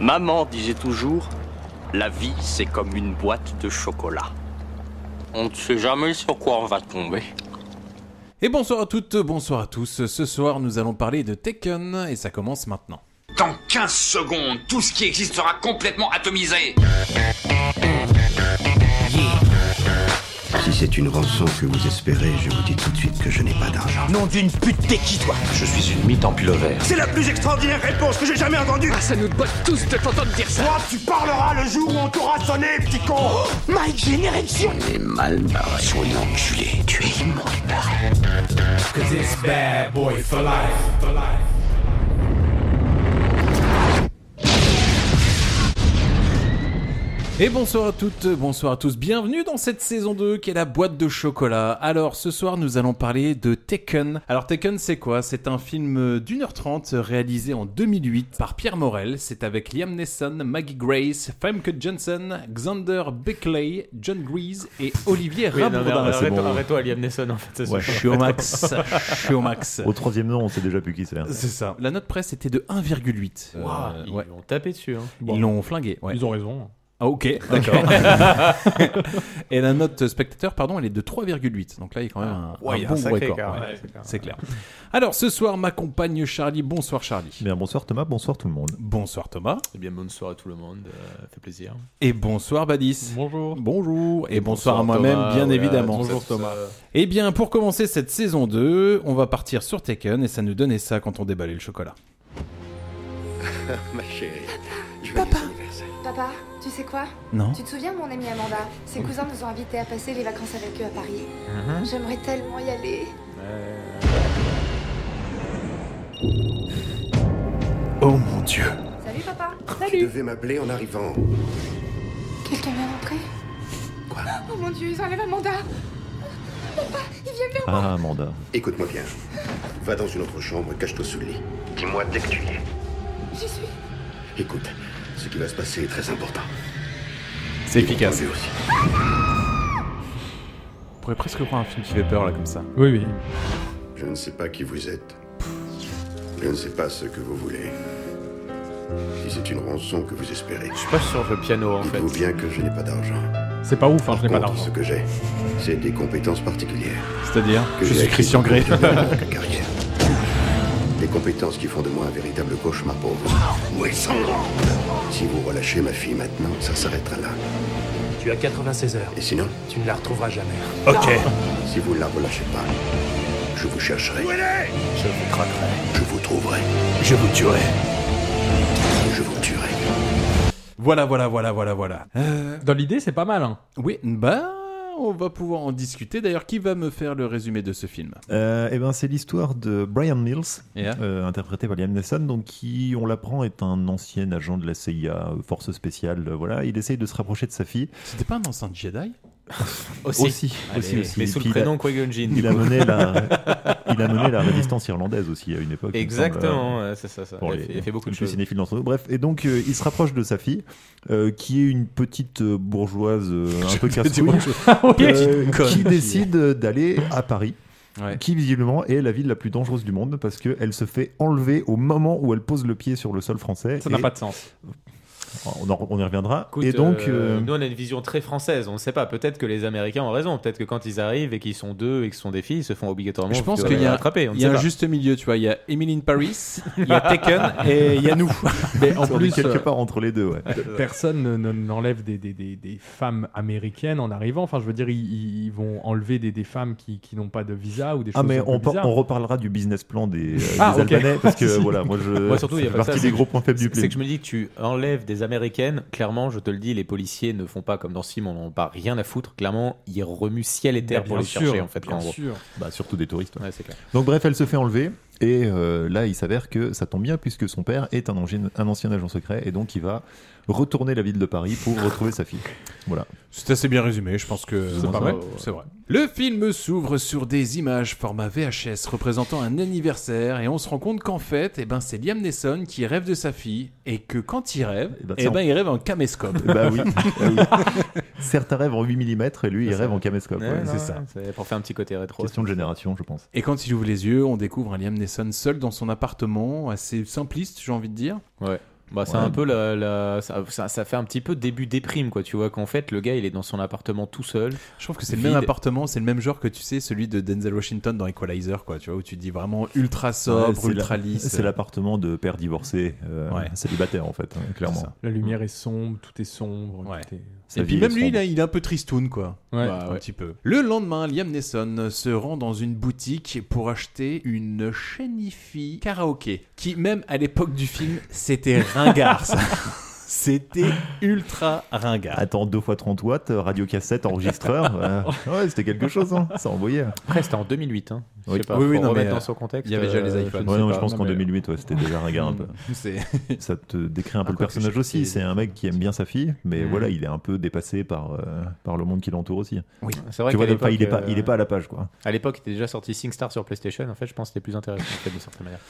Maman disait toujours, la vie c'est comme une boîte de chocolat. On ne sait jamais sur quoi on va tomber. Et bonsoir à toutes, bonsoir à tous. Ce soir, nous allons parler de Tekken et ça commence maintenant. Dans 15 secondes, tout ce qui existe sera complètement atomisé. Si c'est une rançon que vous espérez, je vous dis tout de suite que je n'ai pas d'argent. Nom d'une pute, t'es qui toi Je suis une mythe en pilo vert. C'est la plus extraordinaire réponse que j'ai jamais entendue Ah, ça nous botte tous de t'entendre dire ça Toi, tu parleras le jour où on t'aura sonné, petit con oh, My Generation On est mal barré. Sois enculé, tu es immonde barré. Cause it's bad boy for life, for life. Et bonsoir à toutes, bonsoir à tous, bienvenue dans cette saison 2 qui est la boîte de chocolat. Alors ce soir nous allons parler de Tekken. Alors Tekken c'est quoi C'est un film d'1h30 réalisé en 2008 par Pierre Morel. C'est avec Liam Neeson, Maggie Grace, Famke Johnson, Xander Beckley, John Grease et Olivier Oui, Rabourdin. non, mais arrête- C'est bon. Arrête-toi, Liam Neeson, en fait. c'est Ouais, ça. je suis au max, je suis au max. Au troisième nom, on sait déjà plus qui c'est. hein. C'est ça. La note presse était de 1,8. Euh, Ouah, ils ouais. ont tapé dessus. hein. Ils l'ont flingué. ouais. Ils ont raison. Ah ok, d'accord. et la note spectateur, pardon, elle est de 3,8. Donc là, il y a quand même un, Ouais, un il y a bon sacré record. écart, Ouais, ouais, c'est clair. c'est clair. Alors ce soir, ma compagne Charlie. Bonsoir Charlie. Bien, bonsoir Thomas, bonsoir tout le monde. Bonsoir Thomas. Eh bien, bonsoir à tout le monde. euh, ça fait plaisir. Et bonsoir Badis. Bonjour. Bonjour. Et bonsoir, à moi-même, bien évidemment. Eh bien, pour commencer cette saison 2, on va partir sur Tekken et ça nous donnait ça quand on déballait le chocolat. Ma chérie, joyeux Papa. anniversaire. Papa, tu sais quoi Non Tu te souviens de mon amie Amanda Ses cousins nous ont invités à passer les vacances avec eux à Paris. J'aimerais tellement y aller. Oh mon dieu. Salut papa Tu devais m'appeler en arrivant. Quelqu'un vient d'entrer Quoi Oh mon dieu, ils enlèvent Amanda Papa, ils viennent vers moi Ah, Amanda. Écoute-moi bien. Va dans une autre chambre, cache-toi sous le lit. Dis-moi dès que tu y es. J'y suis Écoute, ce qui va se passer est très important. C'est Ils vont efficace. tomber aussi. On pourrait presque croire un film qui fait peur là comme ça. Oui, oui. Je ne sais pas qui vous êtes. Je ne sais pas ce que vous voulez. Si c'est une rançon que vous espérez. Je passe sur le piano, en fait. Dites-vous bien que je n'ai pas d'argent. C'est pas ouf, hein, je n'ai pas Contre, d'argent. ce que j'ai, c'est des compétences particulières. C'est-à-dire que Je j'ai suis Christian Grey. acquises au cours de ma longue carrière. Des compétences qui font de moi un véritable cauchemar pour vous. Où ils sont Si vous relâchez ma fille maintenant, ça s'arrêtera là. Tu as 96 heures. Et sinon, Tu ne la retrouveras jamais. si vous ne la relâchez pas, je vous chercherai. Je vous craquerai. Je vous trouverai. Je vous tuerai. Je vous tuerai. Voilà, voilà, voilà, voilà, voilà. Euh, Dans l'idée, c'est pas mal. Hein. oui, bah, on va pouvoir en discuter. D'ailleurs, qui va me faire le résumé de ce film Euh, eh ben, c'est l'histoire de Brian Mills, Ah. Yeah. euh, interprété par Liam Neeson, donc qui, on l'apprend, est un ancien agent de la CIA, euh, force spéciale. euh, voilà, il essaye de se rapprocher de sa fille. C'était pas un ancien Jedi Aussi. aussi, aussi, aussi. Mais Et sous le puis, il a- prénom Qui-Gon Jinn, du Il a coup. mené la, il a mené la résistance irlandaise aussi à une époque. il me semble. Exactement, ouais, c'est ça. ça. Pour il, les- fait, il fait beaucoup les de plus choses. cinéphiles d'entre nous. Bref, et donc euh, il se rapproche de sa fille, euh, qui est une petite euh, bourgeoise euh, un peu casse Petite conne. qui décide euh, d'aller à Paris. Ouais. Qui visiblement est la ville la plus dangereuse du monde parce qu'elle se fait enlever au moment où elle pose le pied sur le sol français. Ça n'a Et- pas de sens. on, en- on y reviendra. Écoute, et donc, euh, euh, nous on a une vision très française. On ne sait pas. Peut-être que les Américains ont raison. Peut-être que quand ils arrivent et qu'ils sont deux et que ce sont des filles, ils se font obligatoirement. Je pense violer qu'il y et a, attraper. On il ne y a sait un pas. juste milieu, tu vois. Il y a Emily in Paris, il y a Tekken et il y a nous. Mais en on est plus, quelque euh, part entre les deux. ouais. personne ne- ne- n'enlève des, des, des, des femmes américaines en arrivant. Enfin, je veux dire, ils, ils vont enlever des, des femmes qui, qui n'ont pas de visa ou des Ah choses mais un peu on, par- bizarres. on reparlera du business plan des, euh, Ah, des ok. Albanais parce que voilà moi je Moi, surtout, il y a ça fait pas que partie ça, des c'est- gros points faibles du C'est film. c'est que je me dis que tu enlèves des américaines, clairement, je te le dis, les policiers ne font pas comme dans Sim, on n'en pas rien à foutre. Clairement, ils remuent ciel et Bah, terre pour bien les sûr, chercher, en fait. quoi, bien en gros. sûr. Bah, surtout des touristes. ouais. Ouais, c'est clair. Donc bref, elle se fait enlever. Et euh, là, il s'avère que ça tombe bien puisque son père est un, angine- un ancien agent secret et donc il va retourner la ville de Paris pour retrouver sa fille. Voilà. C'est assez bien résumé, je pense que C'est pas vrai. mal. C'est vrai. Le film s'ouvre sur des images format VHS représentant un anniversaire et on se rend compte qu'en fait, eh ben, c'est Liam Neeson qui rêve de sa fille et que quand il rêve, Eh ben, eh c'est ben, en- il rêve en caméscope. Bah oui. Ah oui. Certains rêvent en 8 mm et lui, il C'est rêve ça. en caméscope. Ouais, ouais, non, c'est ça. ouais, c'est Pour faire un petit côté rétro. Question de génération, je pense. Et quand il ouvre les yeux, on découvre un Liam Neeson seul dans son appartement, assez simpliste, j'ai envie de dire. Ouais. Bah, c'est Ouais. un peu la, la- ça, ça- ça fait un petit peu début déprime quoi. Tu vois qu'en fait le gars il est dans son appartement tout seul. Je trouve que c'est le même appartement, c'est le même genre que tu sais, celui de Denzel Washington dans Equalizer, quoi, tu vois, où tu dis vraiment ultra Ouais, sobre, c'est ultra la- lisse. C'est l'appartement de père divorcé, euh, célibataire en fait, hein, clairement. La lumière est sombre, tout est sombre. tout est- Sa Et puis vie même est lui, sombre. il est- il est un peu tristoun, quoi. Bah, Ouais. un petit peu. Le lendemain, Liam Neeson se rend dans une boutique pour acheter une chenille karaoké, qui même à l'époque du film, c'était ringard, ça. C'était ultra ringard. Attends, 2 fois 30 watts, euh, radio cassette, enregistreur. euh, ouais, c'était quelque chose, hein, ça envoyait. Après c'était en 2008 hein. Je sais pas, Oui, oui, faut non, remettre mais, dans euh, son contexte. il y avait déjà les euh, iPhones. ne Ouais, sais non, pas. je pense Non, qu'en mais- 2008, ouais, c'était déjà ringard un peu. Mm, C'est- Ça te décrit un peu Ah, le quoi que personnage j'ai- aussi. C'est un mec qui aime bien sa fille, mais Mm. voilà, il est un peu dépassé par, euh, par le monde qui l'entoure aussi. Oui, C'est vrai tu vois, qu'à il est, pas, il, est l'époque, euh, pas, il est euh, pas à la page, quoi. À l'époque, il était déjà sorti SingStar sur PlayStation. En fait, je pense que c'était plus intéressant, en fait, d'une certaine manière.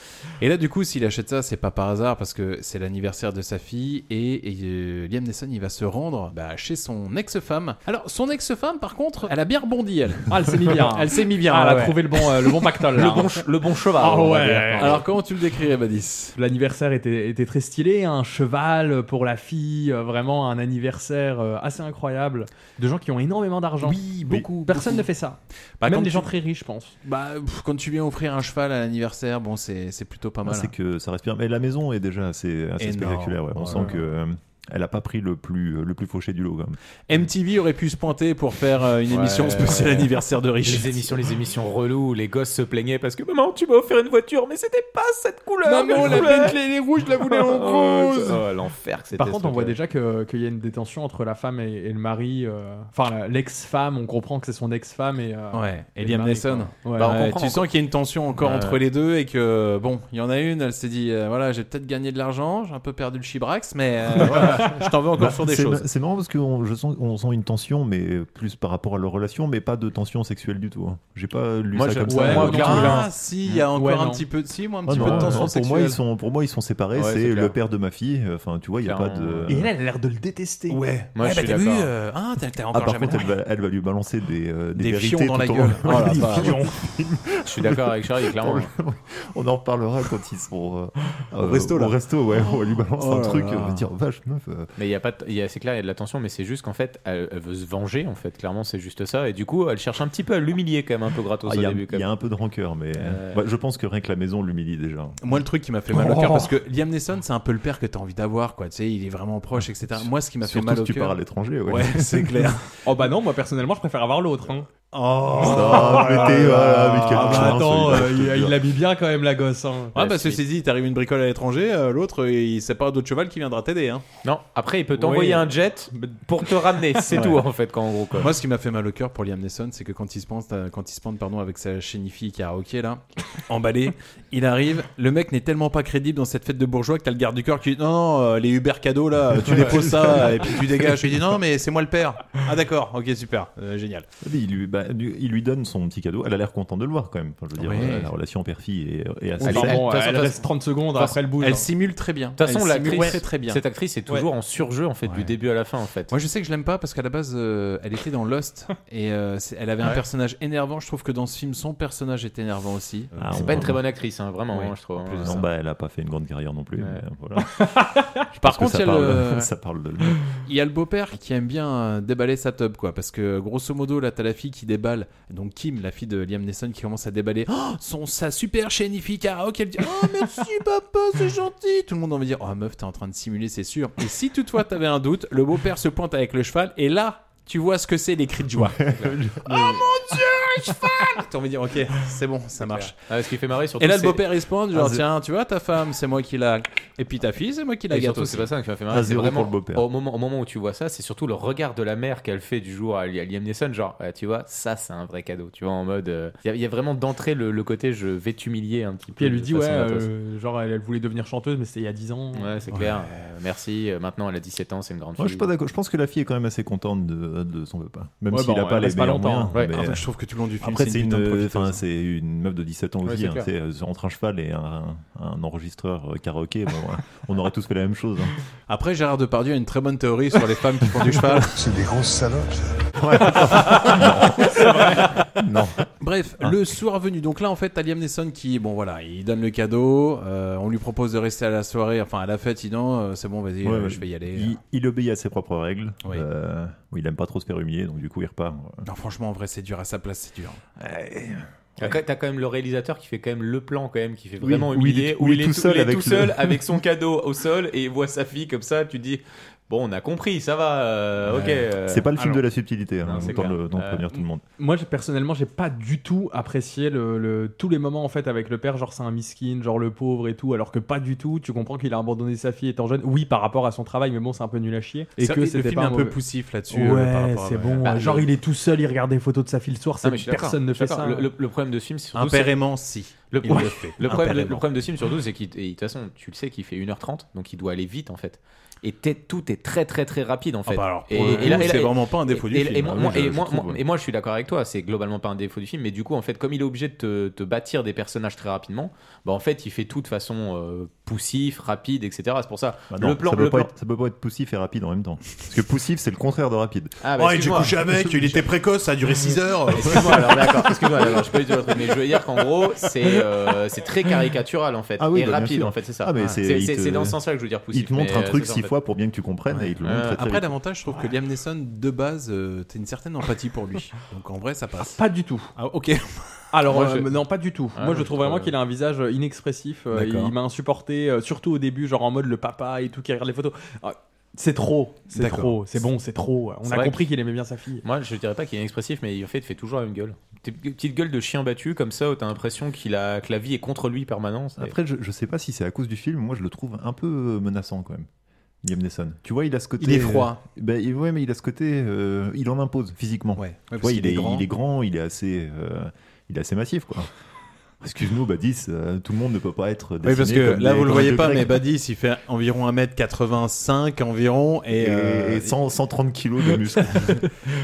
Et là, du coup, s'il achète ça, c'est pas par hasard parce que c'est l'anniversaire de sa fille et, et, euh, Liam Neeson, il va se rendre bah, chez son ex-femme. Alors, son ex-femme, par contre, elle a bien rebondi, elle. Ah, elle s'est mis bien. elle s'est mis bien. hein, Ah, elle a ouais. trouvé le bon, euh, le bon pactole. là, Le bon hein. ch- le bon cheval, Ah on va ouais. dire. Alors, comment tu le décrirais, Badis L'anniversaire était, était très stylé, hein. un cheval pour la fille, euh, vraiment un anniversaire euh, assez incroyable. De gens qui ont énormément d'argent. Oui, beaucoup, Personne beaucoup. ne fait ça. Bah, Même quand les gens tu- très riches, je pense. Bah, pff, quand tu viens offrir un cheval à l'anniversaire, bon, c'est c'est plutôt pas Ah, mal. c'est hein. que ça respire. Mais la maison est déjà assez, assez Énorme. spectaculaire. ouais. On Ouais. sent que euh, elle a pas pris le plus, euh, le plus fauché du lot, quand même. MTV aurait pu se pointer pour faire euh, une émission Ouais. spéciale anniversaire de riche. Les émissions, les émissions reloues. où Les gosses se plaignaient parce que maman, tu m'as offert une voiture, mais c'était pas cette couleur. Maman, que je la voulais. Bentley, les rouges, je la voulais en Oh, rose. ça- oh, l'enfer que c'était. Par contre, ce on voit déjà truc-là. que- qu'il y a une détention entre la femme et, et le mari. euh, Enfin, la- l'ex-femme, on comprend que c'est son ex-femme et. euh, Ouais, et le Liam mari, Neeson. quoi. Ouais. Bah, Ouais, ouais, tu sens qu'il y a une tension encore Ouais. entre les deux et que, bon, il y en a une, elle s'est dit, euh, voilà, j'ai peut-être gagné de l'argent, j'ai un peu perdu le chibrax, mais euh, voilà, je t'en veux encore Bah, sur des c'est choses. ma- C'est marrant parce qu'on je sens, on sent une tension, mais plus par rapport à leur relation, mais pas de tension sexuelle du tout. hein. J'ai pas lu Moi, ça je- comme ouais, ça. moi, du clairement. tout. Ah, si, il y a encore Ouais, un non. petit peu- si, moi, un Ah, petit non, peu de non, tension Pour moi, sexuelle. ils sont, pour moi, ils sont séparés. Ouais, c'est c'est le clair. père de ma fille. Enfin, tu vois, il y a pas de. Et elle, elle a l'air de le détester. Ouais. Moi, Ouais, je bah, suis t'as vu, d'accord. euh, hein, t'as- t'as Ah, encore par jamais contre, elle va, elle va lui balancer des, euh, Des vérités fions dans la tout au gueule. long- Oh la Des vache. fions. Je suis d'accord avec Charlie, Ah clairement. on en reparlera quand ils seront euh, euh, resto, là. Au resto, ouais. On lui balance Oh un là truc. là. On va dire, vache, meuf. euh, Mais il y a pas, de- il y a- c'est clair, il y a de la tension, mais c'est juste qu'en fait, elle, elle veut se venger, en fait. Clairement, c'est juste ça. Et du coup, elle cherche un petit peu à l'humilier quand même, un peu gratos ah, Il au y, a- début. quand il y a même. un peu de rancœur, mais euh, Ouais. bah, je pense que rien que la maison l'humilie déjà. Moi, le truc qui m'a fait mal au cœur, Oh. parce que Liam Neeson, c'est un peu le père que t'as envie d'avoir, quoi. Tu sais, il est vraiment proche, etc. Moi, ce qui m'a fait Surtout mal si au cœur. tu pars à l'étranger, ouais. Ouais, c'est clair. Oh bah non, moi personnellement, je préfère avoir l'autre. hein. Oh, Ah, mais t'es- voilà, mais quel Ah, bah chien, attends, celui-là, euh, je te il, jure. il l'habille bien quand même, la gosse. hein. Ah, bah, ceci dit, t'arrives une bricole à l'étranger, euh, l'autre, il sait pas d'autre cheval qui viendra t'aider, hein. Non, après, il peut t'envoyer un jet pour te ramener. C'est Ouais. tout, en fait, quand en gros. Quoi. Moi, ce qui m'a fait mal au cœur pour Liam Neeson, c'est que quand il se pente, euh, quand il se pente, pardon, avec sa chénifie karaoké là, emballé, il arrive. Le mec n'est tellement pas crédible dans cette fête de bourgeois que t'as le garde du corps qui dit non, non, euh, les Uber cadeaux là, tu déposes ça et puis tu dégages. Il dit non, mais c'est moi le père. Ah d'accord, ok super, Euh, génial. Oui, Il lui, bah, du- il lui donne son petit cadeau. Elle a l'air contente de le voir quand même. Enfin, je veux dire, Ouais. euh, la relation père-fille est, est assez. Elle est- saine. de toute façon, de toute façon- de toute façon, hein. Elle simule très bien. De toute façon, Elle simule l'actrice, très très bien. Cette actrice est toujours en surjeu en fait du début à la fin en fait. Moi, je sais que je l'aime pas parce qu'à la base, euh, elle était dans Lost et euh, c'est- elle avait un Ouais. personnage énervant. Je trouve que dans ce film, son personnage est énervant aussi. Euh, Ah, C'est on- pas une très bonne actrice hein, vraiment Oui. hein, je trouve. En plus de hein. Non, bah, elle a pas fait une grande carrière non plus. Ouais. mais, euh, voilà. Je Par pense que contre, euh, ça, il y a parle, le- ça parle de. Il y a le beau-père qui aime bien euh, déballer sa tub, quoi. Parce que grosso modo, là, t'as la fille qui déballe. Donc, Kim, la fille de Liam Neeson, qui commence à déballer. Oh, son, sa super chénifique karaoke. Elle dit Oh, merci, papa, c'est gentil. Tout le monde en va dire Oh, meuf, t'es en train de simuler, c'est sûr. Et si toutefois t'avais un doute, le beau-père se pointe avec le cheval. Et là, tu vois ce que c'est les cris de joie. oh mon dieu, un cheval T'as envie de dire Ok, c'est bon, ça marche. Ah, ce qui fait marrer surtout. Et là, le c'est- beau-père, il se pointe genre, Ah, c'est- tiens, tu vois, ta femme, c'est moi qui la. Et puis ta fille, c'est moi qui la Et gâte. surtout, c'est aussi. pas ça qui m'a fait marrer. À C'est zéro vraiment pour le beau-père. Au moment, au moment où tu vois ça, c'est surtout le regard de la mère qu'elle fait du jour à Li- à Liam Neeson. Genre, ah, tu vois, ça c'est un vrai cadeau. Tu vois, en mode. euh, Il y a- il y, a vraiment d'entrée le, le côté je vais t'humilier un petit peu. Puis elle lui de dit, ouais, façon gratos. euh, genre, elle, elle voulait devenir chanteuse, mais c'était il y a 10 ans. Ouais, c'est clair. Euh, merci. Euh, Maintenant, elle a 17 ans, c'est une grande Moi, je suis fille. pas d'accord. Je pense que la fille est quand même assez contente de, de son papa, même Ouais, s'il bon, a pas elle les reste pas meilleurs longtemps, moyens. hein. Ouais. mais- En fait, je trouve que tout le long du film, Après, c'est c'est une une, putain de euh, profiteuse, enfin, hein. c'est une meuf de 17 ans Ouais, aussi. c'est hein. clair. C'est euh, entre un cheval et un, un enregistreur euh, karaoké. bon, ouais. on aurait tous fait la même chose. hein. Après, Gérard Depardieu a une très bonne théorie sur les femmes qui font du cheval. C'est des grosses salopes. C'est vrai. Non. Bref, Hein. le soir venu. Donc là, en fait, t'as Liam Neeson qui, bon voilà, il donne le cadeau. euh, on lui propose de rester à la soirée, enfin à la fête. Il dit non, euh, c'est bon, vas-y, Ouais, euh, ouais. je vais y aller. Il, il obéit à ses propres règles. Euh, bon, il aime pas trop se faire humilier, donc du coup, il repart. Non, franchement, en vrai, c'est dur à sa place, c'est dur. Euh, T'as quand- t'as quand même le réalisateur qui fait quand même le plan quand même qui fait Oui, vraiment où il est- humilier où il est tout seul il est avec tout le- seul avec son cadeau au sol et il voit sa fille comme ça tu te dis bon on a compris ça va euh, ok euh, C'est pas le film alors. de la subtilité, hein, Non, c'est autant clair. le- autant Euh, prévenir tout le monde. Moi, j'ai- personnellement, j'ai pas du tout apprécié le, le- tous les moments en fait avec le père. Genre, c'est un miskin, genre le pauvre et tout. Alors que pas du tout. Tu comprends qu'il a abandonné sa fille étant jeune. Oui, par rapport à son travail, mais bon, c'est un peu nul à chier. Et C'est- que le c'était film pas est un peu mauvais- poussif là-dessus, Ouais, euh, par rapport à- c'est bon. Bah, genre, le- il est tout seul, il regarde des photos de sa fille le soir. Ah, c'est mais je suis d'accord. personne ne Je suis fait d'accord. ça. Le, le- le problème de ce film, surtout. Un c'est- père aimant, si. Le, Il problème- le fait. le Un problème, père le- aimant. le problème de ce film, surtout, c'est qu'il. et De toute façon, tu le sais qu'il fait 1h30, donc il doit aller vite, en fait. Et t'es- tout est très, très, très rapide, en fait. bah alors, pour et, le et là- coup, et là- c'est et- vraiment pas un défaut et- du et- film. Et moi, Ah oui, moi- je- et je moi- trouve, moi- ouais. et moi, je suis d'accord avec toi, c'est globalement pas un défaut du film, mais du coup, en fait, comme il est obligé de te, te bâtir des personnages très rapidement, bah, en fait, il fait tout de façon euh, poussif, rapide, etc. C'est pour ça. Bah non, le plan. ça, peut le pas plan- être, ça peut pas être poussif et rapide en même temps. Parce que poussif, c'est le contraire de rapide. Ah, bah, Ouais, excuse-moi. j'ai couché avec, il était précoce, ça a duré 6 heures. Excuse-moi, alors d'accord, excuse-moi, alors je peux dire autre chose, mais je veux dire qu'en gros, c'est euh, c'est très caricatural en fait, Ah oui, et bah, bien rapide sûr. en fait, c'est ça. Ah, mais Ouais. c'est- c'est il c'est- te- c'est dans ce sens-là que je veux dire poussif. Il te montre mais, un euh, truc c'est ça, en six fait. fois pour bien que tu comprennes et il te le montre très, très Après, vite. l'avantage, je trouve que Liam Neeson, de base, euh, t'as une certaine empathie pour lui. Donc en vrai, ça passe. Pas du tout. Ah, ok. Alors, Moi, euh, je- non, pas du tout. Ah, Moi, moi, je je trouve trouve, vraiment euh, qu'il a un visage euh, inexpressif. euh, D'accord. il m'a insupporté, euh, surtout au début, genre en mode le papa et tout qui regarde les photos. Ah, c'est trop, c'est D'accord. trop, c'est bon, c'est trop. On C'est a vrai compris qu'il aimait bien sa fille. Moi, je dirais pas qu'il est expressif, mais en fait, il fait toujours la même gueule. Petite- Petite gueule de chien battu, comme ça, où t'as l'impression qu'il a que la vie est contre lui permanent. c'est- Après, je, je sais pas si c'est à cause du film, moi je le trouve un peu euh, menaçant quand même. Liam Neeson. Tu vois, il a ce côté. Il est froid. euh, ben, il- ouais, mais il a ce côté. euh, il en impose physiquement. tu parce vois, qu'il il, est est, grand. il est grand, il est assez, euh, il est assez massif, quoi. Excuse-nous, Badis, euh, tout le monde ne peut pas être. Oui, parce dessiné que comme là, des- vous le comme voyez des pas, Grecs. mais Badis, il fait environ 1m85 environ. Et, Et- euh, et 100 130 kilos de muscles.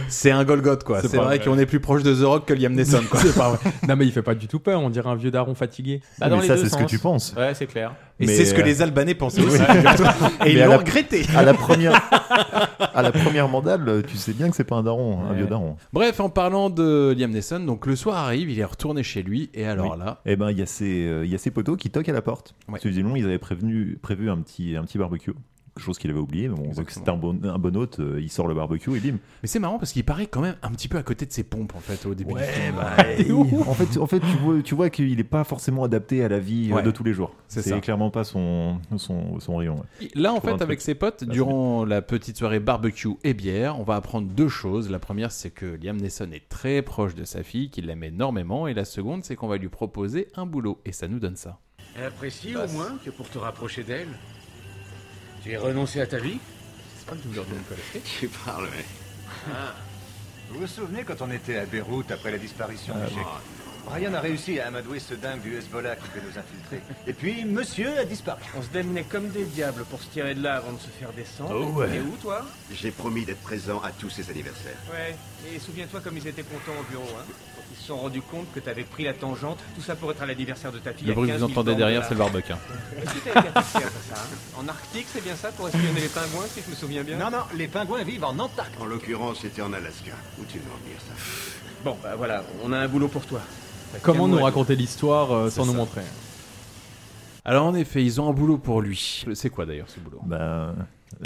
c'est un Golgoth, quoi. C'est C'est pas vrai vrai. qu'on est plus proche de The Rock que Liam Neeson, quoi. C'est pas vrai. Non, mais il fait pas du tout peur, on dirait un vieux daron fatigué. Ah Bah, dans les deux sens. Ouais, c'est clair. Et c'est ce que euh, les Albanais pensaient aussi. Oui. et Mais ils à l'ont la- Ah. regretté. À la première, à la première mandale, tu sais bien que c'est pas un daron, hein, un vieux daron. Bref, en parlant de Liam Neeson, donc le soir arrive, il est retourné chez lui, et alors là. Eh ben, il y a ces, euh, il y a ces poteaux qui toquent à la porte. Parce que visiblement, ils avaient prévenu, prévu un petit, un petit barbecue. Quelque chose qu'il avait oublié, mais bon, on voit que c'est un bon, un bon hôte, euh, il sort le barbecue et bim. Mais c'est marrant parce qu'il paraît quand même un petit peu à côté de ses pompes en fait au début du film. Eh ben, Et en fait, en fait, tu vois, tu vois qu'il est pas forcément adapté à la vie euh, Ouais. de tous les jours. C'est C'est ça. clairement pas son, son, son rayon. ouais. Là, en Je trouve un fait, avec truc. ses potes, durant la petite soirée barbecue et bière, on va apprendre deux choses. La première, c'est que Liam Neeson est très proche de sa fille, qu'il l'aime énormément. Et la seconde, c'est qu'on va lui proposer un boulot. Et ça nous donne ça. Elle apprécie au moins que pour te rapprocher d'elle, tu aies renoncé à ta vie Bah, C'est pas que vous Tu parles, mais. Vous vous souvenez quand on était à Beyrouth après la disparition Ah, du chèque Ryan a réussi à amadouer ce dingue du Hezbollah qui peut nous infiltrer. Et puis, monsieur a disparu. On se démenait comme des diables pour se tirer de là avant de se faire descendre. Oh ouais. Et où, toi J'ai promis d'être présent à tous ses anniversaires. Ouais, et souviens-toi comme ils étaient contents au bureau, hein. Quand ils se sont rendus compte que t'avais pris la tangente, tout ça pour être à l'anniversaire de ta fille. Le à bruit que 15 vous 000 entendez bornes derrière, de là. c'est le barbecue. Est-ce que t'as été affecté après ça, hein En Arctique, c'est bien ça pour espionner les pingouins, si je me souviens bien Non, non, les pingouins vivent en Antarctique. En l'occurrence, c'était en Alaska. Où tu veux en venir, ça Bon, bah voilà, on a un boulot pour toi. Comment nous Tiens-moi. raconter l'histoire euh, sans nous montrer Alors, en effet, ils ont un boulot pour lui. C'est quoi d'ailleurs ce boulot Bah.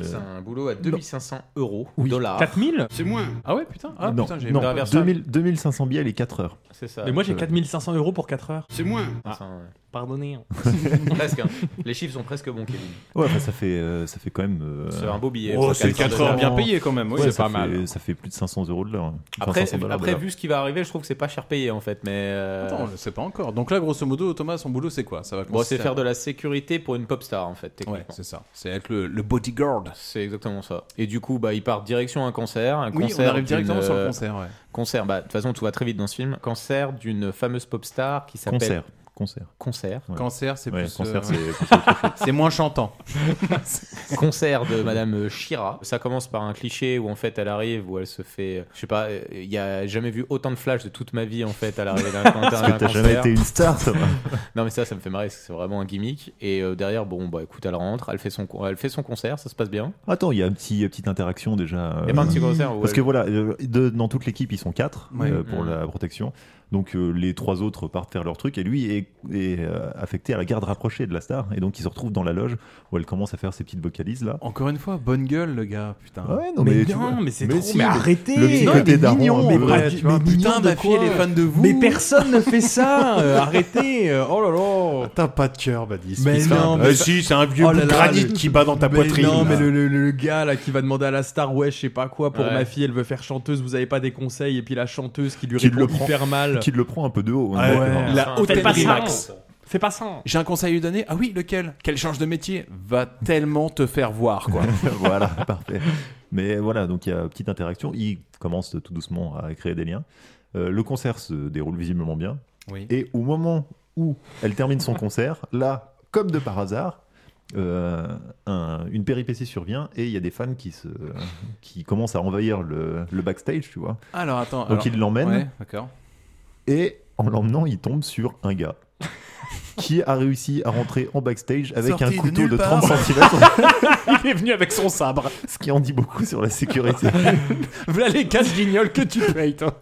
C'est un boulot à 2500 euros, Oui. dollars. 4000 C'est moins Ah ouais, putain Ah non, putain, j'ai non, dans la version- 2000 2500 billets les 4 heures. C'est ça. Mais moi, j'ai Euh, 4500 euros pour 4 heures. C'est moins. Ah, Ça, ouais. Pardonnez. hein. Presque. hein. Les chiffres sont presque bons, Kevin. Ouais, enfin, ça fait, euh, ça fait quand même. euh, C'est un beau billet. Oh, c'est 400 4 heures bien dollars. payées quand même, oui, Ouais, c'est ça pas fait- Euh, mal. Ça fait plus de 500 euros de l'heure. hein. Enfin, Après, 500 dollars de après l'heure. vu ce qui va arriver, je trouve que c'est pas cher payé en fait. Mais euh, Attends, on le sait pas encore. Donc là, grosso modo, Thomas, son boulot, c'est quoi Ça va Bon, c'est consister à- faire de la sécurité pour une pop star en fait, techniquement. Ouais, c'est ça. C'est être le, bodyguard. C'est exactement ça. Et du coup, bah, il part direction un concert. Un Oui, on concert arrive d'une, directement sur le euh, concert, ouais. Concert, bah, de toute façon, tout va très vite dans ce film. Concert d'une fameuse pop star qui s'appelle. Concert. Concert. Concert. Ouais. Cancer, c'est Ouais, plus. Cancer, euh, c'est plus autre chose. c'est moins chantant. concert de Madame euh, Shira. Ça commence par un cliché où en fait elle arrive, où elle se fait, euh, je sais pas, euh, il y a jamais vu autant de flash de toute ma vie en fait à l'arrivée d'un d'un concert. Parce que t'as jamais été une star, ça va. non mais ça, ça me fait marrer, parce que c'est vraiment un gimmick. Et euh, derrière, bon bah écoute, elle rentre, elle fait son, con- elle fait son concert, ça se passe bien. Attends, il y a une petit, petite interaction déjà. Il y a pas un petit concert où Euh, Parce elle- que voilà, euh, de- dans toute l'équipe, ils sont quatre Ouais. euh, pour Mhm. la protection. Donc euh, les trois autres partent faire leur truc et lui est, est, euh, affecté à la garde rapprochée de la star. Et donc il se retrouve dans la loge où elle commence à faire ses petites vocalises là. Encore une fois, bonne gueule, le gars, putain. Ouais, non, Mais mais tu non, vois- mais c'est mais trop- si, mais mais arrêtez le petit Non, côté mais daron, hein, mignon, mais mais pas ouais, du- tu vois, mais Putain, mignon de ma fille, elle quoi est fan de vous. Mais personne ne fait ça euh, Arrêtez euh, Oh là là T'as pas de cœur, Badis. Mais putain. non, Euh, mais ça- si, c'est un vieux Oh bout là de là, granit le- qui bat dans ta Mais poitrine. Non, mais là. le, le- le gars là qui va demander à la star, ouais, je sais pas quoi pour Ouais. ma fille, elle veut faire chanteuse, vous avez pas des conseils, et puis la chanteuse qui lui Qui répond le prend- hyper mal. qui le prend un peu de haut, hein, Ouais, d'accord. la Fais haute pas ça. Fais pas ça J'ai un conseil à lui donner. Ah oui, lequel Qu'elle change de métier Va tellement te faire voir, quoi. voilà, parfait. Mais voilà, donc il y a petite interaction. Ils commencent tout doucement à créer des liens. Euh, le concert se déroule visiblement bien. Oui. Et au moment où elle termine son concert, là, comme de par hasard, euh, un- une péripétie survient et il y a des fans qui, se, qui commencent à envahir le, le backstage, tu vois. Alors, attends, Donc alors- ils l'emmènent. Ouais, d'accord. Et en l'emmenant, ils tombent sur un gars qui a réussi à rentrer en backstage avec Sorti un de couteau nulle de, 30 part. cm. Il est venu avec son sabre. Ce qui en dit beaucoup sur la sécurité. voilà les casse guignols que tu payes, toi.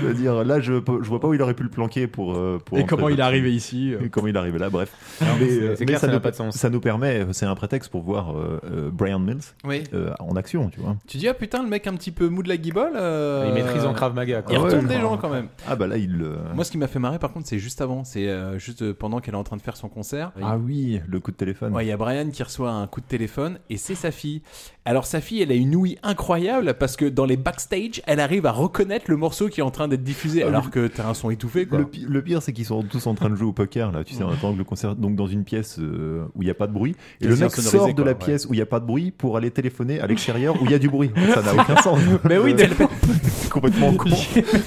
Je veux dire, là, je, peux- je vois pas où il aurait pu le planquer pour. euh, pour Et entrer comment il est là-dessus. arrivé ici, euh. Et comment il est arrivé là, bref. Non, mais c'est- euh, c'est mais clair, ça ça, nous, n'a pas de sens. ça nous permet, euh, c'est un prétexte pour voir euh, euh, Brian Mills Oui. euh, en action, tu vois. Tu dis, ah putain, le mec un petit peu mou de la guibole. euh, Il maîtrise en Krav Maga, quoi. Il Ah ouais, retourne des quoi. gens, quand même. Ah bah là, il. le- Moi, ce qui m'a fait marrer, par contre, c'est juste avant. C'est euh, juste euh, pendant qu'elle est en train de faire son concert. Ah oui, le coup de téléphone. Ouais, il y a Brian qui reçoit un coup de téléphone et c'est sa fille. Alors sa fille, elle a une ouïe incroyable parce que dans les backstage, elle arrive à reconnaître le morceau qui est en train d'être Ah diffusé alors que t'as un son étouffé quoi. Le, pi- le pire, c'est qu'ils sont tous en train de jouer au poker, là, tu sais, en attendant que le concert, donc dans une pièce euh, où il n'y a pas de bruit. Et Qui le est mec sonorisé, sort de quoi, la ouais. pièce où il n'y a pas de bruit pour aller téléphoner à l'extérieur où il y a du bruit. Ça n'a aucun sens. Mais oui, tellement. C'est complètement con.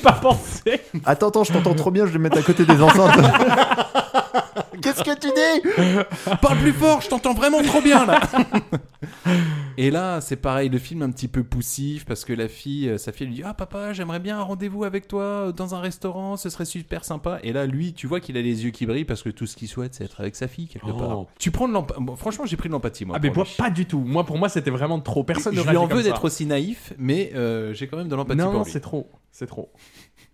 pas pensé. Attends, attends, je t'entends trop bien, je vais me mettre à côté des enceintes. Qu'est-ce que tu dis Parle plus fort, je t'entends vraiment trop bien là. Et là, c'est pareil, le film un petit peu poussif parce que la fille, euh, sa fille lui dit Ah papa, j'aimerais bien un rendez-vous avec toi euh, dans un restaurant, ce serait super sympa. Et là, lui, tu vois qu'il a les yeux qui brillent parce que tout ce qu'il souhaite, c'est être avec sa fille quelque Oh. part. Tu prends de l'empathie. Franchement, j'ai pris de l'empathie moi. Ah, mais pour moi, lui. pas du tout. Moi, pour moi, c'était vraiment trop. Personne ne je lui réagit en comme veux ça. d'être aussi naïf, mais euh, j'ai quand même de l'empathie Non, pour non, lui. c'est trop. C'est trop.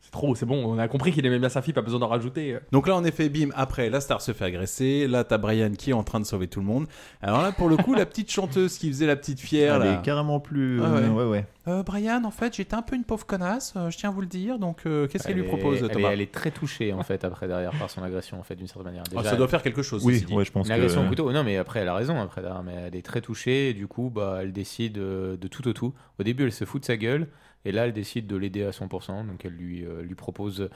C'est trop, c'est bon, on a compris qu'il aimait bien sa fille, pas besoin d'en rajouter. Donc là, en effet, bim, après, la star se fait agresser. Là, t'as Brian qui est en train de sauver tout le monde. Alors là, pour le coup, la petite chanteuse qui faisait la petite Ah, fière. Elle là. est carrément plus. Ah ouais. ouais, ouais. Euh, Brian, en fait, j'étais un peu une pauvre connasse, euh, je tiens à vous le dire. Donc, euh, qu'est-ce qu'elle lui est- propose, elle est- Thomas Elle est très touchée en fait après derrière par son agression en fait d'une certaine manière. Ah, ça doit faire quelque chose, Oui, ceci dit. ouais, je pense Une agression que- au couteau. Non mais après elle a raison après derrière, mais elle est très touchée et du coup bah elle décide euh, de tout au tout. Au début elle se fout de sa gueule et là elle décide de l'aider à 100%. Donc elle lui euh, lui propose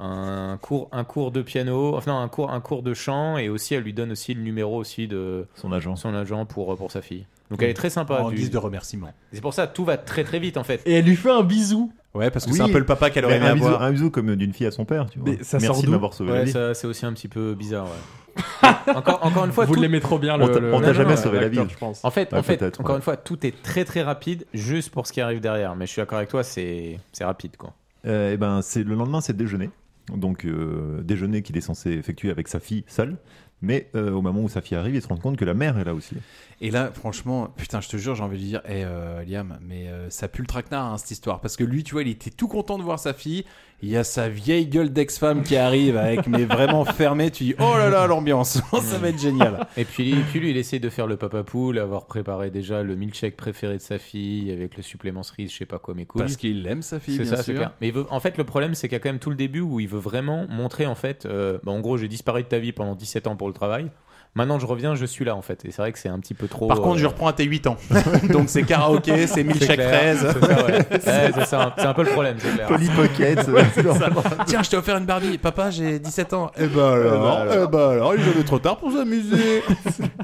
un cours un cours de piano enfin non, un cours un cours de chant et aussi elle lui donne aussi le numéro aussi de son agent son agent pour pour sa fille. Donc elle est très sympa En du- guise de remerciement. C'est pour ça tout va très très vite en fait. Et elle lui fait un bisou. Ouais, parce Oui, mais Bah, un bisou- Un bisou comme d'une fille à son père, tu vois. Mais ça Merci sort de d'où m'avoir sauvé la Ouais, vie. ça, c'est aussi un petit peu bizarre. ouais. encore, encore une fois, Vous tout- l'aimez trop bien, le- On t'a- le- on t'a Non, jamais non, non, sauvé la l'acteur, vie. je pense. En fait, Ouais, en fait peut-être, encore ouais. une fois, tout est très très rapide, juste pour ce qui arrive derrière. Mais je suis d'accord avec toi, c'est c'est rapide quoi. Euh, eh ben, c'est le lendemain, c'est déjeuner. Donc euh, déjeuner qu'il est censé effectuer avec sa fille seule. Mais euh, au moment où sa fille arrive, il se rend compte que la mère est là aussi. Et là, franchement, putain, je te jure, j'ai envie de lui dire, Eh euh, Liam, mais euh, ça pue le traquenard, hein, cette histoire. Parce que lui, tu vois, il était tout content de voir sa fille. Il y a sa vieille gueule d'ex-femme qui arrive avec, mais vraiment fermée. Tu dis, oh là là, l'ambiance, ça va être génial. Et puis, et puis lui, il essaie de faire le papa poule, avoir préparé déjà le milkshake préféré de sa fille avec le supplément cerise, je sais pas quoi, mais cool. Parce qu'il aime sa fille, C'est bien ça, c'est sûr. clair. Mais il veut- en fait, le problème, c'est qu'il y a quand même tout le début où il veut vraiment montrer en fait, euh, bah, en gros, j'ai disparu de ta vie pendant 17 ans pour le travail. Maintenant, je reviens, je suis là en fait. Et c'est vrai que c'est un petit peu trop. Par contre, euh, je reprends à tes 8 ans. Donc c'est karaoké, c'est milkshake clair, fraise. C'est ça, ouais. Ouais, c'est ça, c'est un peu le problème, c'est clair. Polly Pocket, Ouais, c'est euh, ça. genre. Tiens, je t'ai offert une Barbie. Papa, j'ai 17 ans. Eh ben alors, Eh ben alors. eh ben alors, il est jamais trop tard pour s'amuser.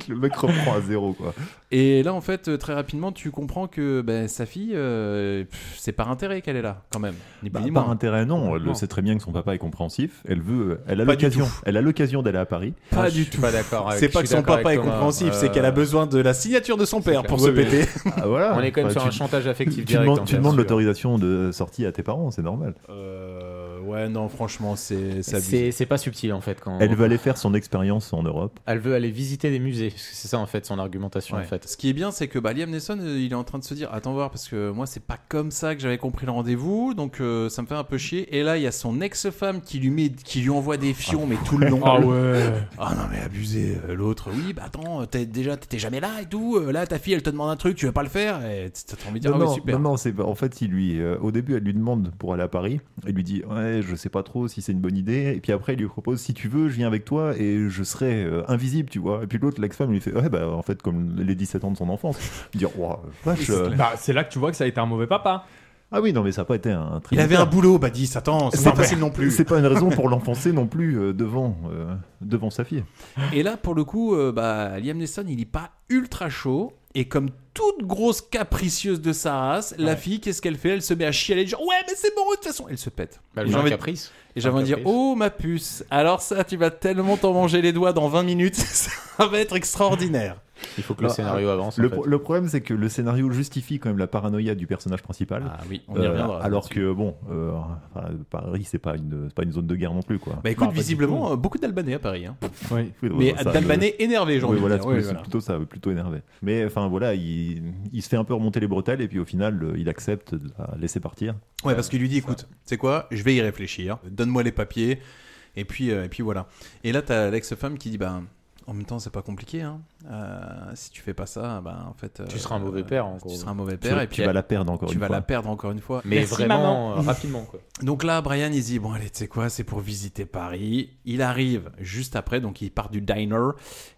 Le mec reprend à zéro, quoi. Et là, en fait, euh, très rapidement, tu comprends que ben, sa fille, euh, pff, c'est par intérêt qu'elle est là, quand même. Ni plus Bah, ni par moins. intérêt, non. Elle Complètement. le sait très bien que son papa est compréhensif. Elle veut, elle a Pas du l'occasion, tout. elle a l'occasion d'aller à Paris. Pas Ah, je du suis tout. pas d'accord avec- C'est je pas suis que son d'accord papa est avec Thomas. compréhensif, c'est Euh, qu'elle a besoin de la signature de son père pour se clair. Oui, oui. péter. Ah, voilà. On est quand même sur un chantage affectif Bah, tu direct, Demandes, en tu fait, demandes sûr. l'autorisation de sortie à tes parents, c'est normal. Euh, ouais, non, franchement, c'est c'est abusé. C'est c'est pas subtil en fait quand. Elle veut aller faire son expérience en Europe. Elle veut aller visiter des musées. parce que C'est ça en fait son argumentation Ouais. en fait. Ce qui est bien, c'est que bah, Liam Neeson, euh, il est en train de se dire Attends, voir, parce que moi, c'est pas comme ça que j'avais compris le rendez-vous, donc euh, ça me fait un peu chier. Et là, il y a son ex-femme qui lui, met, qui lui envoie des fions, mais tout le long. Ah ouais. Ah non, mais abusé. euh, L'autre, oui, bah attends, t'es, déjà, t'étais jamais là et tout. euh, Là, ta fille, elle te demande un truc, tu veux pas le faire. Et t'as t'as envie de dire non, Ah oui, non, super. non, non, c'est en fait, il lui, euh, au début, elle lui demande pour aller à Paris. Elle lui dit, ouais, je sais pas trop si c'est une bonne idée. Et puis après, il lui propose, si tu veux, je viens avec toi et je serai euh, invisible, tu vois. Et puis l'autre, l'ex-femme, lui fait, ouais, bah en fait, comme les 17 ans de son enfance, il dit, Ouah, vache. euh, Bah, c'est là que tu vois que ça a été un mauvais papa. Ah oui, non, mais ça n'a pas été un très Il bon avait père. un boulot, bah dis, attends, c'est pas facile non plus. C'est pas une raison pour l'enfoncer non plus euh, devant, euh, devant sa fille. Et là, pour le coup, euh, bah, Liam Neeson, il est pas ultra chaud. Et comme toute grosse capricieuse de sa race, la fille, qu'est-ce qu'elle fait Elle se met à chialer, genre ouais, mais c'est bon, de toute façon, elle se pète. Bah, Et elle j'ai veut un envie de- caprice. Et j'avais Un envie de dire, caprice. oh ma puce, alors ça, tu vas tellement t'en manger les doigts dans 20 minutes, ça va être extraordinaire. Il faut que Alors, le scénario euh, avance. en Le, fait. pro- le problème, c'est que le scénario justifie quand même la paranoïa du personnage principal. Ah oui, on y reviendra Euh, alors que bon, euh, enfin, Paris, c'est pas une, c'est pas une zone de guerre non plus, quoi. Bah écoute, visiblement, euh, beaucoup d'Albanais à Paris. hein. Oui. Mais ça, d'Albanais le- énervés, j'ai Oui, envie de voilà, dire. c'est Oui, plus- voilà. plutôt ça, plutôt énervé. Mais enfin voilà, il, il se fait un peu remonter les bretelles et puis au final, euh, il accepte de la laisser partir. Ouais, Euh, parce qu'il lui dit, écoute, c'est quoi Je vais y réfléchir. Donne-moi les papiers. Et puis, euh, et puis voilà. Et là, t'as l'ex-femme qui dit, bah, en même temps, c'est pas compliqué. Hein. Euh, si tu fais pas ça, bah, en fait, Euh, Tu seras un mauvais père, en gros. Tu seras un mauvais Tu- père. tu et puis, bah, vas la perdre encore tu une vas fois. la perdre encore une fois. Mais Merci, vraiment, maman. euh, rapidement, quoi. Donc là, Brian, il dit, bon, allez, tu sais quoi, c'est pour visiter Paris. Il arrive juste après, donc il part du diner.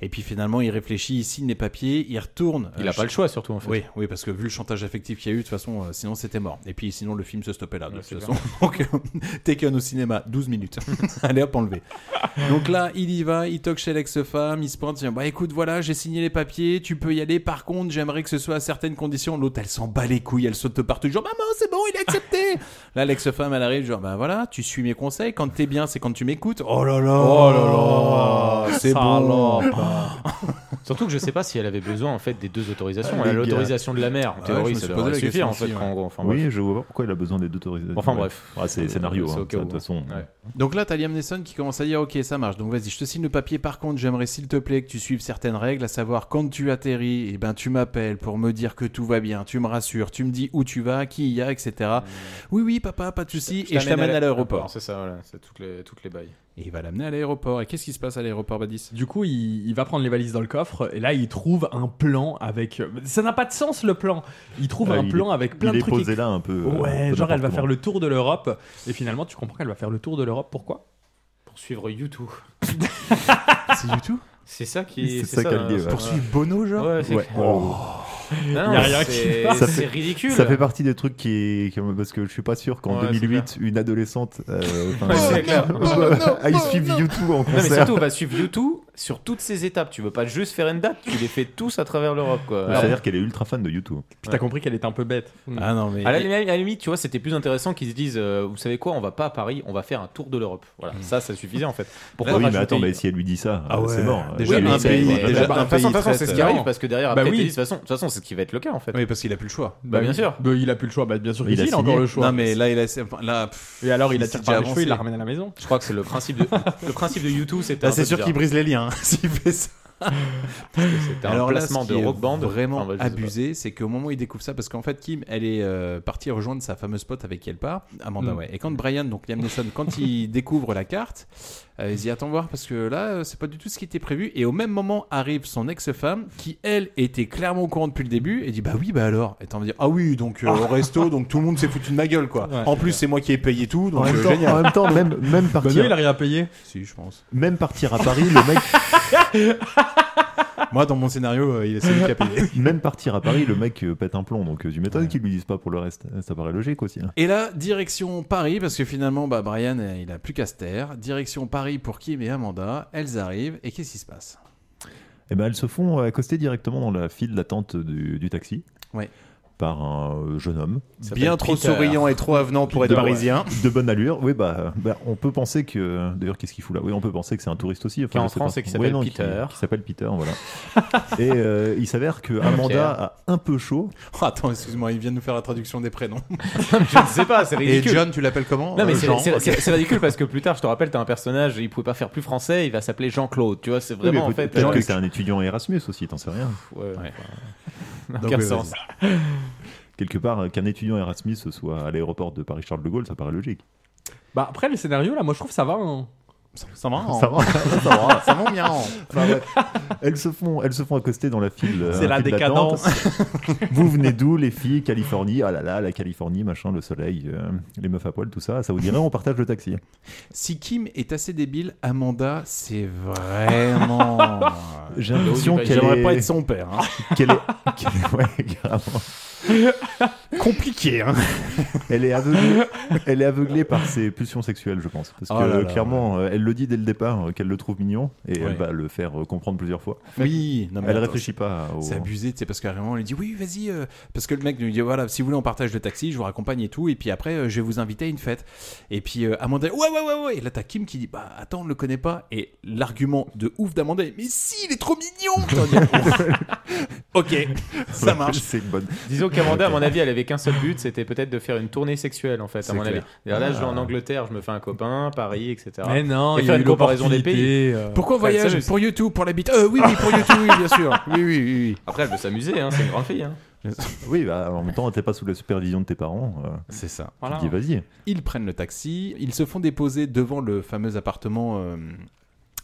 Et puis finalement, il réfléchit, il signe les papiers, il retourne. euh, Il a pas le choix, surtout, en fait. Oui, oui, parce que vu le chantage affectif qu'il y a eu, de toute façon, euh, sinon c'était mort. Et puis sinon, le film se stoppait là, de Ouais, c'est toute façon. Donc, euh, Taken au cinéma, 12 minutes. allez hop, enlevé. Donc là, il y va, il toque chez l'ex-femme, il se pointe, il dit, bah écoute, voilà, j'ai signé les papiers, tu peux y aller. Par contre, j'aimerais que ce soit à certaines conditions. L'autre, elle s'en bat les couilles, elle saute de partout, genre, maman, c'est bon, il a accepté. Là, l'ex-femme, elle arrive, genre, bah voilà, tu suis mes conseils. Quand t'es bien, c'est quand tu m'écoutes. Oh là là, Oh là là, c'est ça bon. alors, bah. Surtout que je sais pas si elle avait besoin en fait des deux autorisations. Ah, Elle a les gars. l'autorisation de la mère. En Ah ouais, théorie, je me ça suis posé devrait la suffire en question fait. aussi, en gros, enfin, bref. oui, je vois pas pourquoi il a besoin des deux autorisations. Enfin, bref. Ah, c'est Euh, scénario, c'est hein, au cas ça, de où, toute façon. ouais. Donc là, t'as Liam Neeson qui commence à dire Ok, ça marche, donc vas-y, je te signe le papier. Par contre, j'aimerais s'il te plaît que tu suives certaines règles, à savoir quand tu atterris, eh ben, tu m'appelles pour me dire que tout va bien, tu me rassures, tu me dis où tu vas, qui il y a, etc. Oui, oui, papa, pas de souci, et Mmh. je t'amène à l'aéroport. C'est ça, voilà. C'est toutes les, toutes les bails. Et il va l'amener à l'aéroport. Et qu'est-ce qui se passe à l'aéroport, Badis Du coup, il, il va prendre les valises dans le coffre et là, il trouve un plan avec. Ça n'a pas de sens le plan. Il trouve Ah, un il plan est- avec plein il de est trucs. posé là, un peu, euh, un Ouais, peu genre elle va n'importe faire le tour de l'Europe et finalement, tu comprends qu'elle va faire le tour de l'Europe. Pourquoi Pour suivre YouTube. Ah, c'est YouTube C'est ça qui. C'est ça qu'elle dit, ouais. Euh, Poursuivre Bono, genre Ouais, c'est Ouais. Oh. Non, Y a c'est- rien qui passe. c'est Ça fait- ridicule. Ça fait partie des trucs qui, qui- parce que je suis pas sûr qu'en Ouais, c'est 2008 une adolescente euh, enfin, Ouais, c'est clair. aille suivre Ah, YouTube en Non, mais concert. surtout, on va suivre YouTube sur toutes ces étapes. Tu veux pas juste faire une date, tu les fais tous à travers l'Europe, quoi. Ouais, C'est-à-dire qu'elle est ultra fan de YouTube. Ah Puis t'as compris qu'elle était un peu bête. Ah non, mais. À la, à la limite, tu vois, c'était plus intéressant qu'ils se disent euh, Vous savez quoi, on va pas à Paris, on va faire un tour de l'Europe. Voilà, ça, ça suffisait en fait. Pourquoi Bah oui, mais rajouter- attends, mais si elle lui dit ça, euh, c'est mort. Déjà, Oui, un mais pays- c'est- déjà, Bah, un de pays toute façon, de toute façon, traite, c'est ce qui arrive, euh, parce que bah derrière, après, oui. t'es dit, de toute façon, de toute façon, c'est ce qui va être le cas en fait. Oui, parce qu'il a plus le choix. Bah, bien sûr. Bah, il a plus le choix, bah, bien sûr, Il il, a a encore signé. le choix. Non, mais là, il a. Là, Et alors, il a la tire par les cheveux, il la ramène à la maison. Je crois que c'est le principe de le principe de YouTube, c'était. Là, un Bah, c'est peu sûr bizarre. qu'il brise les liens hein, s'il fait ça. c'était un placement ce qui de est rock band. vraiment Enfin, bref, je sais pas. abusé, c'est qu'au moment où il découvre ça, parce qu'en fait Kim, elle est euh, partie rejoindre sa fameuse pote avec qui elle part, Amanda. Mm. Ouais. Et quand Brian, donc Liam Neeson, quand il découvre la carte, euh, il se dit attends voir parce que là euh, c'est pas du tout ce qui était prévu. Et au même moment arrive son ex-femme qui elle était clairement au courant depuis le début et dit bah oui bah alors. Et t'as envie de dire ah oui donc euh, au resto donc tout le monde s'est foutu de ma gueule quoi. en plus c'est moi qui ai payé tout donc En même euh, temps- génial. en même temps, Bah, même- même partir- il a rien payé. Si je pense. Même partir à Paris, le mec. Moi, dans mon scénario, euh, il est celui qui a payé. Même partir à Paris, le mec euh, pète un plomb, donc euh, tu m'étonnes qu'ils lui disent pas pour le reste. Ça paraît logique aussi. hein. Et là, direction Paris, parce que finalement, bah, Brian, euh, il a plus qu'à se taire. Direction Paris pour Kim et Amanda. Elles arrivent, et qu'est-ce qui se passe Eh ben, elles se font accoster directement dans la file d'attente du, du taxi. Ouais. Par un euh, jeune homme. s'appelle Bien trop Peter. souriant et trop avenant pour être parisien. De bonne allure. Oui, bah, bah, on peut penser que. D'ailleurs, qu'est-ce qu'il fout là Oui, on peut penser que c'est un touriste aussi. Qui est en je sais France pas. et qui s'appelle Ouais, non, Peter. Qui, s'appelle Peter, voilà. et euh, il s'avère que Amanda a un peu chaud. Oh, attends, excuse-moi, il vient de nous faire la traduction des prénoms. je ne sais pas, c'est ridicule. Et John, tu l'appelles comment Non, mais Euh, c'est- Jean, c'est ok. c'est- c'est ridicule parce que plus tard, je te rappelle, t'as un personnage, il pouvait pas faire plus français, il va s'appeler Jean-Claude. Tu vois, c'est Oui, mais vraiment en fait. peut-être Jean- que c'est un étudiant Erasmus aussi, t'en sais rien. Ouais, ouais. N'a Donc, aucun oui, sens. vas-y. Quelque part, euh, qu'un étudiant Erasmus soit à l'aéroport de Paris-Charles de Gaulle, ça paraît logique. Bah après le scénario là, moi je trouve ça va. hein. Ça va, Oh. Ça va, ça va. Ça va bien. Enfin, bref. elles, se font, elles se font accoster dans la file. euh, C'est la file décadence. d'attente. Vous venez d'où, les filles Californie. Ah là là, la Californie, machin, le soleil, euh, les meufs à poil, tout ça. Ça vous dirait, on partage le taxi. Si Kim est assez débile, Amanda, c'est vraiment. J'ai l'impression qu'elle Bah J'aimerais est- pas être son père. hein. Qu'elle est... qu'elle- ouais, carrément. Compliqué, hein. Elle est, aveuglée... elle est aveuglée par ses pulsions sexuelles, je pense. Parce que Oh là là, clairement, euh, elle le dit dès le départ euh, qu'elle le trouve mignon et Ouais. elle va le faire euh, comprendre plusieurs fois. Oui, non, mais elle attends, réfléchit pas. Au... C'est abusé, tu sais, parce qu'arrière, on lui dit oui, vas-y. euh, parce que le mec lui dit voilà, si vous voulez, on partage le taxi, je vous raccompagne et tout. Et puis après, euh, je vais vous inviter à une fête. Et puis euh, Amanda, ouais, ouais, ouais, ouais. Et là, t'as Kim qui dit bah attends, on le connaît pas. Et l'argument de ouf d'Amanda, est, mais si, il est trop mignon. Putain, on dit, ok, ça marche. C'est une bonne. Disons qu'Amanda, à mon avis, elle avait qu'un seul but, c'était peut-être de faire une tournée sexuelle, en fait, C'est à mon clair. avis. D'ailleurs, là, je vais Ah. en Angleterre, je me fais un copain, Paris, etc. Mais non, Et il y faire a une eu comparaison des pays. l'opportunité, euh. Pourquoi Après, elle voyage s'amuse. Pour YouTube, pour la bite. Euh, oui, oui, pour YouTube, oui, bien sûr. Oui, oui, oui. Après, elle veut s'amuser, hein, c'est une grande fille. Hein. Oui, bah, en même temps, t'es pas sous la supervision de tes parents. euh, C'est ça. Tu te dis, vas-y. Ils prennent le taxi, ils se font déposer devant le fameux appartement euh,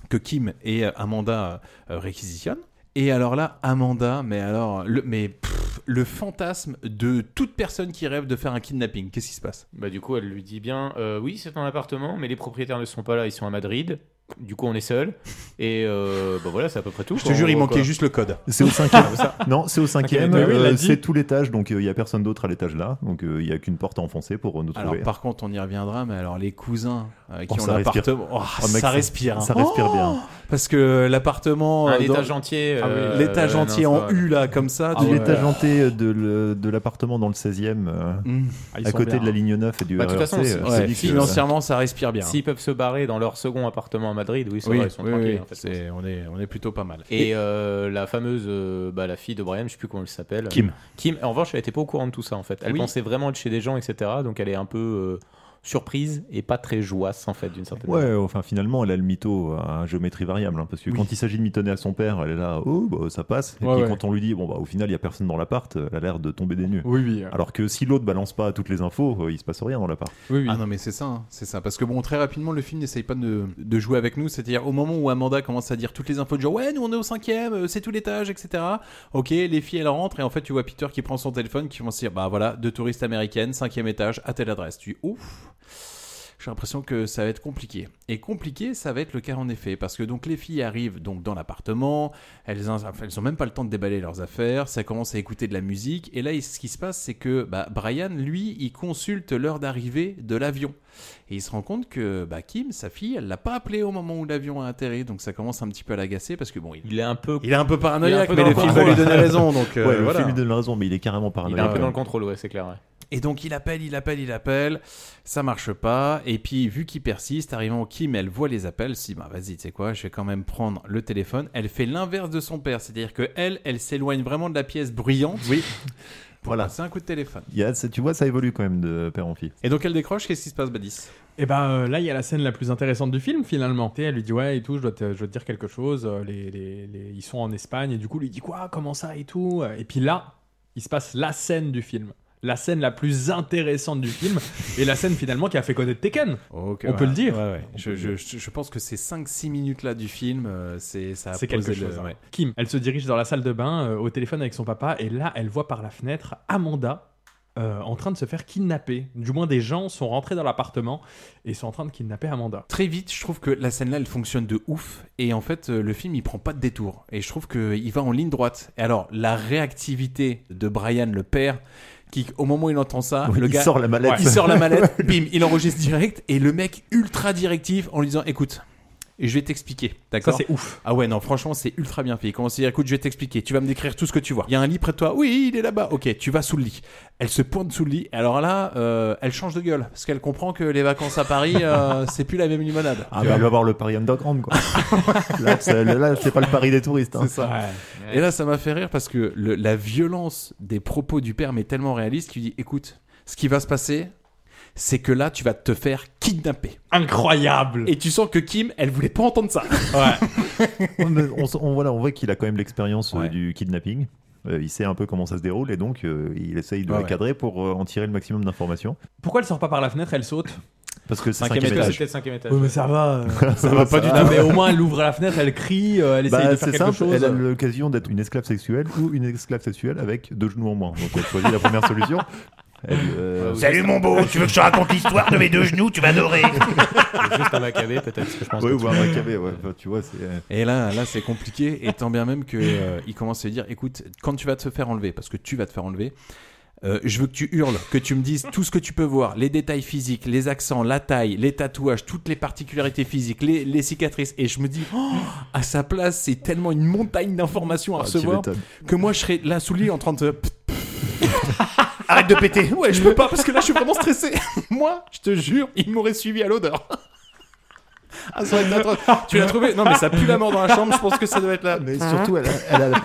que Kim et euh, Amanda euh, réquisitionnent. Et alors là, Amanda, mais alors, le, mais pff, le fantasme de toute personne qui rêve de faire un kidnapping, qu'est-ce qui se passe Bah, du coup, elle lui dit bien euh, Oui, c'est un appartement, mais les propriétaires ne sont pas là, ils sont à Madrid. Du coup, on est seul. Et euh, bah, voilà, c'est à peu près tout. quoi, en gros, quoi. C'est au cinquième. Ah, ça. non, c'est au cinquième. Ok, bah oui, il euh, l'a dit. c'est tout l'étage, donc euh, il y a personne d'autre à l'étage là. Donc euh, il y a qu'une porte à enfoncer pour euh, nous Alors trouver. par contre, on y reviendra, mais alors les cousins euh, qui Oh, ont ça respire. l'appartement, oh, Oh, mec, ça ça- respire. hein. ça respire bien. Parce que l'appartement... Un euh, dans- étage entier, Ah oui, euh, l'étage euh, entier non, en ça va. U, là, comme ça. Ah De tu- l'étage hanté euh, de, le- de l'appartement dans le 16e, euh, Mm. Ah, ils à sont côté bien. de la ligne 9 et du Bah, de toute RERC, façon, si- euh, si- c'est dit si- que- financièrement, ça respire bien. S'ils peuvent se barrer dans leur second appartement à Madrid, oui, ça Hein. Oui, va, ils sont oui, tranquilles. oui, en fait. c'est- on, est, on est plutôt pas mal. Et euh, la fameuse, euh, bah, la fille de Brian, je sais plus comment elle s'appelle. Kim. Kim, en revanche, elle était pas au courant de tout ça en fait. Elle Oui. pensait vraiment être chez des gens, etc. Donc elle est un peu euh, surprise et pas très joisse en fait d'une certaine manière. Ouais, enfin finalement, elle a le mytho euh, à géométrie variable, hein, parce que Oui. quand il s'agit de mitonner à son père, elle est là, oh, bah, ça passe. Et Ouais, puis ouais. quand on lui dit, bon, bah, au final, il y a personne dans l'appart, euh, elle a l'air de tomber des nues. Oui, oui. euh, Alors que si l'autre balance pas toutes les infos, euh, il se passe rien dans l'appart. Ah non mais c'est ça, hein, c'est ça. Parce que bon, très rapidement, le film n'essaye pas de, de jouer avec nous. C'est-à-dire au moment où Amanda commence à dire toutes les infos de genre ouais, nous on est au cinquième, euh, c'est tout l'étage, etc. Ok, les filles elles rentrent et en fait tu vois Peter qui prend son téléphone qui vont se dire bah voilà, deux touristes américaines, cinquième étage, à telle adresse. Tu dis, ouf. J'ai l'impression que ça va être compliqué. Et compliqué, ça va être le cas en effet, parce que donc les filles arrivent donc dans l'appartement, elles ont, elles ont même pas le temps de déballer leurs affaires, ça commence à écouter de la musique, et là il- ce qui se passe c'est que bah, Brian, lui, il consulte l'heure d'arrivée de l'avion. Et il se rend compte que bah, Kim, sa fille, elle l'a pas appelé au moment où l'avion a atterri, donc ça commence un petit peu à l'agacer, parce que bon, il, Il est un peu, il est un peu paranoïaque, il est un mais peu dans le le film va contrôle. lui donner raison, donc euh, ouais, le voilà. film lui donne raison, mais il est carrément paranoïaque. Il est un peu dans le contrôle, ouais, c'est clair. ouais. Et donc il appelle, il appelle, il appelle, ça marche pas. Et puis vu qu'il persiste, arrivant au Kim, elle voit les appels, elle se dit bah vas-y, tu sais quoi, je vais quand même prendre le téléphone. Elle fait l'inverse de son père, c'est-à-dire que elle, elle s'éloigne vraiment de la pièce bruyante. Oui. voilà, c'est un coup de téléphone. Il y a- c'est- tu vois, ça évolue quand même de père en fille. Et donc elle décroche, qu'est-ce qui se passe, Badis Et ben euh, là, il y a la scène la plus intéressante du film finalement. Et elle lui dit ouais et tout, je dois te, je dois te dire quelque chose. Euh, Les, les- les- ils sont en Espagne et du coup, lui dit quoi, comment ça et tout. euh, Et puis là, il se passe la scène du film. La scène la plus intéressante du film et la scène finalement qui a fait connaître Tekken. On peut le dire. bah, Je, je- je- je pense que ces 5-6 minutes là du film, euh, c'est ça. a C'est posé quelque le- chose. hein. ouais. Kim, elle se dirige dans la salle de bain euh, au téléphone avec son papa et là, elle voit par la fenêtre Amanda euh, en train de se faire kidnapper. Du moins, des gens sont rentrés dans l'appartement et sont en train de kidnapper Amanda. Très vite, je trouve que la scène-là, elle fonctionne de ouf. Et en fait, euh, le film, il prend pas de détour. Et je trouve qu'il va en ligne droite. Et alors, la réactivité de Brian, le père, qui, au moment où il entend Ah, ça, Ouais, le il gars. sort la mallette. Il sort la mallette, bim, il enregistre direct. Et le mec, ultra directif, en lui disant Écoute. je vais t'expliquer, d'accord Ça, c'est ouf. Ah ouais, non, franchement, c'est ultra bien fait. Il commence à dire Écoute, je vais t'expliquer, tu vas me décrire tout ce que tu vois. Il y a un lit près de toi, oui, il est là-bas. Ok, tu vas sous le lit. Elle se pointe sous le lit. Alors là, euh, elle change de gueule, parce qu'elle comprend que les vacances à Paris, euh, c'est plus la même limonade. Ah, Tu mais elle vois va voir le Paris Underground, quoi. là, c'est, là, c'est pas le Paris des touristes. hein. C'est ça. Et là, ça m'a fait rire parce que le- la violence des propos du père m'est tellement réaliste qu'il dit écoute, ce qui va se passer, c'est que là, tu vas te faire kidnapper. Incroyable Et tu sens que Kim, elle voulait pas entendre ça. Ouais, mais on, s- on- voilà, on voit qu'il a quand même l'expérience euh, du kidnapping. Euh, il sait un peu comment ça se déroule et donc euh, il essaye de Ouais, la ouais. cadrer pour euh, en tirer le maximum d'informations. Pourquoi elle sort pas par la fenêtre Elle saute Parce que c'est Cinquième cinquième étage. étage. C'est peut-être cinquième étage. Oui, mais ça va. euh, Ça ça va, va ça pas du va. tout. Mais au moins, elle ouvre la fenêtre, elle crie, euh, elle essaye Bah, de faire c'est quelque simple, chose. elle a l'occasion d'être une esclave sexuelle ou une esclave sexuelle avec deux genoux en moins. Donc elle choisit la première solution. Elle, euh, Salut mon beau, tu veux que je te raconte l'histoire de mes deux genoux Tu vas adorer. Juste un macabé, peut-être, ce que je pense. Ouais, que ou tu un veux. macabé, ouais. Enfin, tu vois, c'est. Et là, là c'est compliqué. Et tant bien même qu'il commence à lui dire écoute, quand tu vas te faire enlever, parce que tu vas te faire enlever, euh, je veux que tu hurles, que tu me dises tout ce que tu peux voir, les détails physiques, les accents, la taille, les tatouages, toutes les particularités physiques, les, les cicatrices. Et je me dis, Oh, à sa place, c'est tellement une montagne d'informations à Ah, tu recevoir m'étonnes. que moi, je serais là sous le lit en train de. Arrête de péter Ouais, je peux pas parce que là, je suis vraiment stressé. moi, je te jure, il m'aurait suivi à l'odeur. Ah, ça aurait été atroce. Tu l'as trouvé Non, mais ça pue la mort dans la chambre, je pense que ça doit être là. Ah, Mais surtout, elle a, elle a la,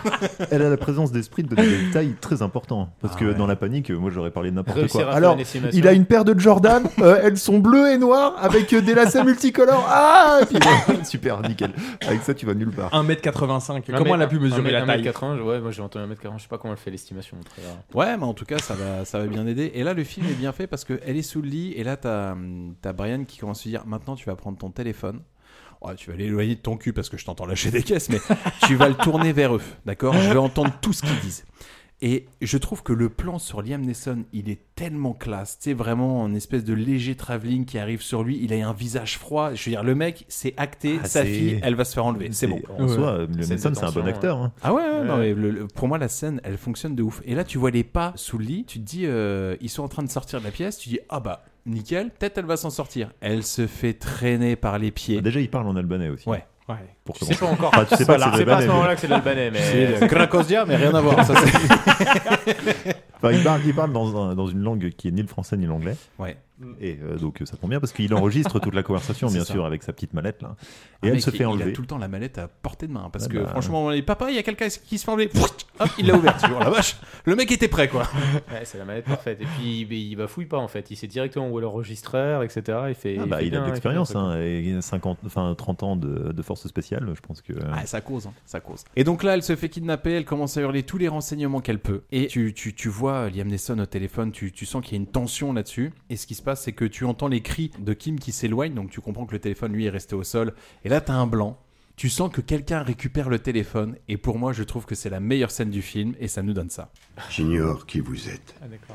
elle a la présence d'esprit de donner des détails très importants. Parce que dans la panique, euh, moi j'aurais parlé de n'importe Réussir à quoi. faire Alors, une estimation. il a une paire de Jordan, euh, elles sont bleues et noires avec euh, des lacets multicolores. Ah Et puis, voilà. Super, nickel. Avec ça, tu vas nulle part. 1m85. Comment elle a pu mesurer la taille 1m80, ouais, moi j'ai entendu 1m40, je sais pas comment elle fait l'estimation. au travers. Ouais, mais en tout cas, ça va, ça va bien aider. Et là, le film est bien fait parce qu'elle est sous le lit. Et là, t'as hum, t'as Brian qui commence à lui dire Maintenant, tu vas prendre ton téléphone. Ouais, tu vas l'éloigner de ton cul parce que je t'entends lâcher des caisses, mais tu vas le tourner vers eux. D'accord Je vais entendre tout ce qu'ils disent. Et je trouve que le plan sur Liam Neeson, il est tellement classe. C'est vraiment une espèce de léger travelling qui arrive sur lui. Il a un visage froid. Je veux dire, le mec, c'est acté. Ah, sa c'est- fille, elle va se faire enlever. C'est bon. c'est- en Ouais. soi, Liam Scène de Neeson, c'est un bon tension, acteur, ouais. hein. Ah ouais, ouais, non, Ouais. mais le- le- pour moi, la scène, elle fonctionne de ouf. Et là, tu vois les pas sous le lit, tu te dis, euh, ils sont en train de sortir de la pièce, tu dis, ah bah, nickel, peut-être elle va s'en sortir. Elle se fait traîner par les pieds. Déjà, il parle en albanais aussi. Ouais. Ouais. Pour Tu sais commencer. pas encore. Enfin, tu sais Voilà. pas, si C'est pas à ce albanais, mais- moment-là que c'est de l'albanais, mais- C'est le Krakosia, mais rien à voir, ça, c'est- Enfin, il parle, il parle dans, un- dans une langue qui est ni le français ni l'anglais. Ouais. Et euh, donc euh, ça tombe bien parce qu'il enregistre toute la conversation, C'est bien ça. sûr, avec sa petite mallette là. Ah, Et elle mec, se il- fait Il a enlever. tout le temps la mallette à portée de main. Parce Ah que bah. franchement, on est, papa, il y a quelqu'un qui se fait enlever. Hop, il l'a ouvert. tu vois, la vache. Le mec était prêt, quoi. Ouais, c'est la manette parfaite. Et puis il, il bafouille pas en fait, il sait directement où est l'enregistreur, etc. Il, fait, Ah il, bah, fait il a bien- de l'expérience, fait bien, hein, et 50, enfin 30 ans de, de force spéciale, je pense que. euh, Ah, ça cause, hein, ça cause. Et donc là, elle se fait kidnapper, elle commence à hurler tous les renseignements qu'elle peut. Et tu, tu, tu vois euh, Liam Neeson au téléphone, tu, tu sens qu'il y a une tension là-dessus. Et ce qui se passe, c'est que tu entends les cris de Kim qui s'éloigne, donc tu comprends que le téléphone, lui, est resté au sol. Et là, t'as un blanc. Tu sens que quelqu'un récupère le téléphone. Et pour moi, je trouve que c'est la meilleure scène du film, et ça nous donne ça. J'ignore qui vous êtes. Ah,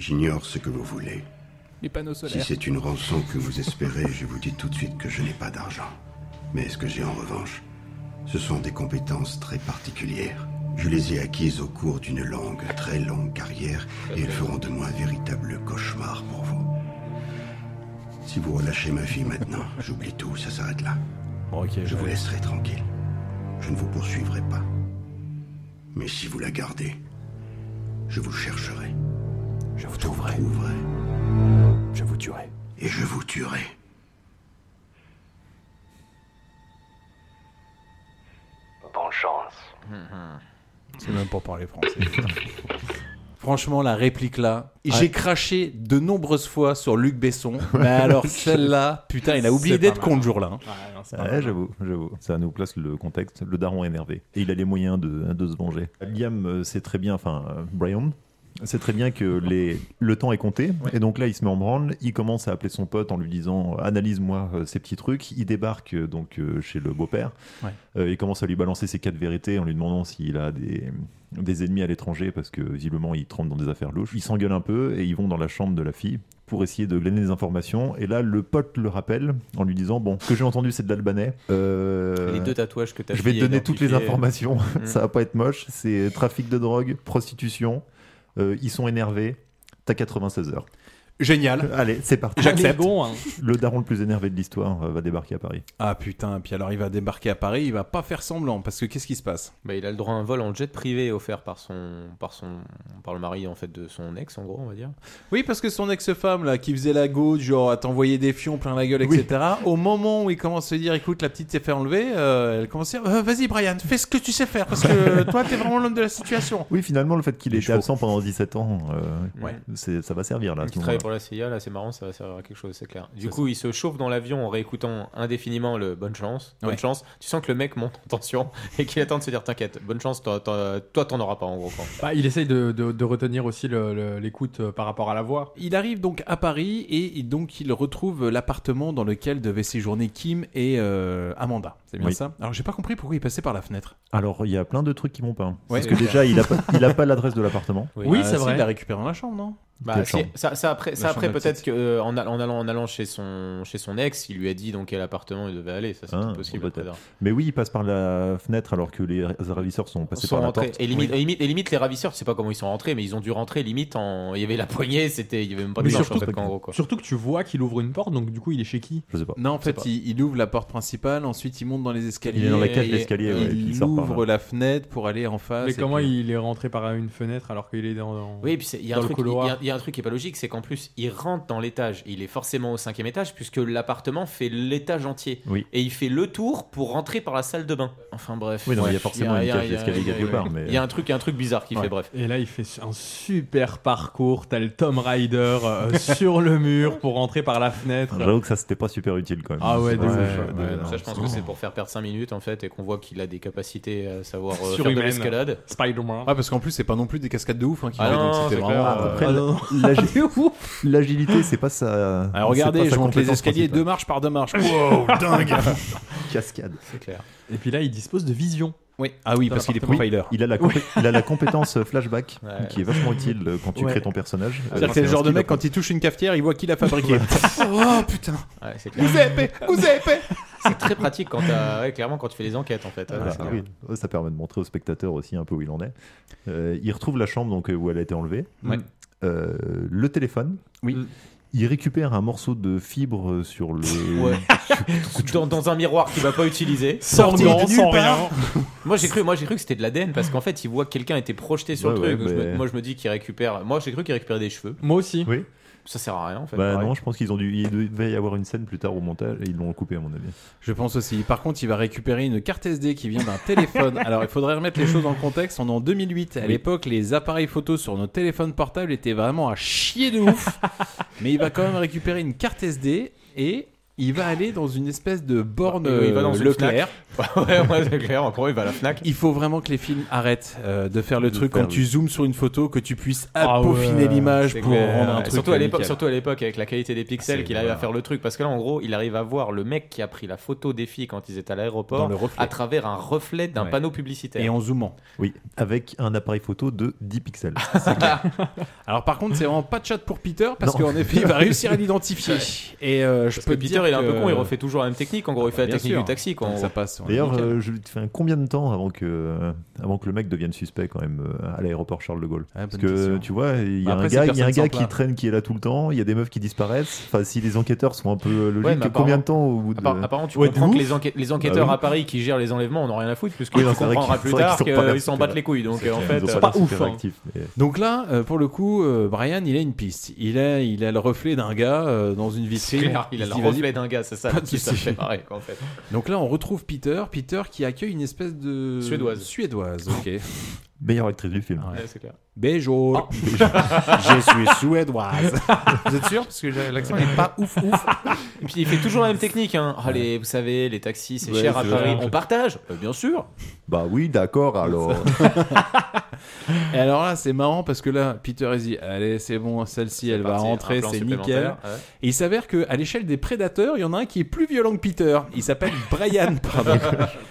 J'ignore ce que vous voulez. Les panneaux Si solaires. c'est une rançon que vous espérez, je vous dis tout de suite que je n'ai pas d'argent. Mais ce que j'ai en revanche, ce sont des compétences très particulières. Je les ai acquises au cours d'une longue, très longue carrière, et elles feront de moi un véritable cauchemar pour vous. Si vous relâchez ma fille maintenant, j'oublie tout, ça s'arrête là. je vous laisserai tranquille. Je ne vous poursuivrai pas. Mais si vous la gardez, je vous chercherai. Je vous trouverai. Je vous tuerai. Et je vous tuerai. Bonne chance. C'est même pour parler français. Franchement, la réplique là, Ouais. j'ai craché de nombreuses fois sur Luc Besson, mais alors celle-là, putain, il a oublié C'est pas d'être con mal. le jour-là. hein. Ouais, j'avoue, j'avoue. Ça nous place le contexte. Le daron énervé. Et il a les moyens de, de se venger. Liam euh, sait très bien, enfin, euh, Brian c'est très bien que les, le temps est compté. Et donc là, il se met en branle. Il commence à appeler son pote en lui disant Analyse-moi euh, ces petits trucs. Il débarque euh, donc euh, chez le beau-père. Ouais. Euh, il commence à lui balancer ses quatre vérités en lui demandant s'il a des, des ennemis à l'étranger parce que visiblement il trempe dans des affaires louches. Ils s'engueulent un peu et ils vont dans la chambre de la fille pour essayer de glaner des informations. Et là, le pote le rappelle en lui disant Bon, ce que j'ai entendu, c'est de l'albanais. Euh, Les deux tatouages que ta Je vais fille te a donner toutes les identifiés. informations. Mm. Ça va pas être moche. C'est euh, trafic de drogue, prostitution. Euh, ils sont énervés. T'as 96 heures. Génial. Allez, c'est parti. Ah. J'accepte. Ah, mais bon, hein. Le daron le plus énervé de l'histoire euh, va débarquer à Paris. Ah putain, puis alors il va débarquer à Paris, il va pas faire semblant, parce que qu'est-ce qui se passe Bah, il a le droit à un vol en jet privé offert par son, par son, par le mari en fait de son ex en gros on va dire. Ah, Oui, parce que son ex-femme, là, qui faisait la gauche, genre à t'envoyer des fions plein la gueule, etc., au moment où il commence à se dire, écoute, la petite s'est fait enlever, euh, elle commence à dire, Euh, vas-y Brian, fais ce que tu sais faire, parce que toi, t'es vraiment l'homme de la situation. Oui, finalement, le fait qu'il était absent pendant 17 ans, euh, Ouais. c'est- ça va servir là. à ce Il travaille moment-là. pour la CIA là c'est marrant ça va servir à quelque chose c'est clair. Du C'est coup il se chauffe dans l'avion en réécoutant indéfiniment le bonne chance bonne Ouais. chance. Tu sens que le mec monte en tension et qu'il attend de se dire t'inquiète bonne chance t'en- t'en- toi t'en auras pas en gros. quoi. Bah, il essaye de, de- de retenir aussi le- le- l'écoute euh, par rapport à la voix. Il arrive donc à Paris et il- donc il retrouve l'appartement dans lequel devaient séjourner Kim et euh, Amanda. C'est bien Oui. ça Alors j'ai pas compris pourquoi il passait par la fenêtre. Alors, il y a plein de trucs qui vont pas. hein. Ouais. Parce que déjà, il a pas, il a pas l'adresse de l'appartement. Ah, si, Il l'a récupéré dans la chambre, non Bah, Quelle si- chambre ça, ça après, La ça après chambre de peut-être que euh, en, all- en allant en allant chez son chez son ex, il lui a dit dans quel appartement il devait aller. Ça c'est Hein, possible. peut-être. après, Mais oui, il passe par la fenêtre alors que les ravisseurs sont passés sont par la rentrés. porte. Et limite, et limite, et limite, les ravisseurs, je sais pas comment ils sont rentrés, mais ils ont dû rentrer limite en. Il y avait la poignée, c'était. Il y avait même pas de Mais planche, surtout, en fait, en gros, quoi. surtout que tu vois qu'il ouvre une porte, donc du coup il est chez qui Je sais pas. Non, en fait, pas. il, il ouvre la porte principale, ensuite il monte dans les escaliers. Il est dans la cage et- d'escalier, ouais, et puis il il sort par ouvre la fenêtre pour aller en face. Mais et comment puis- il est rentré par une fenêtre alors qu'il est dans, dans- Oui, et puis c'est- il y, a un dans le truc- couloir il y a- il y a un truc qui est pas logique, c'est qu'en plus, il rentre dans l'étage. Il est forcément au cinquième étage, puisque l'appartement fait l'étage entier. Oui. Et il fait le tour pour rentrer par la salle de bain. Enfin bref. Oui, non, il y a Bref, forcément il une y a- cage il y a- d'escalier il y a- quelque part, mais- euh, Il y a un truc, il y a un truc bizarre qu'il fait, bref. Et là, il fait un super parcours. T'as le Tom Rider euh, sur le mur pour rentrer par la fenêtre. J'avoue que ça, c'était pas super utile quand même. Ah ouais, de Ouais, ouf. ouais, Ouais, non. Euh, Ça, je pense que c'est pour faire perdre 5 minutes en fait et qu'on voit qu'il a des capacités à savoir euh, faire de Surhumaine. l'escalade. Spider-Man. Ah, parce qu'en plus, c'est pas non plus des cascades de ouf hein, qu'il Ah fait, non, donc c'était c'est vraiment. clair. euh, Après, ah non. l'agi- l'agilité, Ah, c'est pas ça. Alors regardez, je monte les escaliers deux marches par deux marches. Wow, dingue Cascade. C'est clair. Et puis là, il dispose de vision. Oui. Ah oui, parce qu'il est profiler. Il a la, compé- il a la compétence euh, flashback Ouais. qui est vachement utile euh, quand tu Ouais. crées ton personnage. Euh, C'est-à-dire que c'est le genre de mec, quand il touche une cafetière, il voit qui l'a fabriqué. oh putain Ouais, c'est clair. Vous épais Vous épais C'est très pratique quand t'as- ouais, clairement quand tu fais des enquêtes en fait. Euh, Ouais, Ah, Voilà, c'est clair. Ah, oui. Ouais, Ça permet de montrer au spectateur aussi un peu où il en est. Euh, il retrouve la chambre donc, euh, où elle a été enlevée. Ouais. Euh, le téléphone. Oui. Il récupère un morceau de fibre euh, sur le. Ouais. dans, dans un miroir qu'il va pas utiliser. Sorti Sans de gants, nulle sans part. rien. moi j'ai cru, moi j'ai cru que c'était de l'ADN parce qu'en fait il voit que quelqu'un était projeté sur le Ouais, truc. ouais, Donc, je me- mais- moi je me dis qu'il récupère. Moi j'ai cru qu'il récupérait des cheveux. Moi aussi. Oui. Ça sert à rien en fait. Bah pareil. non, je pense qu'ils ont dû. Il devait y avoir une scène plus tard au montage et ils l'ont coupé à mon avis. Je pense aussi. Par contre, il va récupérer une carte SD qui vient d'un téléphone. Alors, il faudrait remettre les choses en contexte. On est en 2008. À Oui. l'époque, les appareils photo sur nos téléphones portables étaient vraiment à chier de ouf. Mais il va quand même récupérer une carte SD et il va aller dans une espèce de borne Oui, il va dans euh, une Leclerc. Fnac. ouais, ouais, c'est clair. En gros, il va à la Fnac. Il faut vraiment que les films arrêtent euh, de faire le De truc faire, quand tu oui. zoomes sur une photo que tu puisses Ah peaufiner ouais, l'image c'est pour clair. rendre un Et truc Surtout à l'époque, nickel. surtout à l'époque avec la qualité des pixels C'est- qu'il arrive à voilà. faire le truc. Parce que là, en gros, il arrive à voir le mec qui a pris la photo des filles quand ils étaient à Ah, Dans l'aéroport le reflet. à travers un reflet d'un Ouais. panneau publicitaire. Et en zoomant. Oui, avec un appareil photo de 10 pixels. Alors par Mmh. contre, c'est vraiment pas de chat pour Peter parce Non. qu'en effet, il va réussir à l'identifier. Et euh, je peux Parce que te Peter, dire il est un peu que- con, il refait toujours la même technique. En gros, il fait la bien technique sûr. du taxi. Quand Donc ça passe, D'ailleurs, euh, je fais un combien de temps avant que, euh, avant que le mec devienne suspect quand même euh, à l'aéroport Charles de Gaulle Parce bonne que question. tu vois, il y a Bah, un après, si gars, il y a un personne s'en gars qui plaint. traîne, qui est là tout le temps, il y a des meufs qui disparaissent. Enfin, si les enquêteurs sont un peu euh, logiques, combien de temps au bout de... Apparemment, tu Ouais, de comprends que ouf. les, enquê- les enquêteurs Bah oui. à Paris qui gèrent les enlèvements, on n'a rien à foutre, puisque Oui, tu non, c'est vrai comprendras qu'ils- plus c'est vrai tard qu'ils sont pas là, qu'ils s'en c'est battent vrai. les couilles. Donc, C'est euh, en clair, fait, ils ont euh, pas hein. l'air super actifs, mais- Donc là, euh, pour le coup, euh, Brian, il a une piste. Il a, il a le reflet d'un gars euh, dans une vitrine. clair, il a se le dit, vas-y, reflet d'un gars, c'est ça, pas de qui ça souci. fait marrer, quoi, en fait. Donc là, on retrouve Peter. Peter qui accueille une espèce de Suédoise. Suédoise, ok. Meilleure actrice du film. Ouais, c'est clair. Béjo. Ah. Je suis suédoise. Vous êtes sûr Parce que l'accent n'est pas ouf ouf. Et puis il fait toujours la même technique. Hein. Ah, les- vous savez, les taxis, c'est Ouais, cher à c'est Paris. vrai. On partage Euh, Bien sûr. Bah oui, d'accord, alors. Et alors là, c'est marrant parce que là, Peter il dit Allez, c'est bon, celle-ci, elle va parti, un rentrer, plan c'est nickel. supplémentaire, ouais. Et il s'avère qu'à l'échelle des prédateurs, il y en a un qui est plus violent que Peter. Il s'appelle Brian, pardon.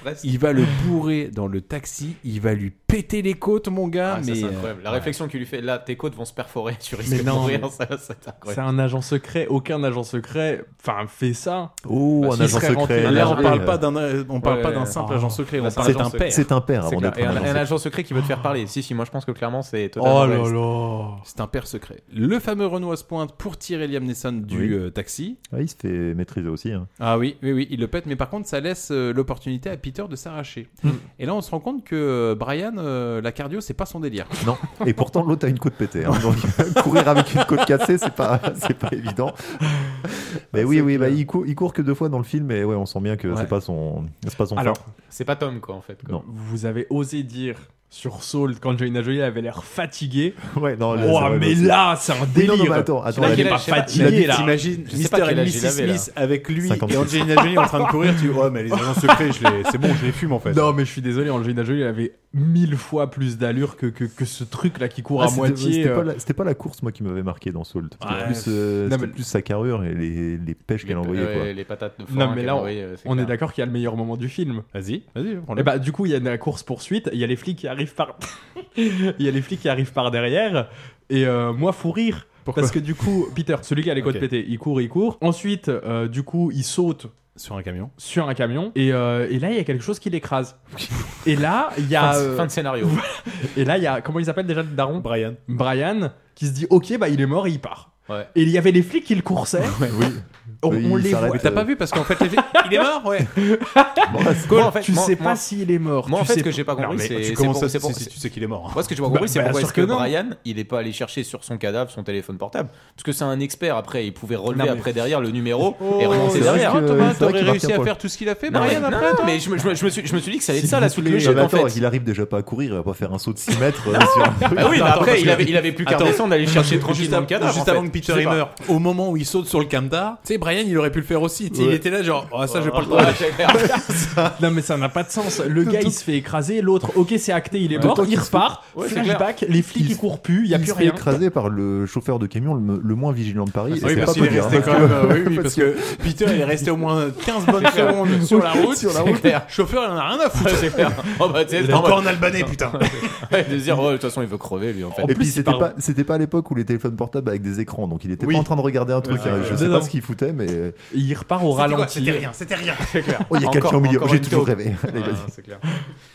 Presque. il va le bourrer dans le taxi, il va lui péter les côtes, mon gars. Ah, ça, mais c'est euh, incroyable. La réflexion qu'il lui fait, là, tes côtes vont se perforer, tu risques Mais de non, mourir. mais- ça, c'est incroyable. C'est un agent secret. Aucun agent secret, enfin, fait ça. Oh, Bah, un s'il agent serait secret, rentré- là, Là, on Ouais. parle pas d'un, euh, on parle Ouais, pas d'un ouais. simple Oh. agent secret, on Bah, c'est parle un d'un agent père. secret. C'est un père avant C'est clair. d'être Et un un, agent un secret. agent secret qui veut te faire parler. Si, si, moi je pense que clairement c'est totalement. Oh là réaliste. C'est un père secret. Le fameux Renault se pointe pour tirer Liam Neeson du Oui. euh, taxi. Ouais, Ah, il se fait maîtriser aussi. hein. Ah oui, oui, oui, il le pète, mais par contre, ça laisse euh, l'opportunité à Peter de s'arracher. Hmm. Et là, on se rend compte que euh, Brian, euh, la cardio, c'est pas son délire. Non. Et pourtant, l'autre a une côte pétée. hein. Donc, courir avec une côte cassée, c'est pas, c'est pas évident. Mais oui, oui, bah, il, cou- il court que deux fois dans le film, et ouais, on sent bien que Ouais. c'est pas son, c'est pas son. Alors, fort. C'est pas Tom, quoi, en fait. quoi. Non. vous avez osé dire sur Soul qu'Angelina Jolie avait l'air fatiguée. Ouais, non, là, Oh, c'est vrai, mais bah, là, c'est un Oui, non, délire. non, bah, mais attends, attends, là, la- il est pas la- la- fatigué, là. T'imagines Je sais pas Mr. quel et âge Mrs. il avait, là. Smith avec lui 56. et Angelina Jolie en train de courir, tu vois, mais les agents secrets, je les- c'est bon, je les fume en fait. Non, mais je suis désolé, Angelina Jolie avait mille fois plus d'allure que, que, que ce truc-là qui court Ah, à c'était- moitié. C'était euh, pas, la- c'était pas la course, moi, qui m'avait marqué dans Salt. C'était Ouais. plus, euh, Non, c'était mais- plus sa carrure et les, les pêches qu'elle envoyait. ouais, quoi. les patates de forain Non, mais qu'elle là, on, envoyait, euh, c'est on est clair. d'accord qu'il y a le meilleur moment du film. Vas-y, vas-y, prends Et bah, du coup, il y a la course-poursuite, il y a les flics qui arrivent par. Il y a les flics qui arrivent par derrière, et euh, moi, fou rire. Parce que du coup, Peter, celui qui a les côtes Ok. pétées, il court, il court. Ensuite, euh, du coup, il saute Sur un camion. sur un camion, et, euh, et là, il y a quelque chose qui l'écrase. et là, il y a. Fin de- euh, fin de scénario. et là, il y a. Comment il s'appelle déjà le daron Brian. Brian, qui se dit, ok, bah, il est mort et il part. Ouais. Et il y avait les flics qui le coursaient. On, Oui, on il les s'arrête. voit. Mais t'as pas vu parce qu'en fait, les filles- il est mort, ouais. Moi, en fait, tu moi- sais moi- pas s'il est mort. Moi, en tu fait, sais ce que pas- j'ai pas Non, compris, mais c'est. tu c'est commences pour- à- c'est pour- si- si tu sais qu'il est mort. Moi, ce que j'ai pas Bah- compris, c'est bah, pourquoi sûr est-ce que, que non. Brian, il est pas allé chercher sur son cadavre son téléphone portable Parce que c'est un expert après, il pouvait relever Non, mais- après derrière le numéro et Oh, c'est relancer vrai derrière. que que- Thomas, c'est vrai t'aurais qu'il réussi à marque un faire tout ce qu'il a fait, Non, mais, Brian, hein. non, après, toi mais je, me- je me- je me suis, je me suis dit que ça allait être ça la suite Non, logique mais en Ah, bah, attends, fait. il arrive déjà pas à courir, il va pas faire un saut de 6 mètres. euh, sur un truc. Ah oui, mais Attends, parce après, il que- avait, il avait plus qu'à Attends, redescendre, aller chercher Juste, tranquillement le avant- cadavre. juste en fait. avant que Je sais Peter il pas. meurt, au moment où il saute sur le camtar, tu sais, Brian il aurait pu le faire aussi. Tu sais, Il Ouais. était là, genre, oh, ça, je vais pas le Ouais, prendre. c'est clair. Non, mais ça n'a pas de sens. Le gars, il se fait écraser. L'autre, ok, c'est acté, il est mort. D'autant Il qu'il se repart. Ouais, c'est flashback. Les flics, Il ils se- courent plus. Il y a il plus se fait rien. Ah, écraser par le chauffeur de camion le, le moins vigilant de Paris. et Oui, c'est parce pas qu'il est possible, resté hein, quand parce même. que- euh, oui, oui, parce que Peter, il est resté au moins 15 bonnes secondes sur la route. Sur la route. C'est clair. Chauffeur, il en a rien à foutre. C'est clair. Oh bah, tu sais, normal. Encore un Albanais, putain. Ouais, de se dire, oh, de toute façon, il veut crever lui en fait. Et puis c'était pas, c'était pas à l'époque où les téléphones portables avec des écrans, donc il était Oui. pas en train de regarder un truc. Ouais, hein, ouais, je ouais. sais Non. pas ce qu'il foutait, mais euh, Et il repart au C'était quoi ralenti. C'était rien, c'était rien. oh il y a quelqu'un au milieu. encore J'ai une toujours taupe. rêvé. Allez, vas-y.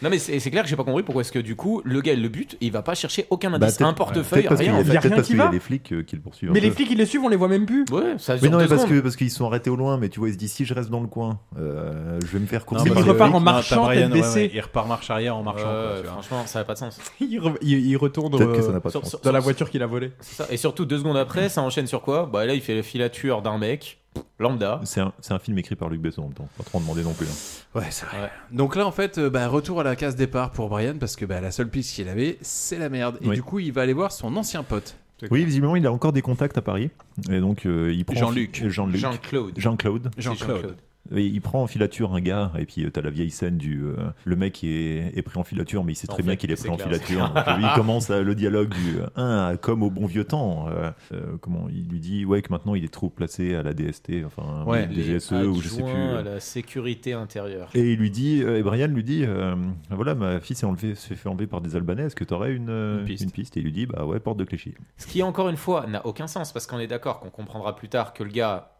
Non mais c'est c'est clair que j'ai pas compris pourquoi est-ce que du coup le gars il le bute et il va pas chercher aucun Bah, indice, peut-être- un portefeuille, peut-être parce qu'il y rien. a- Il y a peut-être rien parce qui qu'il y a va. des flics euh, qui le poursuivent. un Mais peu. les flics, ils les suivent, on les voit même plus. Ouais, ça Mais dure non, mais deux parce secondes. que parce qu'ils sont arrêtés au loin, mais tu vois, ils se disent si je reste dans le coin, euh, je vais me faire mais courser. il par les repart flics. en marchant, Non, t'as tête baissée. Il repart marche arrière en marchant. Ouais, quoi, tu vois. franchement, ça a pas de sens. Il, re- il- il retourne Peut-être que ça euh, n'a pas de sur- sens. sur- dans la sur- voiture qu'il a volée. c'est ça. Et surtout deux secondes après, ça enchaîne sur quoi Bah là, il fait la filature d'un mec lambda. C'est un, c'est un film écrit par Luc Besson en même temps. Pas trop en demander non plus. hein. Ouais, c'est vrai. Ouais. Donc là, en fait, euh, bah, retour à la case départ pour Brian parce que bah, la seule piste qu'il avait, c'est la merde. Et Oui. du coup, il va aller voir son ancien pote. Oui, visiblement, il a encore des contacts à Paris, et donc euh, il prend Jean-Luc. Jean-Luc, Jean-Claude. Jean-Claude. C'est Jean-Claude. Et il prend en filature un gars, et puis euh, t'as la vieille scène du. euh, le mec qui est, est pris en filature, mais il sait En très fait, bien qu'il est c'est pris en clair. filature. Donc, euh, il commence euh, le dialogue du. euh, Hein, comme au bon vieux temps. euh, euh, comment Il lui dit ouais, que maintenant il est trop placé à la DST, enfin, Ouais. Les DGSE, ou je sais plus. adjoints euh. à la sécurité intérieure. Et il lui dit, euh, et Brian lui dit, euh, voilà, ma fille s'est enlevée- s'est fait enlever par des Albanais, est-ce que t'aurais une, euh, Une piste. Et il lui dit, bah ouais, porte de Clichy. Ce qui, encore une fois, n'a aucun sens parce qu'on est d'accord qu'on comprendra plus tard que le gars,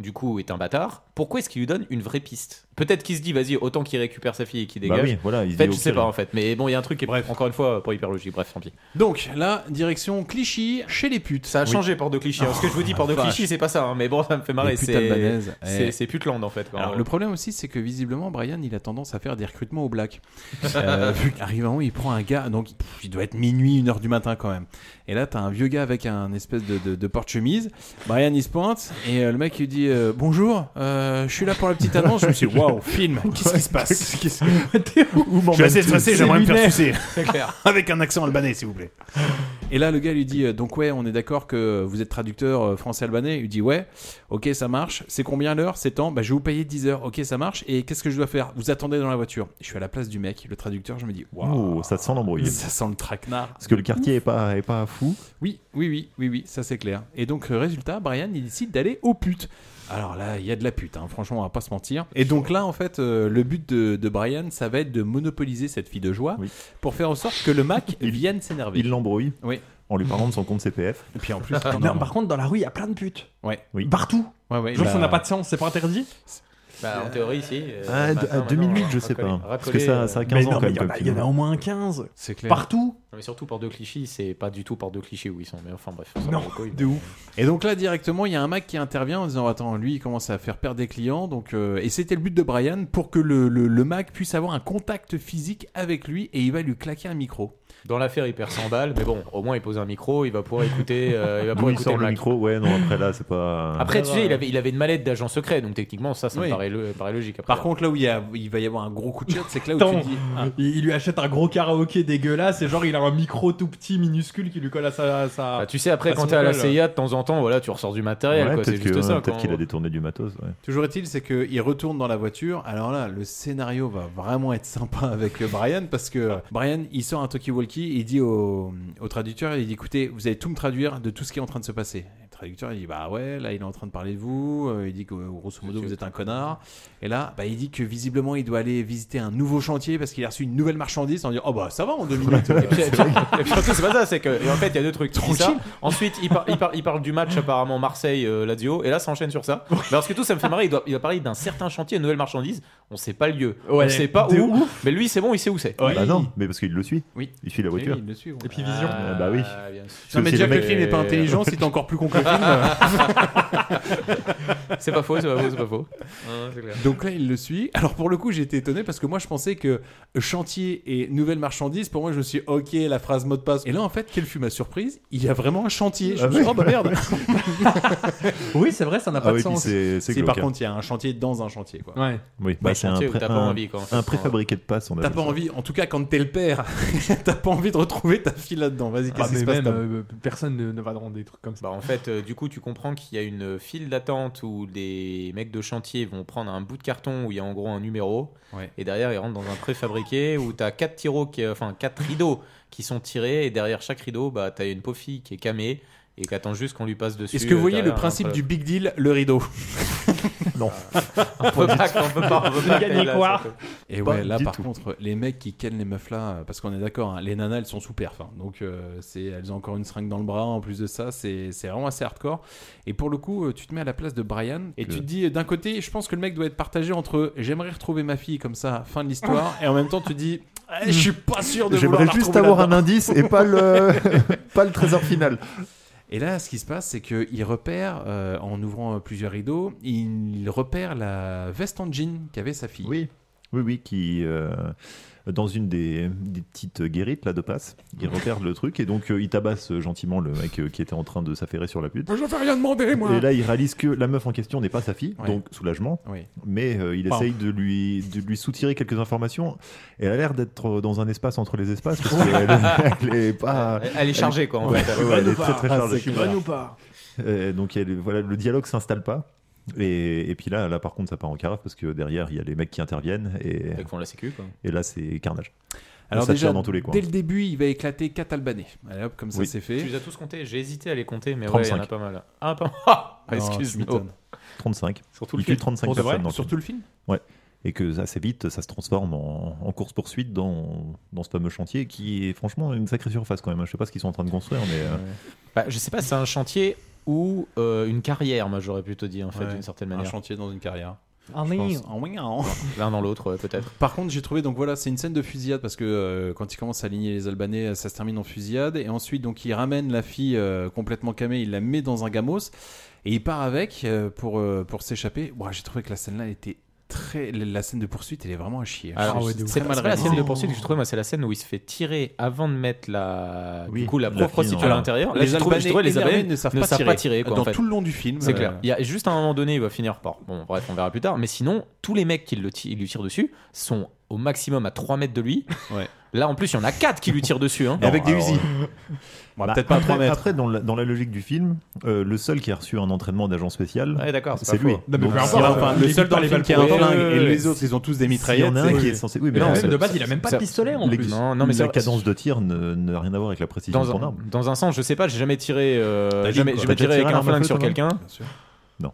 du coup, est un bâtard. Pourquoi est-ce qu'il lui donne une vraie piste Peut-être qu'il se dit, vas-y, autant qu'il récupère sa fille et qu'il Bah dégage. oui, voilà. Il En se fait, dit, je au sais pire, pas en fait, mais bon, il y a un truc qui est bref, encore une fois, pas hyper logique. Bref, tant pis. Donc là, direction Clichy, chez les putes. Ça a changé Port de Clichy. hein. Ce que je vous dis, Port de vache. Clichy, c'est pas ça, hein, mais bon, ça me fait marrer. Les putes C'est albanaises. c'est- Eh. c'est Putland en fait. quoi. Alors, le problème aussi, c'est que visiblement, Brian, il a tendance à faire des recrutements au black. Euh, vu qu'arrive un moment, il prend un gars, donc pff, il doit être minuit, une heure du matin quand même. Et là, t'as un vieux gars avec un espèce de, de, de porte-chemise. Brian, il se pointe, et euh, le mec, il dit dit euh, bonjour, euh, je suis là pour la petite annonce. Je me suis dit waouh, film, qu'est-ce qui se passe Je suis assez stressé, bah, j'aimerais me faire sucer. C'est clair. Avec un accent albanais, s'il vous plaît. Et là, le gars lui dit euh, donc ouais, on est d'accord que vous êtes traducteur euh, français-albanais. Il dit ouais, ok, ça marche. C'est combien l'heure C'est temps. Bah, je vais vous payer 10 heures. Ok, ça marche. Et qu'est-ce que je dois faire Vous attendez dans la voiture. Je suis à la place du mec, le traducteur. Je me dis waouh, Oh, ça sent l'embrouille. ça sent le traquenard. Parce que le quartier est pas, est pas fou. Oui, oui, oui, oui, oui, ça c'est clair. Et donc, euh, résultat, Brian, il décide d'aller aux putes. Alors là, il y a de la pute, hein, franchement, on va pas se mentir. Et donc là, en fait, euh, le but de, de Brian, ça va être de monopoliser cette fille de joie pour faire en sorte que le Mac vienne s'énerver. Il l'embrouille oui. en lui parlant de son compte CPF. Et puis en Ah, plus, Non, par contre, dans la rue, il y a plein de putes. Ouais. Partout. Ouais, ouais, Genre, bah- ça n'a pas de sens, c'est pas interdit Bah, en théorie, si. euh, Ah, d- maintenant, à 2008, maintenant, je sais racoler- pas. Parce que racoler, ça- euh, ça a 15 Mais ans non, quand mais même. il y en comme a- il y, film. en a au moins 15. C'est clair. Partout. Non, mais surtout par deux clichés, c'est pas du tout par deux clichés où ils sont. Mais enfin, bref. ça, Non, on recolle, de mais- ouf. Et donc là, directement, il y a un Mac qui intervient en disant Attends, lui, il commence à faire perdre des clients. Donc, euh, Et c'était le but de Brian pour que le, le, le Mac puisse avoir un contact physique avec lui et il va lui claquer un micro. Dans l'affaire, il perd 100 balles, mais bon, au moins il pose un micro, il va pouvoir écouter, euh, il va pouvoir D'où il écouter sort le le Mac. micro, ouais, non, après là, c'est pas. Après, tu sais, il avait, il avait une mallette d'agent secret, donc techniquement, ça, ça me Oui. paraît, lo- paraît logique. Après. Par contre, là où il, y a- il va y avoir un gros coup de shot, c'est que là où Attends, tu dis il, il lui achète un gros karaoké dégueulasse et genre il a un micro tout petit minuscule qui lui colle à sa. à sa- Bah, tu sais, après, quand son t'es à la épaule. CIA, de temps en temps, voilà, tu ressors du matériel, Ouais, quoi, c'est peut-être que- juste ça. peut-être quand- qu'il a détourné du matos. ouais. Toujours est-il, c'est qu'il retourne dans la voiture. Alors là, le scénario va vraiment être sympa avec euh, Brian parce que euh, Brian, il sort un talkie-walkie, il dit au, au traducteur, il dit écoutez, vous allez tout me traduire de tout ce qui est en train de se passer. Et le traducteur, il dit bah ouais, là il est en train de parler de vous, euh, il dit que grosso modo vous êtes un connard. Et là, bah, il dit que visiblement il doit aller visiter un nouveau chantier parce qu'il a reçu une nouvelle marchandise. On dit oh bah ça va en deux minutes. Et puis, et puis- et puis surtout, c'est pas ça, c'est que et en fait, il y a deux trucs. Il dit ça. Ensuite, il, par- il, par- il parle du match apparemment Marseille-Lazio, et là, ça enchaîne sur ça. Mais Parce que tout, ça me fait marrer, il, doit, il va parler d'un certain chantier, une nouvelle marchandise, on sait pas le lieu, Ouais, on sait pas de où, mais lui, c'est bon, il sait où c'est. Bah non, mais parce qu'il le suit. Oui. Il suit la Oui, voiture. il le suit, ouais. Et puis Vision. Ah, bah oui. Ah, bien sûr. Parce Non mais si déjà que le mec film n'est pas est- intelligent, si t'es encore plus con que le film. C'est pas faux, c'est pas faux, c'est pas faux. Non, non, c'est clair. Donc là, il le suit. Alors pour le coup, j'ai été étonné parce que moi, je pensais que chantier et nouvelle marchandise, pour moi, je me suis dit, ok, la phrase mot de passe. Et là, en fait, quelle fut ma surprise Il y a vraiment un chantier. Je me suis dit, Ah oh oui. bah merde Oui, c'est vrai, ça n'a pas Ah de oui, puis sens. c'est c'est Si glauque, par hein. contre, il y a un chantier dans un chantier, quoi. Ouais. Oui, Bah, bah, c'est un, chantier où pré- t'as pas un- envie, quoi, en fait, un préfabriqué de passe. on T'as appelle pas ça. envie, en tout cas quand t'es le père, t'as pas envie de retrouver ta fille là-dedans. Vas-y, Ah, qu'est-ce qui mais se passe même, Tom euh, personne ne, ne va dans des trucs comme ça. Bah, en fait, euh, du coup, tu comprends qu'il y a une file d'attente où les mecs de chantier vont prendre un bout de carton où il y a en gros un numéro. Ouais. Et derrière, ils rentrent dans un préfabriqué où t'as quatre tiroirs qui, euh, enfin, quatre rideaux qui sont tirés. Et derrière chaque rideau, bah, t'as une pauvre fille qui est camée et qui attend juste qu'on lui passe dessus. Est-ce que vous euh, voyez le derrière, principe hein, du big deal, le rideau Non. On peut pas, on peut pas, on peut pas. J'ai gagné là, quoi surtout. Et Pas ouais, là du par tout. contre, les mecs qui kennent les meufs là, euh, parce qu'on est d'accord, hein, les nanas elles sont sous perf, hein. donc euh, c'est, elles ont encore une seringue dans le bras, en plus de ça, c'est, c'est vraiment assez hardcore. Et pour le coup, euh, tu te mets à la place de Brian, et Que- tu te dis, euh, d'un côté, je pense que le mec doit être partagé entre j'aimerais retrouver ma fille comme ça, fin de l'histoire, et en même temps tu te dis, Eh, je suis pas sûr de vouloir Ah. J'aimerais la juste retrouver avoir un là-dedans. indice et pas le, pas le trésor final. Et là, ce qui se passe, c'est qu'il repère, euh, en ouvrant euh, plusieurs rideaux, il repère la veste en jean qu'avait sa fille. Oui, oui, oui, qui euh, dans une des, des petites guérites là de passe, il repère le truc et donc euh, il tabasse euh, gentiment le mec euh, qui était en train de s'affairer sur la pute. Je vais rien demander, moi Et là, il réalise que la meuf en question n'est pas sa fille, Ouais. donc soulagement. Oui. Mais euh, il Pardon. essaye de lui, de lui soutirer quelques informations. Et elle a l'air d'être dans un espace entre les espaces parce qu'elle elle est pas. Elle- elle est chargée, quoi, en Ouais, fait. ouais, elle est très très chargée. bonne ou pas Euh, donc elle- voilà, le dialogue s'installe pas. Et, et puis là, là, par contre, ça part en carafe parce que derrière, il y a les mecs qui interviennent et, Ils font la sécu, quoi. et là, c'est carnage. Alors ça déjà, tire dans tous les coins. dès le début, il va éclater 4 Albanais. Allez hop, comme ça Oui. c'est Tu fait. les as tous comptés, j'ai hésité à les compter, mais ouais, il y en a 35. pas mal. Ah, pas Ah, Non, je Excuse-moi. m'étonne. 35. Surtout le il tue film. 35 Pour de vrai personnes. dans le film. Surtout le film Ouais. Et que assez vite, ça se transforme en, en course-poursuite dans, dans ce fameux chantier qui est franchement une sacrée surface quand même. hein. Je sais pas ce qu'ils sont en train de construire, mais. euh, Bah, je sais pas, c'est un chantier ou euh, une carrière, moi j'aurais plutôt dit en fait, Ouais. d'une certaine Un manière. chantier dans une carrière. Ah, Je oui. pense. Ah oui, ah. L'un dans l'autre, ouais, peut-être. Par contre, j'ai trouvé donc voilà, c'est une scène de fusillade parce que euh, quand ils commencent à aligner les Albanais, euh, ça se termine en fusillade et ensuite donc il ramène la fille euh, complètement camée, il la met dans un gamos et il part avec euh, pour euh, pour s'échapper. Ouah, j'ai trouvé que la scène là était très. La scène de poursuite, elle est vraiment à chier. hein. Alors, Je- c'est- très c'est pas, mal c'est pas la scène Ah, de réalisé. poursuite que je trouve, moi, c'est la scène où il se fait tirer avant de mettre la, Oui, du coup, la la propre fille, prostituée non. à l'intérieur. Là, Les je trouve- je Albanais trouvais les énervés Albanais ne savent pas tirer, quoi, Dans en fait. tout le long du film, C'est euh, clair. Il y a juste à un moment donné, il va finir par. Bon, bref, on verra plus tard. Mais sinon, tous les mecs qui le ti- lui tirent dessus sont au maximum à 3 mètres de lui. Là, en plus, il y en a 4 qui lui tirent dessus. hein. Non, alors, euh, Bon, bah, peut-être pas à après- ah, 3 mètres. Après, dans la, dans la logique du film, euh, le seul qui a reçu un entraînement d'agent spécial, Ah Ouais, d'accord, c'est c'est pas lui. faux. Non, mais peu s'il y importe, en a- euh, enfin, il évite pas les euh, balles pour eux. Ouais, ouais, ils ont tous des S'il y en a un mitraillettes, qui c'est- est censé. Oui, Non, mais c'est- de de base, il a même pas de pistolet, en plus. Non, Non, non, non, mais mais la ça- cadence de tir ne- n'a rien à voir avec la précision de Dans ton un, arme. dans un sens, je sais pas, j'ai jamais tiré, euh, T'as dit, jamais, quoi. jamais T'as déjà tiré avec tiré un un arme à flingue feu, sur toi, quelqu'un. Bien sûr. Non.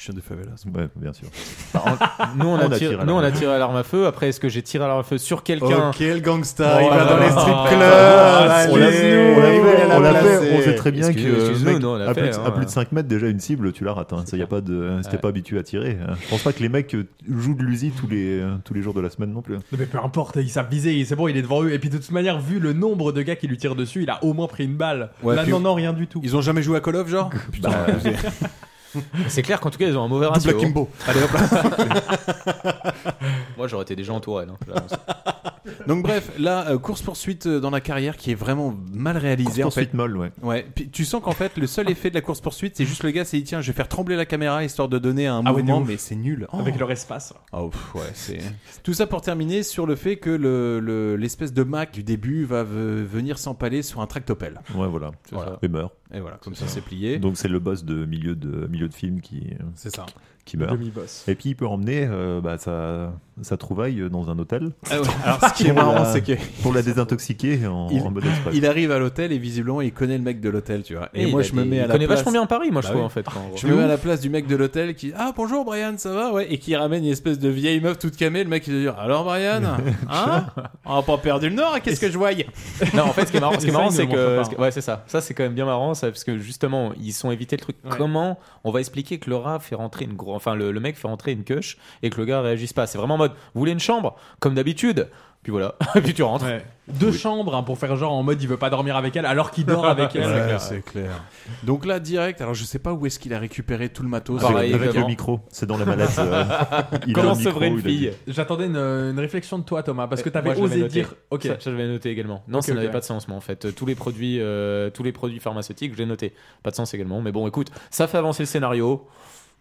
Chien de favelas. Ouais, bien sûr. Enfin, en- nous, on a, tiré, à nous, on l'arme à a feu. tiré à l'arme à feu. Après, est-ce que j'ai tiré à l'arme à feu sur quelqu'un Oh, quel gangsta, il Oh va là dans là. les strip Ah, clubs, ah, on l'a excuse-nous, on l'a il va fait, la on l'a placer. fait, on sait très bien que Excuse- euh, excuse-nous, mec, non, on l'a à, plus, fait, hein. à plus de 5 mètres déjà une cible, tu la rates. hein. Ça y a pas de, c'était Ouais. pas habitué à tirer. hein. Je pense pas que les mecs euh, jouent de l'usi tous les euh, tous les jours de la semaine non plus. Non, mais peu importe, ils savent viser, c'est bon, il est devant eux. Et puis de toute manière, vu le nombre de gars qui lui tirent dessus, il a au moins pris une balle. Ouais, Là, puis- non, non, rien du tout. Ils ont jamais joué à Call of, genre Bah, C'est clair qu'en tout cas, ils ont un mauvais Double ratio. akimbo. Allez, hop là. Moi, j'aurais été déjà en tourelle. hein, je l'annonce. Donc bref, là, course poursuite dans la carrière qui est vraiment mal réalisée. en fait. Course-poursuite molle, ouais. Ouais. Puis, tu sens qu'en fait, le seul effet de la course poursuite, c'est juste le gars, c'est dit, tiens, je vais faire trembler la caméra histoire de donner un Ah ouais, de mouvement, ouf. mais c'est nul. Oh. Avec leur espace. Oh, pff, ouais, c'est. Tout ça pour terminer sur le fait que le- le- l'espèce de Mac du début va ve- venir s'empaler sur un tractopelle. Ouais, voilà. Voilà. Et meurt. Et voilà, comme ça, c'est plié. Donc c'est le boss de milieu de milieu de film qui C'est ça. qui Le meurt. demi-boss. Et puis il peut emmener euh, bah, sa, sa trouvaille dans un hôtel. Ah ouais. Alors, ce qui est Pour marrant, la- c'est que- pour la désintoxiquer en, Il, en mode express. il arrive à l'hôtel et visiblement il connaît le mec de l'hôtel, tu vois. Et, Et moi il a je me bah, des- mets à il la connaît place. vachement bien Paris, moi, je trouve, oui. en fait, quand- Je De me mets à ouf. la place du mec de l'hôtel qui ah bonjour Brian, ça va ouais et qui ramène une espèce de vieille meuf toute camée. Le mec il va dire alors Brian, hein On a pas perdu le nord hein Qu'est-ce que je voyais Non, en fait, ce qui est marrant, ce qui est Et ça, marrant, il ne c'est le que, montre pas. ouais, c'est ça. Ça, c'est quand même bien marrant, ça, parce que justement, ils sont évité le truc. Comment on va expliquer que le rat fait rentrer une gro- enfin, le, le mec fait rentrer une queuche et que le gars réagisse pas. C'est vraiment en mode, vous voulez une chambre, comme d'habitude. Puis voilà, puis tu rentres. Deux chambres hein, pour faire genre en mode il veut pas dormir avec elle alors qu'il dort avec elle. Ouais, c'est clair. Donc là direct, alors je sais pas où est-ce qu'il a récupéré tout le matos. Avec- Pareil, avec le évidemment. micro, c'est dans la mallette, euh, il a Comment un micro, sevrer une il a fille J'attendais une, une réflexion de toi, Thomas, parce que Euh, t'avais moi, je l'avais osé noté. dire. Ok. Ça, je l'avais noté également. Non, Ok, ça ok. n'avait pas de sens, moi, en fait. Euh, Tous les produits, euh, tous les produits pharmaceutiques, je l'ai noté. Pas de sens également. Mais bon, écoute, ça fait avancer le scénario.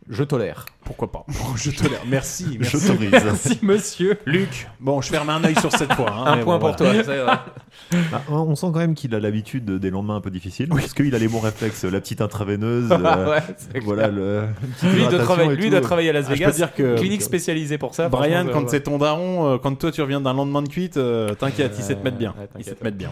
Je tolère. Pourquoi pas Je tolère. Merci. merci. t'autorise. Merci, monsieur. Luc. Bon, je ferme un œil sur cette fois. hein, mais bon, voilà. Ah, on- on sent quand même qu'il a l'habitude des lendemains un peu difficiles, parce qu'il a les bons réflexes, la petite intraveineuse, euh, Ouais, c'est voilà clair. le. une petite Lui, il doit hydratation travailler, et lui tout. doit travailler à Las Ah, je peux Vegas. dire que- clinique spécialisée pour ça. Brian, franchement, quand ouais. c'est ton daron, euh, quand toi tu reviens d'un lendemain de cuite, euh, t'inquiète, ils sait te mettre bien. Ouais, Ils sait t'inquiète. te mettre bien.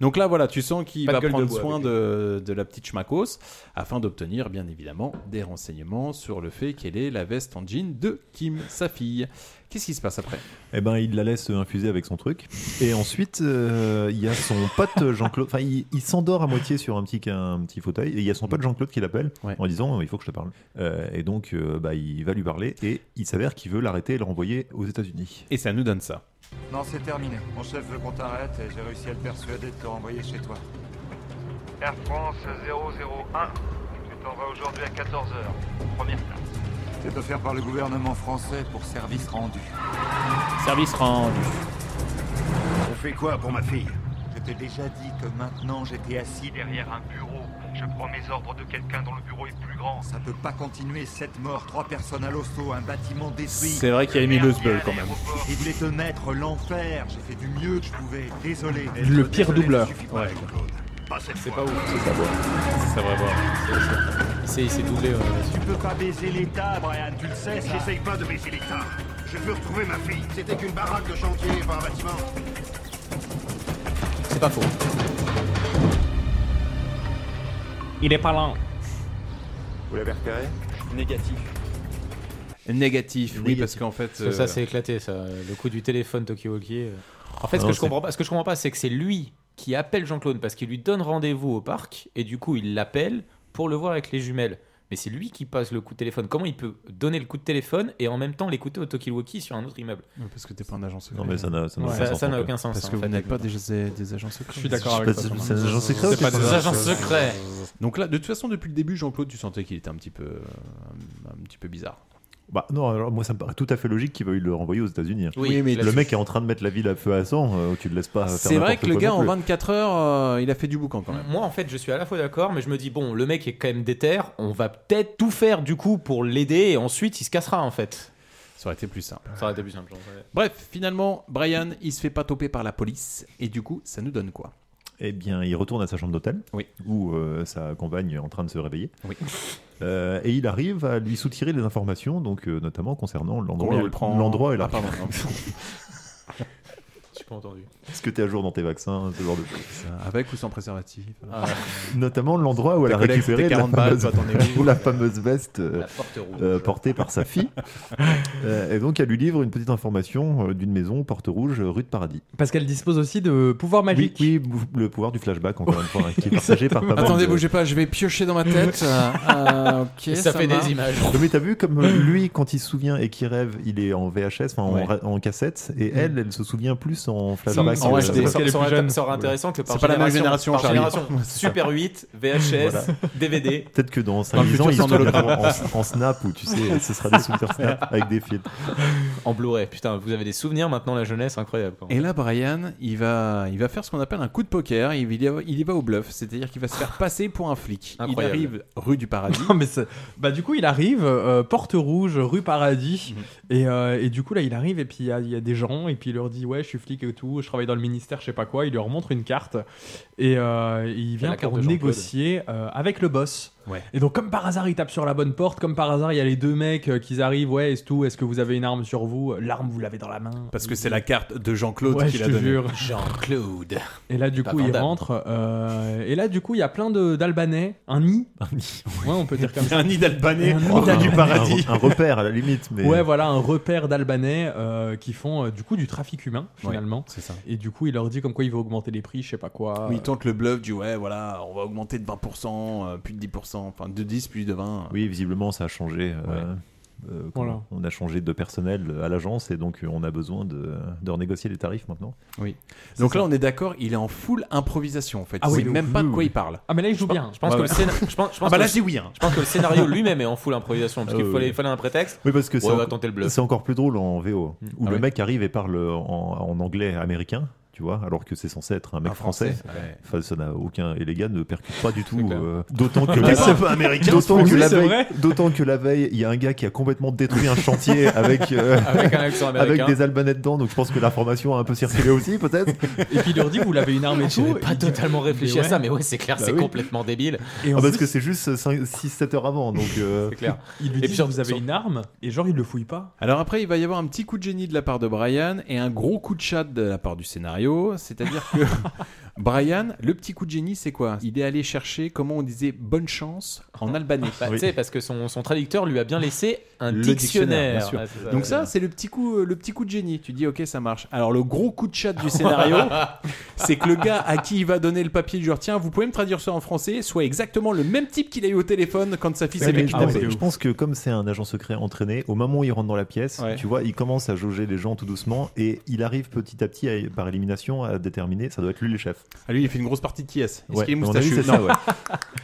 Donc là, voilà, tu sens qu'il Pas de va gueule de prendre bois soin avec de, de la petite Schmackos afin d'obtenir, bien évidemment, des renseignements sur le fait qu'elle est la veste en jean de Kim, sa fille. Qu'est-ce qui se passe après Eh ben, il la laisse infuser avec son truc. Et ensuite, euh, il y a son pote Jean-Claude. Enfin, il, il s'endort à moitié sur un petit, un petit fauteuil. Et il y a son pote Jean-Claude qui l'appelle en disant Il faut que je te parle. Euh, et donc, euh, bah, il va lui parler. Et il s'avère qu'il veut l'arrêter et le renvoyer aux États-Unis. Et ça nous donne ça. Non, c'est terminé. Mon chef veut qu'on t'arrête et j'ai réussi à le persuader de te renvoyer chez toi. Air France 001. Tu t'en vas aujourd'hui à 14h. Première classe. C'est offert par le gouvernement français pour service rendu. Service rendu. On fait quoi pour ma fille Je t'ai déjà dit que maintenant j'étais assis derrière un bureau. Je prends mes ordres de quelqu'un dont le bureau est plus grand. Ça peut pas continuer. Sept morts, trois personnes à l'hosto, un bâtiment détruit. C'est vrai qu'il a mis le zbeul quand même. Il voulait te mettre l'enfer. J'ai fait du mieux que je pouvais. Désolé. Le Être pire désolé doubleur. ne suffit pas, Ouais. Jean-Claude. Pas cette fois. Ça va voir. C'est c'est doublé. ouais, là-dessus. Tu peux pas baiser l'État, Brian, tu le sais, ça. J'essaye pas de baiser l'État. Je veux retrouver ma fille. C'était qu'une baraque de chantier, pas un bâtiment. C'est pas faux. Il est pas lent. Vous l'avez repéré Négatif. Négatif, oui, parce qu'en fait. euh, Parce que ça, c'est éclaté, ça. Le coup du téléphone Tokiwoki. euh. En fait, Ah ce, non, que je c'est- comprends pas, ce que je comprends pas, c'est que c'est lui qui appelle Jean-Claude parce qu'il lui donne rendez-vous au parc et du coup, il l'appelle pour le voir avec les jumelles. Mais c'est lui qui passe le coup de téléphone. Comment il peut donner le coup de téléphone et en même temps l'écouter au Tokiwoki sur un autre immeuble Parce que t'es pas un agent secret. Non, mais ça n'a- ça n'a Ouais. aucun Ça- sens, ça en n'a fait. aucun sens. Parce en que fait. vous n'êtes pas des, des- des agents secrets. Je suis d'accord avec toi, Thomas. C'est des agents secrets. C'est ou pas des agents secrets secrets. Donc là, de toute façon, depuis le début, Jean-Claude, tu sentais qu'il était un petit peu, euh, un petit peu bizarre. Bah non, alors moi ça me paraît tout à fait logique qu'il veuille le renvoyer aux États-Unis. hein. Oui, Oui, mais le tu- mec est en train de mettre la ville à feu à sang, euh, tu le laisses pas faire C'est vrai n'importe que le quoi gars, non en plus. 24 heures, euh, il a fait du boucan quand même. Moi, en fait, je suis à la fois d'accord, mais je me dis, bon, le mec est quand même déter, on va peut-être tout faire du coup pour l'aider et ensuite il se cassera en fait. Ça aurait été plus simple. Ça aurait été plus simple. ouais. Bref, finalement, Brian, il se fait pas toper par la police. Et du coup, ça nous donne quoi Eh bien, il retourne à sa chambre d'hôtel, où euh, sa compagne est en train de se réveiller. Euh, et il arrive à lui soutirer des informations, donc euh, notamment concernant l'endroit Combien où- elle prend l'endroit et la. Ah, pardon, non. J'ai pas entendu. Est-ce que tu es à jour dans tes vaccins, ce genre de choses Avec ou sans préservatif Ah. Notamment l'endroit où Ta elle a collègue, récupéré c'était la 40 balles, fameuse, toi, t'en es où ou la fameuse veste euh, La porte rouge. euh, portée par sa fille. Euh, et donc elle lui livre une petite information euh, d'une maison, porte rouge, euh, rue de Paradis. Parce qu'elle dispose aussi de pouvoirs magiques. Oui, oui, le pouvoir du flashback, encore une fois, hein, qui est partagé par pas mal Attendez, de- bougez pas, je vais piocher dans ma tête. Euh, euh, ok, marche. Non, mais t'as vu comme euh, lui, quand il se souvient et qu'il rêve, il est en VHS, enfin en Ouais. ra- en, cassette, et Mm. elle, elle se souvient plus en flashback. Ça aurait- euh, ça aurait- ça aurait- ça aurait intéressant que par C'est pas la même génération, par Charlie. génération, Ouais, c'est ça. Super 8, VHS, Voilà. DVD. Peut-être que dans Dans 5 le ans, futur, ils c'est sont en hologramme. en, en snap ou tu sais, ce sera des souvenirs snap avec des films. En Blu-ray, putain, vous avez des souvenirs maintenant, la jeunesse, incroyable. quoi. Et là, Brian, il va, il va faire ce qu'on appelle un coup de poker. Il y va, il y va au bluff, c'est-à-dire qu'il va se faire passer pour un flic. Incroyable. Il arrive rue du Paradis. Non, mais ça- bah, du coup, il arrive, euh, porte rouge, rue Paradis. Mhm. et, euh, et du coup, là, il arrive, et puis il y a- il y, a des gens, et puis il leur dit Ouais, je suis flic et tout, je travaille dans le ministère, je sais pas quoi. Il leur montre une carte, et euh, il vient la carte pour de Jean-Claude. négocier euh, avec le boss. Ouais. Et donc, comme par hasard, il tape sur la bonne porte, comme par hasard, il y a les deux mecs euh, qui arrivent Ouais, est-ce tout, est-ce que vous avez une arme sur vous L'arme, vous l'avez dans la main. Parce que c'est la carte de Jean-Claude Ouais, qu'il je a te donnée. jure. Jean-Claude. Et là, du Pas coup, il vendable. rentre. euh, et là, du coup, il y a plein de- d'Albanais. Un nid. Un nid. Ouais, on peut dire comme Il y ça. a un nid d'Albanais Un nid en rue d'Albanais. du paradis. Un re- un repère, à la limite, mais- Ouais, voilà, un repère d'Albanais euh, qui font euh, du coup du trafic humain, finalement. Ouais, c'est ça. Et du coup, il leur dit comme quoi il veut augmenter les prix, je sais pas quoi. Oui, il tente le bluff du ouais, voilà, on va augmenter de 20%, euh, plus de 10%, enfin de 10, plus de 20. Oui, visiblement, ça a changé. euh, euh, comment- Voilà. On a changé de personnel à l'agence et donc euh, on a besoin de, de renégocier les tarifs maintenant. Oui. Donc là, on est d'accord, il est en full improvisation en fait. Ah il oui, sait de même ouf. pas de Oui, quoi oui. il parle. Ah, mais là, il joue Je bien. pense- Je pense que le scénar- je pense- je pense Ah, bah que là, le- je dis oui. hein. Je pense que le scénario lui-même est en full improvisation. Parce Ah, qu'il oui, fallait, oui. il fallait un prétexte. Oui, parce que Ouais, bah, c'est on va enco- tenter le bluff. c'est encore plus drôle en VO, où Ah le ouais. mec arrive et parle en, en anglais américain, tu vois, alors que c'est censé être un mec Un Français, français. ouais. Enfin, ça n'a aucun. Et les gars ne percutent pas du tout. euh, D'autant que Mais c'est pas américain, D'autant ce que, produit, la c'est veille- vrai. d'autant que la veille, il y a un gars qui a complètement détruit un chantier avec, euh, Avec un accent avec américain. Ah, des Albanais dedans. Donc je pense que l'information a un peu circulé aussi, peut-être. Et puis il leur dit Vous l'avez une arme et tout. Pas totalement réfléchi Mais à ouais. ça, Ah, mais ouais, Bah, c'est clair, Bah c'est oui. complètement débile. Et en Ah, parce plus- que c'est juste 6-7 heures avant. Donc, euh, C'est clair. Il lui Et dit puis, Vous avez une arme Et genre, il le fouille pas. Alors après, il va y avoir un petit coup de génie de la part de Brian et un gros coup de chat de la part du scénario. C'est-à-dire que Brian, le petit coup de génie, c'est quoi Il est allé chercher, comment on disait, bonne chance en albanais. Bah, Tu sais, parce que son, son traducteur lui a bien laissé un Le dictionnaire. bien sûr. Ouais, c'est Donc ouais. ça, c'est le petit coup, euh, le petit coup de génie. Tu dis ok, ça marche. Alors le gros coup de chat du scénario, c'est que le gars à qui il va donner le papier, du genre tiens, vous pouvez me traduire ça en français, soit exactement le même type qu'il a eu au téléphone quand sa fille Ouais, s'est fait mais- ah, mais kidnapper. je pense que comme c'est un agent secret entraîné, au moment où il rentre dans la pièce, Ouais. tu vois, il commence à jauger les gens tout doucement et il arrive petit à petit, à- par élimination, à déterminer ça doit être lui le chef. Ah, lui, il fait une grosse partie de qui est-ce Est-ce Ouais, qu'il est à mon avis, moustachu c'est ça, Non. ouais.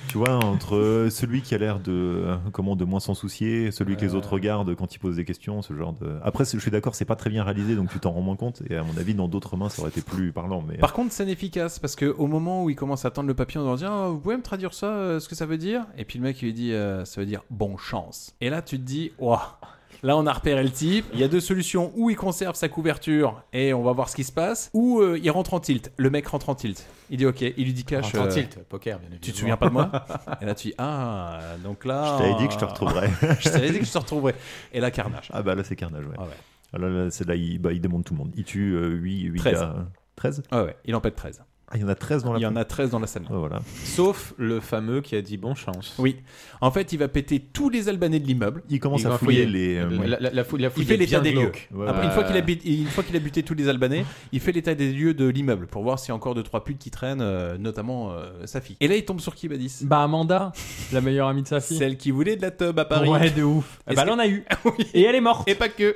tu vois, entre euh, celui qui a l'air de euh, comment de moins s'en soucier, celui que Euh. les autres regardent quand ils posent des questions, ce genre de. Après, c'est- je suis d'accord, c'est pas très bien réalisé, donc tu t'en rends moins compte. Et à mon avis, dans d'autres mains, ça aurait été plus parlant. Mais euh, Par contre, scène efficace parce que au moment où il commence à tendre le papier, on leur dit Ah, vous pouvez me traduire ça, euh, ce que ça veut dire Et puis le mec il lui dit euh, ça veut dire bon chance. Et là tu te dis ouah. Là, on a repéré le type. Il y a deux solutions. Ou il conserve sa couverture et on va voir ce qui se passe. Ou euh, il rentre en tilt. Le mec rentre en tilt. Il dit OK. Il lui dit cash. euh, Rentre en Ah, tilt, poker, bien Tu te évidemment. souviens pas de moi Et là, tu dis Ah, donc là. Je t'avais dit que je te retrouverais. je t'avais dit que je te retrouverais. Et là, carnage. Ah bah là c'est carnage, ouais. Ah là, là, c'est là, il, bah, il démonte tout le monde. Il tue 8, 8 13. gars. 13 Ouais, ouais, il en pète 13. Ah, il y en a 13 dans la Oh, Il y en a 13 dans la salle. voilà. Sauf le fameux qui a dit bon chance. Oui. En fait, il va péter tous les Albanais de l'immeuble. Il commence Il à va fouiller fouiller. les, euh, La- la- la fou- la fouille il fait est l'état bien des lieux. glauque. Ouais, Après, ouais. une, fois qu'il a buté, une fois qu'il a buté tous les Albanais, il fait l'état des lieux de l'immeuble pour voir s'il y a encore deux trois putes qui traînent, euh, notamment euh, sa fille. Et là, il tombe sur qui, Badis Bah, Amanda, la meilleure amie de sa fille. Celle qui voulait de la teub à Paris. Ouais, de ouf. Eh Est-ce bah, elle que- en a eu. Et elle est morte. Et pas que.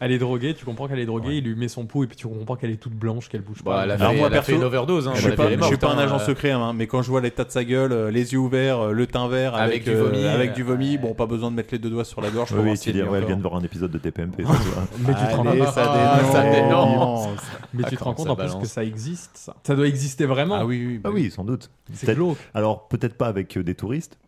elle est droguée, tu comprends qu'elle est droguée, il lui met son pouls, et puis tu comprends qu'elle est toute blanche, qu'elle bouge Bah, pas. elle a fait- elle a fait une overdose, hein, je on suis a pas, vu les je suis morts, pas un hein, agent euh. secret, hein, mais quand je vois l'état de sa gueule, euh, les yeux ouverts, euh, le teint vert avec, Avec du vomi, euh, avec euh, du vomi, bon, pas besoin de mettre les deux doigts sur la gorge. pour Oui, voir oui, si tu dis, vit ouais, elle encore. vient de voir un épisode de TPMP. ça se voit. Mais tu te rends Allez, compte, ça Ah, ça dénonce. dénonce. Mais tu te rends Attends, compte en plus balance. que ça existe, ça. Ça doit exister vraiment. Ah oui, oui, sans doute. Peut-être- Alors, peut-être pas avec euh, des touristes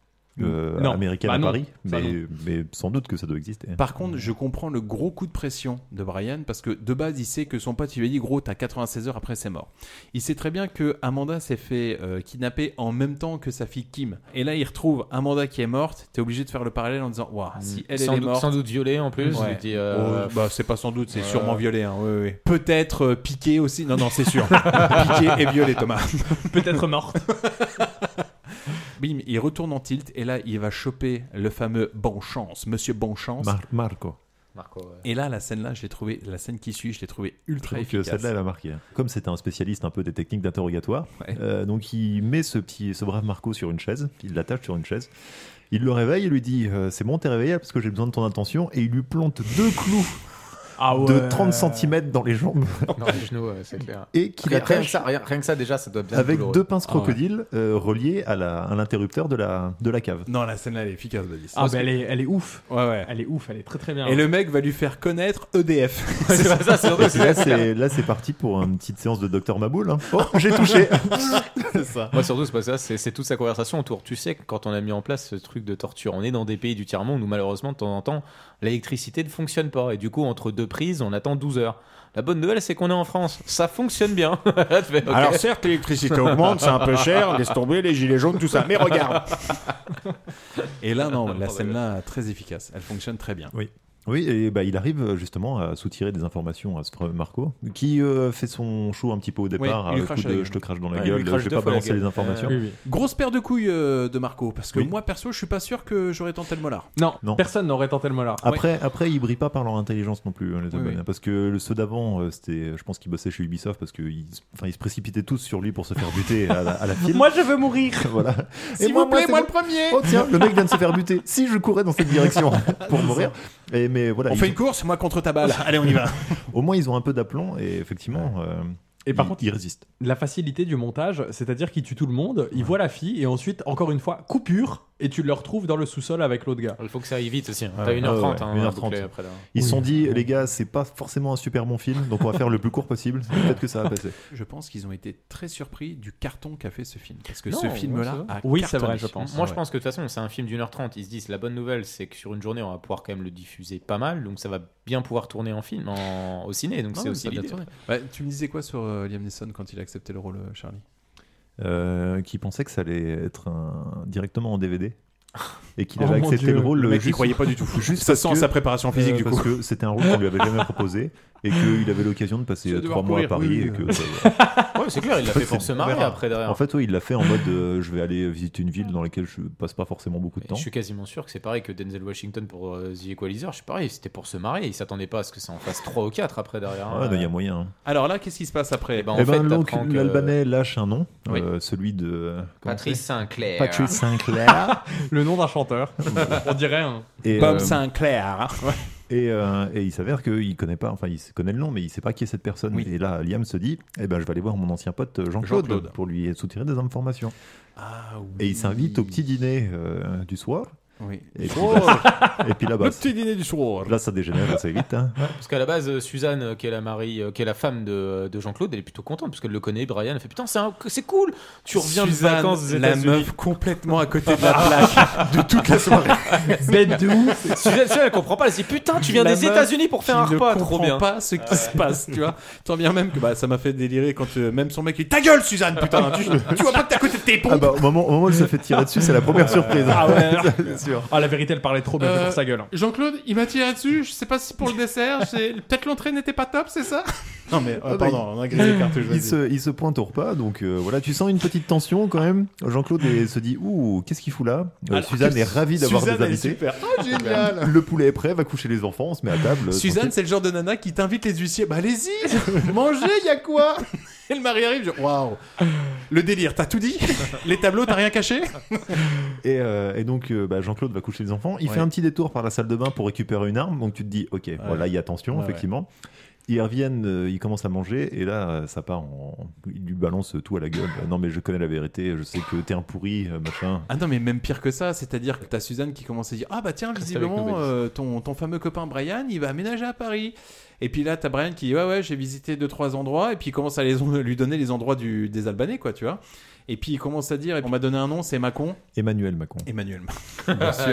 euh, Non. américains Bah à non. Paris, Ça, mais, mais sans doute que ça doit exister. Par contre, je comprends le gros coup de pression de Brian parce que de base, il sait que son pote il lui a dit gros, t'as 96 heures après c'est mort. Il sait très bien que Amanda s'est fait euh, kidnapper en même temps que sa fille Kim. Et là, il retrouve Amanda qui est morte. T'es obligé de faire le parallèle en disant waouh, bah, si elle, Sans elle est doute- morte, sans doute violée en plus, Ouais. je dis, euh, Oh, bah, c'est pas sans doute, c'est Ouais. sûrement violée. hein, ouais, ouais. Peut-être euh, piquée aussi. Non, non, c'est sûr. piquée et violée, Thomas. Peut-être morte. Bim, il retourne en tilt et là, il va choper le fameux bon chance, Monsieur bon chance. Mar- Marco. Marco, ouais. Et là, la scène là, je l'ai trouvé, la scène qui suit, je l'ai trouvé ultra Je trouve que efficace. celle-là, elle a marqué. hein. Comme c'était un spécialiste un peu des techniques d'interrogatoire, euh, donc il met ce petit, ce brave Marco sur une chaise, il l'attache sur une chaise, il le réveille, il lui dit euh, C'est bon, t'es réveillé parce que j'ai besoin de ton attention, et il lui plante deux clous de Ah Ah ouais. 30 cm dans les jambes. Non, les genoux, ouais, c'est clair. Et qu'il Rien- rien attache que ça- Rien rien que ça, déjà, ça doit bien être Avec douloureux. deux pinces Ah ouais. crocodiles euh, reliées à la- à l'interrupteur de la, de la cave. Non, la scène là, elle est efficace, Badis. Ah, bah, elle, est, elle est ouf. Ouais, ouais. Elle est ouf, elle est très très bien. Et le mec va lui faire connaître E EDF. Et puis là, c'est- là, c'est parti pour une petite séance de Docteur Maboul. hein. Oh, j'ai touché. c'est ça. Moi, surtout, c'est pas ça, c'est c'est toute sa conversation autour. Tu sais que quand on a mis en place ce truc de torture, on est dans des pays du tiers-monde où malheureusement, de temps en temps, l'électricité ne fonctionne pas. Et du coup, entre deux prises, on attend 12 heures. La bonne nouvelle, c'est qu'on est en France. Ça fonctionne bien. Tu fais, ok. Alors certes, l'électricité augmente, c'est un peu cher, laisse tomber les gilets jaunes, tout ça. Mais regarde Et là, non, la scène là, très efficace. Elle fonctionne très bien. Oui. Oui, et bah, il arrive euh, justement à soutirer des informations à ce pre- Marco, qui euh, fait son show un petit peu au départ, Oui, il à lui le coup crache la de gueule. je te crache dans la Ouais, il gueule, lui je crache vais deux pas fois la balancer gueule. les informations. Euh, Grosse paire de couilles euh, de Marco, parce que moi perso, je suis pas sûr que j'aurais tenté le molar. Non, personne n'aurait tenté le molar. Après, après, ils brillent pas par leur intelligence non plus, hein, les Oui, Albaniens, oui. parce que le- ceux d'avant, euh, c'était, je pense qu'ils bossaient chez Ubisoft parce qu'ils enfin, ils se précipitaient tous sur lui pour se faire buter à la, à la file. Moi, je veux mourir. voilà. S'il vous plaît, c'est moi le premier. Oh tiens, le mec vient de se faire buter. Si je courais dans cette direction pour mourir, et mais voilà. On ils fait ont- une course, moi contre ta balle. Allez, on y va. Au moins, ils ont un peu d'aplomb et effectivement, euh, Et par ils- contre, ils résistent. La facilité du montage, c'est-à-dire qu'il tue tout le monde, il voit la fille, et ensuite, encore une fois, coupure, et tu le retrouves dans le sous-sol avec l'autre gars. Il faut que ça aille vite aussi. Ouais, T'as 1h30 ouais, hein, 1h30. à boucler après, là. Ils se sont dit, les gars, c'est pas forcément un super bon film, donc on va faire le plus court possible. Peut-être que ça va passer. Je pense qu'ils ont été très surpris du carton qu'a fait ce film. Parce que Non, ce ouais, film-là ça va. a Oui, c'est cartonné. vrai, je pense. Moi, je Ouais. pense que de toute façon, c'est un film d'une heure trente. Ils se disent la bonne nouvelle, c'est que sur une journée, on va pouvoir quand même le diffuser pas mal, donc ça va bien pouvoir tourner en film, en- au ciné. Donc Non, c'est mais aussi ça a bien l'idée. tourné. Ouais, tu me disais quoi sur euh, Liam Neeson quand il a accepté le rôle, euh, Charlie Euh, qui pensait que ça allait être un- directement en DVD et qu'il Oh avait mon accepté Dieu, le rôle. le mec, euh, il juste- croyait pas du tout. Juste Ça parce sent que- Euh, sa préparation physique, du Parce coup. que c'était un rôle qu'on lui avait jamais proposé et qu'il avait l'occasion de Tu vas passer trois devoir mois à courir, Paris oui, et que. oui. bah, voilà. Ouais, c'est clair, il l'a fait pour C'est- se marrer on verra. après, derrière. En fait, oui, il l'a fait en mode euh, je vais aller visiter une ville dans laquelle je passe pas forcément beaucoup de Je temps. suis quasiment sûr que c'est pareil que Denzel Washington pour euh, The Equalizer. Je suis pareil, c'était pour se marrer. Ils s'attendaient pas à ce que ça en fasse 3 ou 4 après derrière. Euh, Ah, il y a moyen. hein. Alors là, qu'est-ce qui se passe après ben, en Eh ben, fait, donc, t'apprends que- l'Albanais lâche un nom, Oui. euh, celui de. euh, comment Patrice c'est Sinclair. Patrice Sinclair. le nom d'un chanteur. On dirait un. euh, Sinclair. Et, euh, et il s'avère qu'il connaît pas, enfin il s- connaît le nom, mais il sait pas qui est cette personne. Et là, Liam se dit, eh ben je vais aller voir mon ancien pote euh, Jean-Claude Jean-Claude. pour lui soutirer des informations. Ah Et il s'invite au petit dîner euh, du soir. Oui. Et puis, bah, Oh. là- et puis là-bas, Le petit dîner du soir. Là, ça dégénère assez vite. hein. Ouais, parce qu'à la base, euh, Suzanne, euh, qui est la mari, euh, qui est la femme de, euh, de Jean-Claude, elle est plutôt contente parce qu'elle le connaît. Brian, elle fait putain, c'est un- c'est cool. Tu reviens Suzanne, de vacances des la États-Unis. meuf complètement à côté de la plaque de toute la soirée. Bête de ouf. Suzanne, Suzanne, elle comprend pas. Elle se dit putain, tu viens La des meuf États-Unis pour faire qui un ne repas, trop comprend bien. pas ce qui se passe, tu vois. Tant bien même que bah, ça m'a fait délirer quand euh, même son mec il dit Ta gueule, Suzanne, putain, tu, tu vois pas que t'es à côté de tes pompes Ah bah, au, moment, au moment où elle se fait tirer dessus, c'est la première surprise. hein. Ah ouais. C'est sûr. Ah, la vérité, elle parlait trop bien c'est Euh, pour sa gueule. hein. Jean-Claude, il m'a tiré dessus, je sais pas si pour le dessert, j'ai- peut-être l'entrée n'était pas top, c'est ça Non mais, euh, Ah bah, pardon, il- on a grillé les cartouches, vas-y. Il se, il se pointe au repas, donc euh, voilà, tu sens une petite tension quand même. Jean-Claude est- se dit Ouh, qu'est-ce qu'il fout là Euh, Alors Suzanne que est ravie d'avoir Suzanne, des elle est invités. super. Oh, génial Le poulet est prêt, va coucher les enfants, on se met à table. euh, Suzanne, tranquille. c'est le genre de nana qui t'invite les huissiers. Bah allez-y, mangez, y a quoi Et le mari arrive, je... waouh, le délire, t'as tout dit Les tableaux, t'as rien caché et, euh, et donc euh, bah, Jean-Claude va coucher les enfants. Il Ouais. fait un petit détour par la salle de bain pour récupérer une arme, donc tu te dis Ok, voilà, il y a tension, Ouais, effectivement. Ils reviennent, euh, ils commencent à manger, et là, euh, ça part en. Ils lui balancent tout à la gueule. Euh, non, mais je connais la vérité, je sais que t'es un pourri, euh, machin. Ah non, mais même pire que ça, c'est-à-dire que t'as Suzanne qui commence à dire Ah bah tiens, avec visiblement, Nobel. euh, ton, ton fameux copain Brian, il va aménager à Paris. Et puis là, t'as Brian qui dit Ouais, ouais, j'ai visité deux, trois endroits, et puis il commence à les, lui donner les endroits du, des Albanais, quoi, tu vois. Et puis il commence à dire On m'a donné un nom, c'est Macon. Emmanuel Macron. Emmanuel Macron. Bien sûr.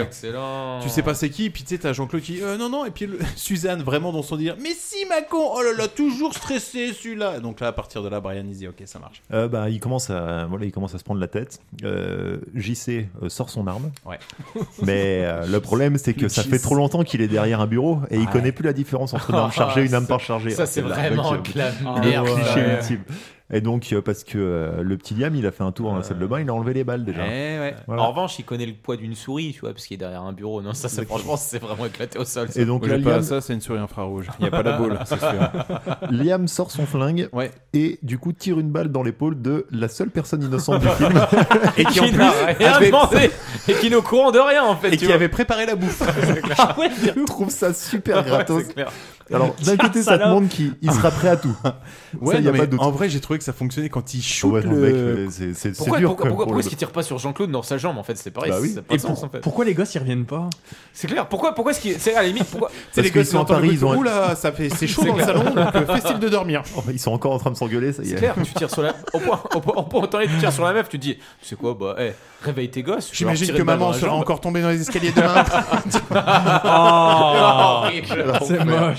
Excellent. Tu sais pas c'est qui, puis tu sais, t'as Jean-Claude qui Euh, Non, non, et puis le- Suzanne, vraiment dans son dire Mais si, Macon Oh là là, toujours stressé celui-là Donc là, à partir de là, Brian, il dit Ok, ça marche. Euh, bah, il commence à voilà, il commence à se prendre la tête. Euh, JC euh, sort son arme. Ouais. Mais euh, le problème c'est que Le ça JC. fait trop longtemps qu'il est derrière un bureau et il Ouais. connaît plus la différence entre une arme chargée et une arme Ça- pas chargée. Ah, ça, c'est là, vraiment donc, de la euh, merde. le cliché Ouais. ultime. Et donc euh, parce que euh, le petit Liam il a fait un tour dans la salle de bain, il a enlevé les balles déjà. Voilà. Eh En revanche, il connaît le poids d'une souris, tu vois, parce qu'il est derrière un bureau. Non, ça, c'est franchement, c'est vraiment éclaté au sol. ça. Et donc, là, Liam- c'est une souris infrarouge. Il y a pas la boule, c'est sûr. Liam sort son flingue et du coup tire une balle dans l'épaule de la seule personne innocente du film Et qui, en n'a plus, rien avait- demandé Et qui n'est au courant de rien, en fait. Et tu qui vois. avait préparé la bouffe. Ah Je trouve ça super gratos. Ouais, c'est clair. Alors, d'un côté, ça te Salope. montre qu'il il sera prêt à tout. Ouais, ça, y non, a pas mais de doute. en vrai, j'ai trouvé que ça fonctionnait quand il shoot Ouais, non, le- mec, euh, c'est- c'est- c'est Pourquoi, dur. pourquoi, quand pourquoi, même, pour pourquoi le- est-ce qu'il tire pas sur Jean-Claude dans sa jambe en fait C'est pareil, Bah oui. ça n'a pas de Et sens pour- en fait. Pourquoi les gosses ils reviennent pas C'est clair, pourquoi, pourquoi est-ce qu'il. C'est à la limite, pourquoi. Parce qu'ils sont à Paris, ils ont un- Oula, ça fait c'est chaud C'est dans le clair. salon, donc euh, festif de dormir. Ils sont encore en train de s'engueuler, ça y est. C'est euh, clair, tu tires sur la. Au point, au point, au point, autant aller, tu tires sur la meuf, tu te dis, tu sais quoi, bah, eh, réveille tes gosses. je vais leur J'imagine tirer que une balle maman dans la sera jambe. encore tombée dans les escaliers demain. Ah Oh, horrible. L'enfer.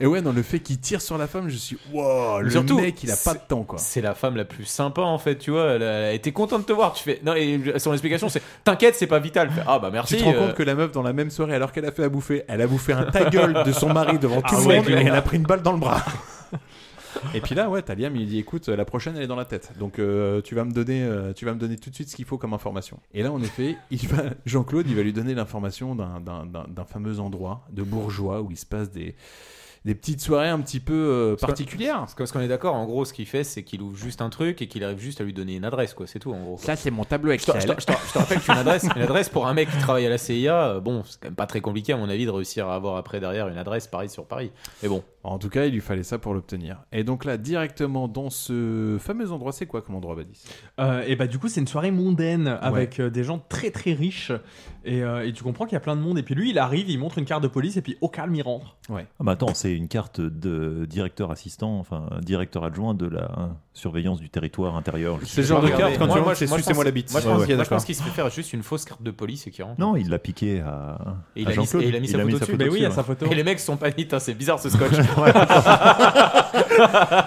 Et ouais, dans le fait qu'il tire sur la femme, je suis wow, le Surtout, mec, il a pas de temps quoi. C'est la femme la plus sympa en fait, tu vois. Elle, a- elle était contente de te voir. Tu fais. Non, et son explication c'est T'inquiète, c'est pas vital. Fais, ah bah merci. Tu te rends euh, compte que la meuf, dans la même soirée, alors qu'elle a fait à bouffer, elle a bouffé un ta gueule de son mari devant Ah tout le ouais, monde et clairement. elle a pris une balle dans le bras. Et puis là, ouais, t'as Liam, il dit écoute, la prochaine, elle est dans la tête. Donc euh, tu vas me donner, euh, tu vas me donner tout de suite ce qu'il faut comme information. Et là, en effet, il va, Jean-Claude, il va lui donner l'information d'un- d'un d'un- d'un fameux endroit de bourgeois où il se passe des des petites soirées un petit peu euh, particulières. Parce que- parce qu'on est d'accord, en gros, ce qu'il fait, c'est qu'il ouvre juste un truc et qu'il arrive juste à lui donner une adresse, quoi. C'est tout, en gros. Ça, c'est mon tableau Je te, je te- je te- je te rappelle qu'une adresse, une adresse pour un mec qui travaille à la CIA, euh, bon, c'est quand même pas très compliqué, à mon avis, de réussir à avoir après derrière une adresse Paris sur Paris. Mais bon. En tout cas, il lui fallait ça pour l'obtenir. Et donc là, directement dans ce fameux endroit, c'est quoi comme endroit, Badis Euh, et bah du coup c'est une soirée mondaine avec euh, des gens très très riches et, euh, et tu comprends qu'il y a plein de monde et puis lui il arrive il montre une carte de police et puis au calme il rentre Ah bah attends, c'est une carte de directeur assistant, enfin directeur adjoint de la hein, surveillance du territoire intérieur. je sais pas. Regardez, moi- moi, je- moi, je pense- Moi, je pense, Ouais, ouais. moi, je pense qu'il se fait faire juste une fausse carte de police et qu'il rentre. Non, il l'a piqué à, Et il, à a mis, Ah, Jean-Claude. et il a mis sa photo dessus. dessus, ouais. Et les mecs sont pas dit, c'est bizarre ce scotch.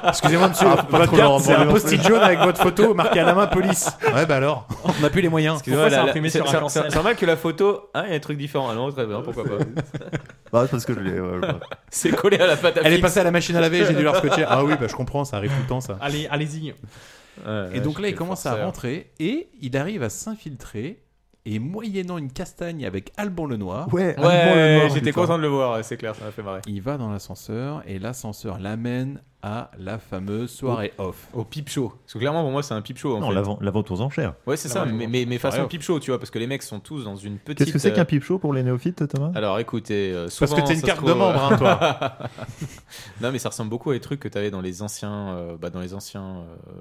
Excusez-moi, monsieur, Ah, votre faut pas carte, trop c'est leur un demander post-it non plus. jaune avec votre photo marquée à la main police. Ouais, bah alors, on n'a plus les moyens. Excusez-moi, la- la- c'est- c'est- C'est c'est normal que la photo, hein, il y a un truc différent. Ah non, très bien, pourquoi pas. Bah, c'est parce que je l'ai. ouais, ouais. C'est collé à la pâte à Elle est fixe. passée à la machine à laver, j'ai dû la scotcher. Ah oui, bah je comprends, ça arrive tout le temps ça. allez allez-y Et donc là, il commence hein. à rentrer et il arrive à s'infiltrer. Et moyennant une castagne avec Alban Lenoir. Ouais, Ouais, Alban Lenoir, j'étais putain. content de le voir, c'est clair, ça m'a fait marrer. Il va dans l'ascenseur et l'ascenseur l'amène à la fameuse soirée off. Au pipe show. Parce que clairement, pour moi, c'est un pipe show. en Non, fait. l'avant- l'avant aux enchères. Ouais, c'est ça, L'avant- mais, mais, mais Soirée façon off. pipe show, tu vois, parce que les mecs sont tous dans une petite. Qu'est-ce que c'est euh, qu'un pipe show pour les néophytes, Thomas Alors écoutez, euh, Parce souvent, que t'es ça une se carte trouve, de membre, hein, toi. non, mais ça ressemble beaucoup à les trucs que t'avais dans les anciens, euh, bah, dans les anciens, euh,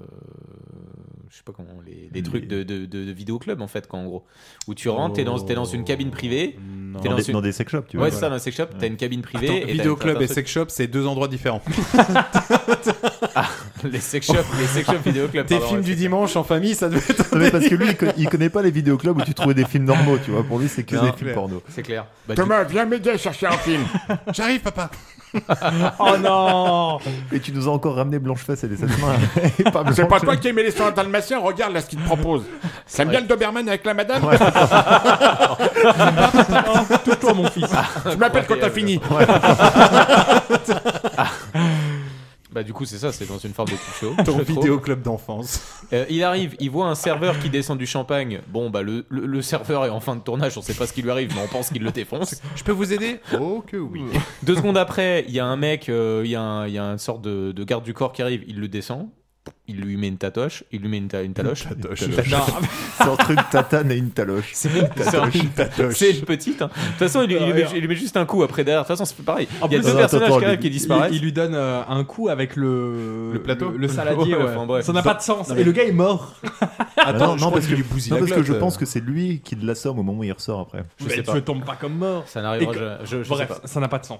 je sais pas comment, les, les trucs de, de, de, de vidéoclub en fait, quand en gros, où tu rentres, t'es dans, t'es dans une cabine privée, t'es Dans des- dans des sex shops, tu vois. Ouais, c'est ça, Voilà. dans les sex shops, t'as une cabine privée. Attends, et t'as- vidéo t'as club un et truc- sex shop, c'est deux endroits différents. Ah, les sex shops, les sex shops vidéo club. Tes pardon, films ouais. du dimanche en famille, ça devait être. Non, mais parce que lui, il co- il connaît pas les vidéoclubs où tu trouvais des films normaux, tu vois. Pour lui, c'est que Non, des films porno. C'est clair. Bah, du- Thomas, viens m'aider à chercher un film. J'arrive, papa. oh non Et tu nous as encore ramené Blanche-Fesse et les sept mains. Et pas C'est pas Blanche- toi qui aimais les soins dalmatiens, regarde là ce qu'il te propose. Ça me Ouais. vient le Doberman avec la madame Ouais. Tout mon fils. Tu m'appelles quand t'as fini. euh, Bah du coup c'est ça, c'est dans une forme de clip show. Ton je trouve. vidéoclub d'enfance. Euh, il arrive, il voit un serveur qui descend du champagne. Bon bah le, le, le serveur est en fin de tournage, on sait pas ce qui lui arrive, mais on pense qu'il le défonce. Je peux vous aider Oh que oui. Deux secondes après, il y a un mec, euh, il y, a un- il y a une sorte de, de garde du corps qui arrive, il le descend. il lui met une tatoche, il lui met une, ta- une taloche. Une tatoche. C'est entre une tatane et une taloche. C'est une tatoche. c'est un- tatoche. C'est une petite. hein. De toute façon, il lui, il lui met, il lui met juste un coup après derrière. De toute façon, c'est pareil. Il y a deux personnages qui arrivent qui disparaissent. Il, il lui donne euh, un coup avec le, Le plateau le, le saladier. Ouais, ouais. enfin, bref. Ça n'a pas de sens. Non, mais- Et le gars est mort. Ah non, je non, crois parce, qu'il que, lui bousille non, la parce que glotte. je pense que c'est lui qui l'assomme au moment où il ressort après. Je Mais sais tu pas. tombes pas comme mort. Ça n'arrivera Et que- jamais. Je- je Bref, sais pas. ça n'a pas de sens.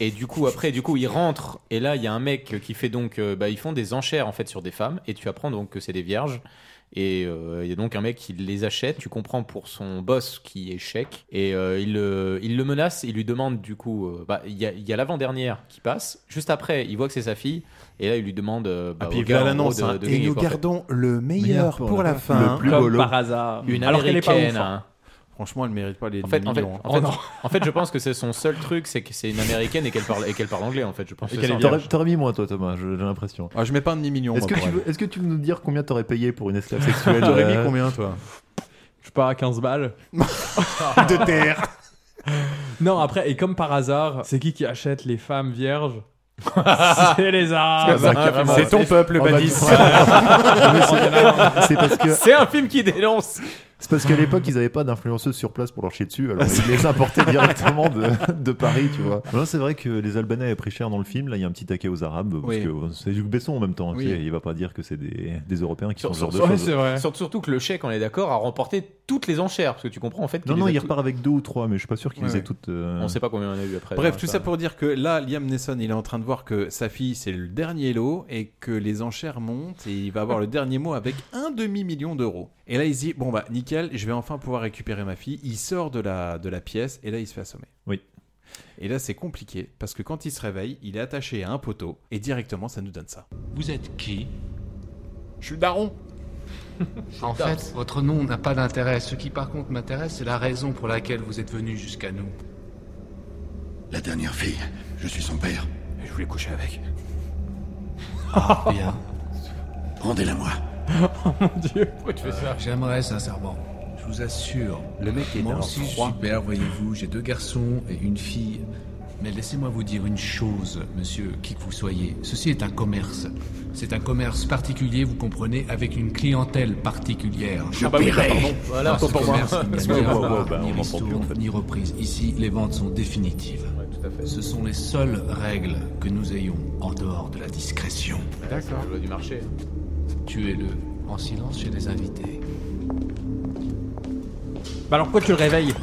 Et du coup, après, du coup, il rentre. Et là, il y a un mec qui fait donc. euh, bah, ils font des enchères en fait sur des femmes. Et tu apprends donc que c'est des vierges. Et euh, il y a donc un mec qui les achète. Tu comprends pour son boss qui est chèque. Et euh, il, le- il le menace. Il lui demande du coup. euh, bah, Il y a, il y a l'avant-dernière qui passe. Juste après, il voit que c'est sa fille. Et là, il lui demande. euh, Ah, bah, puis au gars, voilà en gros, l'annonce, de- hein. de Et gagner, nous quoi, en fait. gardons le meilleur pour la fin. Le plus Comme golo. par hasard. Une Alors qu'elle est pas ouf, américaine, hein. Oh, hein. Franchement, elle mérite pas les En fait, en fait, millions, hein. en fait- en fait, je pense que c'est son seul truc, c'est que c'est une américaine et qu'elle parle, et qu'elle parle anglais. En fait, je pense. que c'est ça. T'aurais t'aurais mis moins, toi, Thomas, je- j'ai l'impression. bah, Ah, je mets pas un demi-million. Est-ce moi, que, pour tu elle. veux- est-ce que tu veux nous dire combien t'aurais payé pour une esclave sexuelle T'aurais mis euh, combien, toi Je sais pas, 15 balles. De terre. Non, après, et comme par hasard, c'est qui qui achète les femmes vierges C'est les Ah, bah, Arabes. C'est ça, carrément. Ah, bah, C'est ton peuple, On va Badis. tout faire. Mais c'est- c'est parce que- C'est un film qui dénonce. C'est parce qu'à l'époque, ils n'avaient pas d'influenceuse sur place pour leur chier dessus, alors ils les importaient directement de, de Paris, tu vois. Non, c'est vrai que les Albanais avaient pris cher dans le film, là, il y a un petit taquet aux Arabes, parce Oui. que euh, c'est Luc Besson en même temps, tu Oui. sais, il va pas dire que c'est des, des Européens qui Sur- font ce genre de sur- choses. Surtout surtout que le chèque, on est d'accord, a remporté toutes les enchères parce que tu comprends en fait. qu'il Non, non, les a il tout- repart avec deux ou trois, mais je suis pas sûr qu'ils Ouais, aient ouais. toutes... euh, On sait pas combien on a eu après. Bref, hein, tout ça pour dire que là, Liam Neeson, il est en train de voir que sa fille, c'est le dernier lot et que les enchères montent et il va avoir le dernier mot avec un demi-million d'euros. Et là, il se dit, bon, bah, nickel, je vais enfin pouvoir récupérer ma fille. Il sort de la, de la pièce et là, il se fait assommer. Oui. Et là, c'est compliqué parce que quand il se réveille, il est attaché à un poteau et directement, ça nous donne ça. Vous êtes qui Je suis daron. En fait, votre nom n'a pas d'intérêt. Ce qui par contre m'intéresse, c'est la raison pour laquelle vous êtes venu jusqu'à nous. La dernière fille, je suis son père. Je voulais coucher avec. Bien. Rendez-la-moi. Oh mon dieu, pourquoi tu fais ça J'aimerais sincèrement. Je vous assure. Le mec est Moi d'un aussi, je froid. suis père, voyez-vous. J'ai deux garçons et une fille. Mais laissez-moi vous dire une chose, monsieur, qui que vous soyez. Ceci est un commerce. C'est un commerce particulier, vous comprenez, avec une clientèle particulière. Je Ah bah oui, paierai. pardon. Voilà, Voilà, Dans ce autant pour moi. commerce, il n'y a ni Parce que- hasard, ouais, ouais, bah, ni on entend plus, en ristourne, ni reprise. Ici, les ventes sont définitives. Ce sont les seules règles que nous ayons en dehors de la discrétion. D'accord. La loi du marché. hein. Tuez-le en silence chez les invités. Bah alors pourquoi tu le réveilles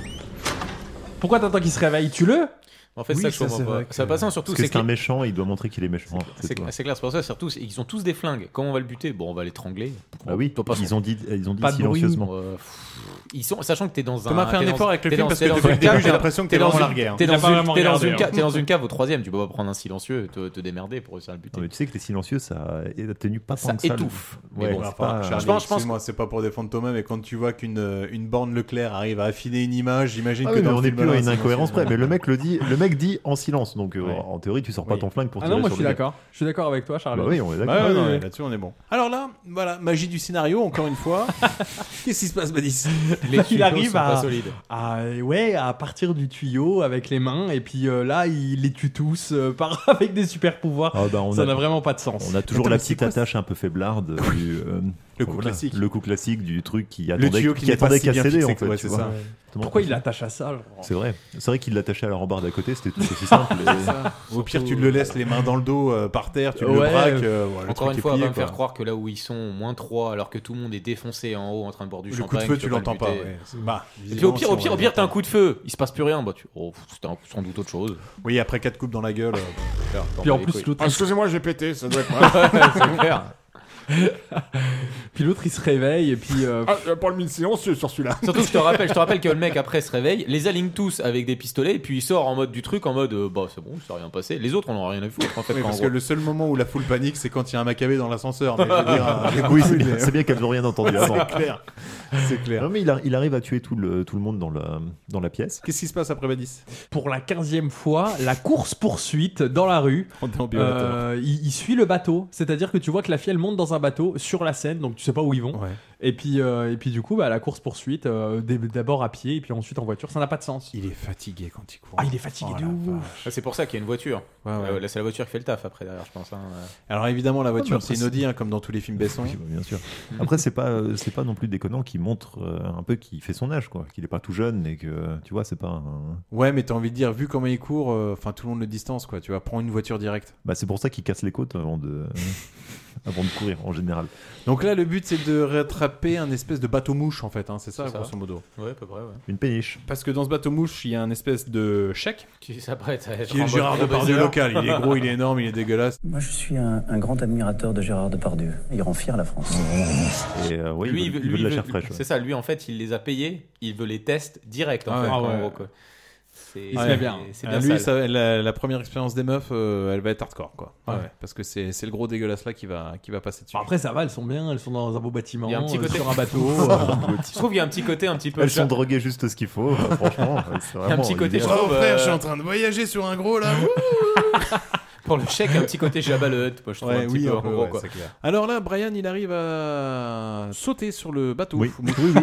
Pourquoi t'attends qu'il se réveille Tue-le En fait, ça, je comprends pas. Ça passant surtout, Parce que c'est c'est un que- méchant, il doit montrer qu'il est méchant. c'est clair, c'est clair, c'est pour ça, surtout, c'est- ils ont tous des flingues. Comment on va le buter Bon, on va l'étrangler. Ah oui, Faut pas se- ils ont dit, ils ont dit Pas de bruit. silencieusement. Euh, pff, ils sont, sachant que t'es dans un. Thomas, fais un t'es dans- effort avec le t'es film dans- parce t'es que dans depuis une le début, cave, j'ai l'impression que t'es dans vraiment une- largué, hein. T'es Il dans, a pas une- vraiment t'es dans regardé, une hein. cave, t'es dans une cave au troisième. Tu peux pas prendre un silencieux, et te, te démerder pour réussir à le buter. Non, mais tu sais que les silencieux, ça atténue pas Ça tant que ça. le- étouffe. Ouais, c'est pas- je pense, moi, c'est pas pour défendre Thomas, mais quand tu vois qu'une euh, une borne Leclerc arrive à affiner une image, j'imagine Ah que oui, mais dans on le n'est film, plus à là, une c'est incohérence près. mentionné. Mais le mec le dit, le mec dit en silence. Donc euh, en théorie, tu sors pas ton flingue pour Ah tirer non, moi je sur suis le gars. d'accord. Je suis d'accord avec toi, Charles. Bah oui, on est d'accord. Ah ouais, non, Là-dessus, on est bon. Alors là, voilà, magie du scénario, encore une fois. Qu'est-ce qui se passe, Badis il arrive à, à- Ah, ouais, à partir du tuyau avec les mains et puis euh, là il les tue tous euh, par, avec des super pouvoirs. Ah bah, on ça a- n'a vraiment pas de sens. On a toujours la petite attache un peu faiblarde du euh, Le coup voilà, classique. le coup classique du truc qui attendait tuyau qui qui n'est pas attendait si qu'à bien céder fixé en que- fait. ouais, tu c'est vois. ça. Exactement. Pourquoi il l'attache à ça genre C'est vrai. C'est vrai qu'il l'attachait à la rambarde à côté. C'était tout aussi simple. C'est ça. Au pire, tu le laisses les mains dans le dos euh, par terre, tu Ouais. le braques. euh, voilà, le Encore truc une est fois, on plié, va me quoi. faire croire que là où ils sont, au moins 3, alors que tout le monde est défoncé en haut en train de boire du Le champagne. coup de feu, tu peux l'entends le pas, buter. ouais. Bah, Et puis au pire, visiblement, au si pire, on au pire, t'as un coup de feu, il se passe plus rien. Bah, tu... Oh, pff, c'était un- sans doute autre chose. Oui, après 4 coupes dans la gueule. euh, Puis bah, en plus, l'autre. Ah, Excusez-moi, j'ai pété, ça doit être C'est clair. Puis l'autre il se réveille et puis. euh, Ah, euh, pour le mille silencieux sur celui-là. Surtout que je te rappelle, je te rappelle que le mec après se réveille, les aligne tous avec des pistolets, et puis il sort en mode du truc, en mode euh, bah c'est bon, ça a rien passé. Les autres, on en a rien à foutre. En fait, Oui, quand parce on que le seul moment où la foule panique, c'est quand il y a un macabé dans l'ascenseur. mais je veux dire, euh, oui, c'est oui, bien, mais- c'est bien qu'elles n'ont rien entendu C'est avant. clair. C'est clair. Non, mais il, a- il arrive à tuer tout le, tout le monde dans la, dans la pièce. Qu'est-ce qui se passe après Badis pour la quinzième fois, la course poursuite dans la rue. euh, On est en biolateur. il, il suit le bateau, c'est-à-dire que tu vois que la fille elle monte dans dans un bateau sur la Seine, donc tu sais pas où ils vont. Et puis, euh, et puis du coup, bah, la course poursuite, d'abord à pied et puis ensuite en voiture, ça n'a pas de sens. Il est fatigué quand il court. Ah, il est fatigué de ouf. Ah, C'est pour ça qu'il y a une voiture. Ouais, ouais. Euh, là, c'est la voiture qui fait le taf après, derrière, je pense. hein. Alors Ah, évidemment, la bah, voiture, mais après, c'est une Audi, hein, comme dans tous les films Besson. Oui, bah, bien sûr. Après, c'est pas, euh, c'est pas non plus déconnant qu'il montre euh, un peu qu'il fait son âge, quoi. Qu'il est pas tout jeune et que, tu vois, c'est pas un- Ouais, mais t'as envie de dire, vu comment il court, euh, enfin tout le monde le distance, quoi. Tu vas prendre une voiture directe. Bah, c'est pour ça qu'il casse les côtes avant de, avant de courir, en général. Donc là, le but, c'est de rattraper un espèce de bateau mouche, en fait. hein, c'est ça, C'est ça. grosso modo. Ouais, à peu près, ouais. Une péniche. Parce que dans ce bateau mouche, il y a un espèce de chèque. Qui s'apprête à être Qui est en le mode Gérard Depardieu proviseur. local. Il est gros, il est énorme, il est dégueulasse. Moi, je suis un, un grand admirateur de Gérard Depardieu. Il rend fier la France. Et euh, ouais, Lui, il veut, il lui, veut de la il chair veut- fraîche. ouais. C'est ça, lui, en fait, il les a payés, il veut les tests direct, en Ah fait, ouais. en Ah ouais. gros, quoi. C'est Ouais. c'est- c'est bien Ah, lui, sale. ça, la, la première expérience des meufs, euh, elle va être hardcore, quoi. Ouais. Parce que c'est c'est le gros dégueulasse là qui va, qui va passer dessus. Après, ça va, elles sont bien, elles sont dans un beau bâtiment, Il y a un petit euh, côté sur un bateau. Je trouve qu'il y a un petit côté un petit peu. Elles sont droguées juste ce qu'il faut, euh, franchement. Il c'est y a un vraiment petit côté, je l'idéal. Oh, trouve, euh, train de voyager sur un gros là. Pour le chèque, un petit côté Jabba le Hutt, moi, je trouve Ouais, un petit oui, un peu, en peu, gros, ouais, quoi. c'est clair. Alors là, Brian, il arrive à sauter sur le bateau. Oui, oui, oui.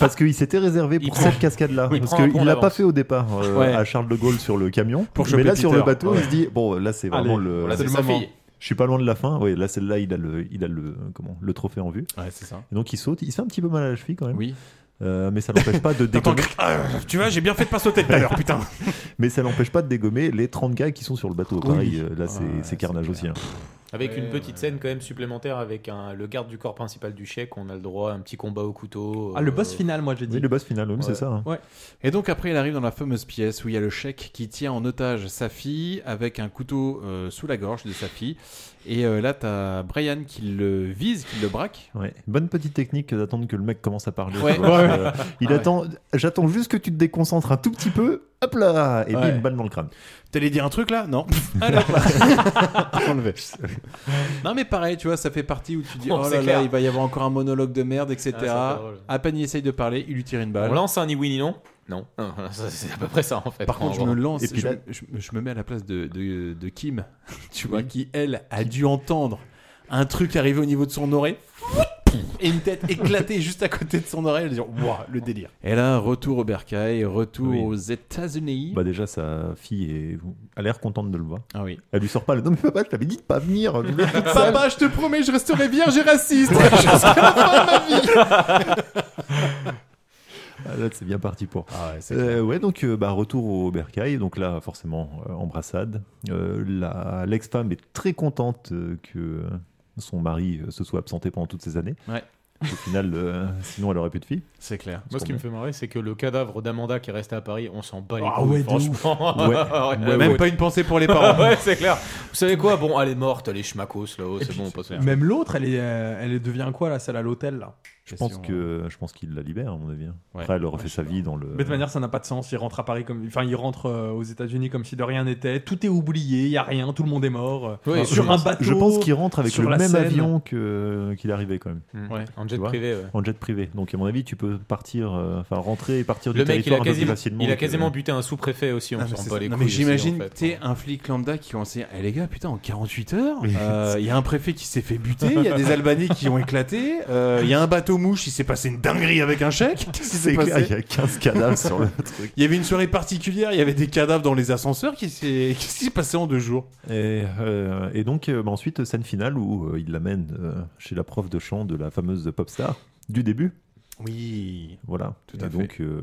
Parce qu'il s'était réservé pour cette cascade-là. il parce prend un qu'il point ne l'a d'avance. pas fait au départ euh, Ouais. à Charles de Gaulle sur le camion. Pour mais choper là, sur Peter. le bateau, Ouais. il se dit bon, là, c'est vraiment Allez, le. là, c'est le sa moment. fille. Je suis pas loin de la fin. Oui, là, celle-là, il a le, il a le, comment, le trophée en vue. Ouais, c'est ça. Et donc, il saute. Il se fait un petit peu mal à la cheville quand même. Euh, Oui. mais ça l'empêche pas de T'entends dégommer. cric- Ah, tu vois, j'ai bien fait de pas sauter tout à l'heure, putain. mais ça l'empêche pas de dégommer les 30 gars qui sont sur le bateau. Oui. Pareil, euh, là, c'est Ouais, c'est carnage aussi. hein. Avec Ouais, une petite scène quand même supplémentaire avec un, le garde du corps principal du chèque, on a le droit à un petit combat au couteau. euh, Ah, le boss final, moi, j'ai dit. Oui, le boss final, oui, Ouais. c'est ça. hein. Et donc après, il arrive dans la fameuse pièce où il y a le chèque qui tient en otage sa fille avec un couteau euh, sous la gorge de sa fille. Et euh, là, t'as Brian qui le vise, qui le braque. Ouais. Bonne petite technique que d'attendre que le mec commence à parler. Ouais. tu vois. Ouais. Euh, il Ah ouais. attend. J'attends juste que tu te déconcentres un tout petit peu. Hop là Et puis Ouais. une balle dans le crâne. T'allais dire un truc là Ah, Non. Alors. Enlevé. non mais pareil, tu vois, ça fait partie où tu dis Oh, oh c'est là là, clair. il va y avoir encore un monologue de merde, etc. Ah, c'est pas drôle. à peine il essaye de parler, il lui tire une balle. On lance un ni oui ni non Non. Non, non, ça, C'est à peu près ça en fait. Par en contre, je gros. me lance, Et puis je, là- je- je me mets à la place de, de- de Kim, tu vois, qui elle a dû entendre un truc arriver au niveau de son oreille. Et une tête éclatée juste à côté de son oreille, elle dit Waouh, le délire. Et là, retour au bercail, retour Oui. aux États-Unis. Bah déjà, sa fille est... a l'air contente de le voir. Ah oui. Elle lui sort pas le. Non mais papa, je t'avais dit de pas venir. je voulais toute seule. Papa, je te promets, je resterai vierge et raciste jusqu'à Ah la fin de ma vie. Ah, là, c'est bien parti pour. Ah ouais, c'est Euh, ouais, donc euh, bah, retour au bercail. Donc là, forcément, euh, embrassade. Euh, la- L'ex-femme est très contente euh, que son mari euh, se soit absenté pendant toutes ces années. Ouais. Au final, euh, sinon elle aurait plus de fille. C'est clair. Moi, ce qui me fait marrer, c'est que le cadavre d'Amanda qui est resté à Paris, on s'en bat les Ah couilles, ouais, de franchement. ouf. Ouais. Ouais, Même ouais. pas une pensée pour les parents. ouais, c'est clair. Vous savez quoi Bon, elle est morte, elle est schmacos là-haut, c'est bon, on passe au- Même l'autre, elle, est, euh, elle devient quoi, là, celle à l'hôtel, là Je pense que je pense qu'il la libère à mon avis. hein. Après, elle aurait fait sa vie dans le. Mais de toute manière, ça n'a pas de sens. Il rentre à Paris comme, enfin, il rentre euh, aux États-Unis comme si de rien n'était. Tout est oublié, il y a rien, tout le monde est mort. Enfin, Euh, sur je- un bateau. Je pense qu'il rentre avec sur le la même Seine. avion que qu'il arrivait quand même. Mm. Ouais, en Tu jet vois privé, ouais. En jet privé. Donc à mon avis, tu peux partir, euh, enfin rentrer et partir du Le mec, il territoire a un peu plus quasiment, facilement. il a que- quasiment buté un sous-préfet aussi, on Ah, mais s'en c'est bat ça. les Non, couilles. mais aussi, en j'imagine fait. hein. t'es un flic lambda qui commence à dire Eh les gars, putain, en 48 heures, Oui. euh, il y a un préfet qui s'est fait buter, il y a des Albanais qui ont éclaté, euh, il y a un bateau mouche, il s'est passé une dinguerie avec un chèque. Qu'est-ce qui s'est C'est clair, passé il y a 15 cadavres sur le truc. Il y avait une soirée particulière, il y avait des cadavres dans les ascenseurs. qui s'est- Qu'est-ce qui s'est passé en deux jours Et, euh, et donc euh, bah, ensuite scène finale où euh, il l'amène euh, chez la prof de chant de la fameuse pop star du début. Oui. Voilà. Tout et à donc euh,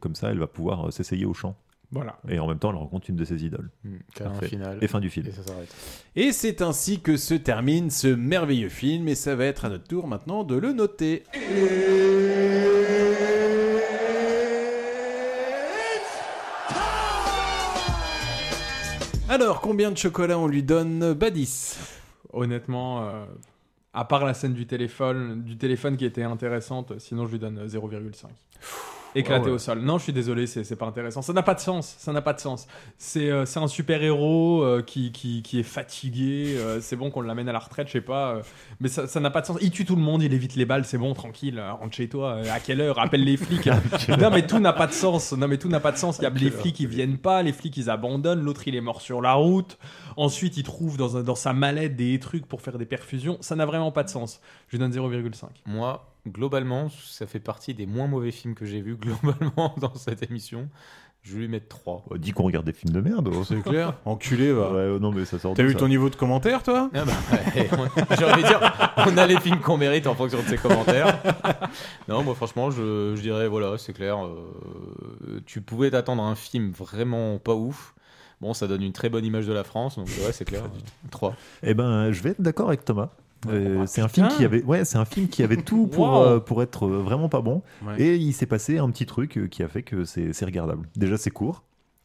comme ça, elle va pouvoir euh, s'essayer au chant. Voilà. Et en même temps, elle rencontre une de ses idoles. Mm, car un Parfait. final. Et fin du film. Et ça s'arrête. Et c'est ainsi que se termine ce merveilleux film, et ça va être à notre tour maintenant de le noter. Alors, combien de chocolat on lui donne Bah, Badis Honnêtement, euh, à euh, part la scène du téléphone, du téléphone qui était intéressante, sinon je lui donne 0,5. éclaté Ouais, ouais. au sol. Non, je suis désolé, c'est c'est pas intéressant. Ça n'a pas de sens. Ça n'a pas de sens. C'est euh, c'est un super héros qui, qui, qui est fatigué. euh, c'est bon qu'on l'amène à la retraite, je sais pas. euh, mais ça ça n'a pas de sens. Il tue tout le monde, il évite les balles. C'est bon, tranquille. euh, rentre chez toi. euh, à quelle heure Appelle les flics. non, mais tout n'a pas de sens. Non, mais tout n'a pas de sens. Il y a les flics qui viennent pas, les flics ils abandonnent. L'autre il est mort sur la route. Ensuite, il trouve dans, un- dans sa mallette des trucs pour faire des perfusions. Ça n'a vraiment pas de sens. Je lui donne 0,5. Moi, globalement, ça fait partie des moins mauvais films que j'ai vus globalement dans cette émission. Je vais lui mettre 3. On dit Oh, qu'on regarde des films de merde. hein, C'est clair. Enculé, va. Ouais, non, mais ça sort T'as d'où, vu ça ton niveau de commentaire, toi Ah bah, ouais, on- j'ai envie de dire, on a les films qu'on mérite en fonction de ses commentaires. Non, moi franchement, je, je dirais, voilà, c'est clair, euh, tu pouvais t'attendre à un film vraiment pas ouf. Bon, ça donne une très bonne image de la France, donc ouais, c'est clair. 3. Eh ben, je vais être d'accord avec Thomas. Euh, c'est un putain. film qui avait, ouais, c'est un film qui avait tout pour Wow. euh, pour être euh, vraiment pas bon. Ouais. Et il s'est passé un petit truc euh, qui a fait que c'est c'est regardable. Déjà, c'est court.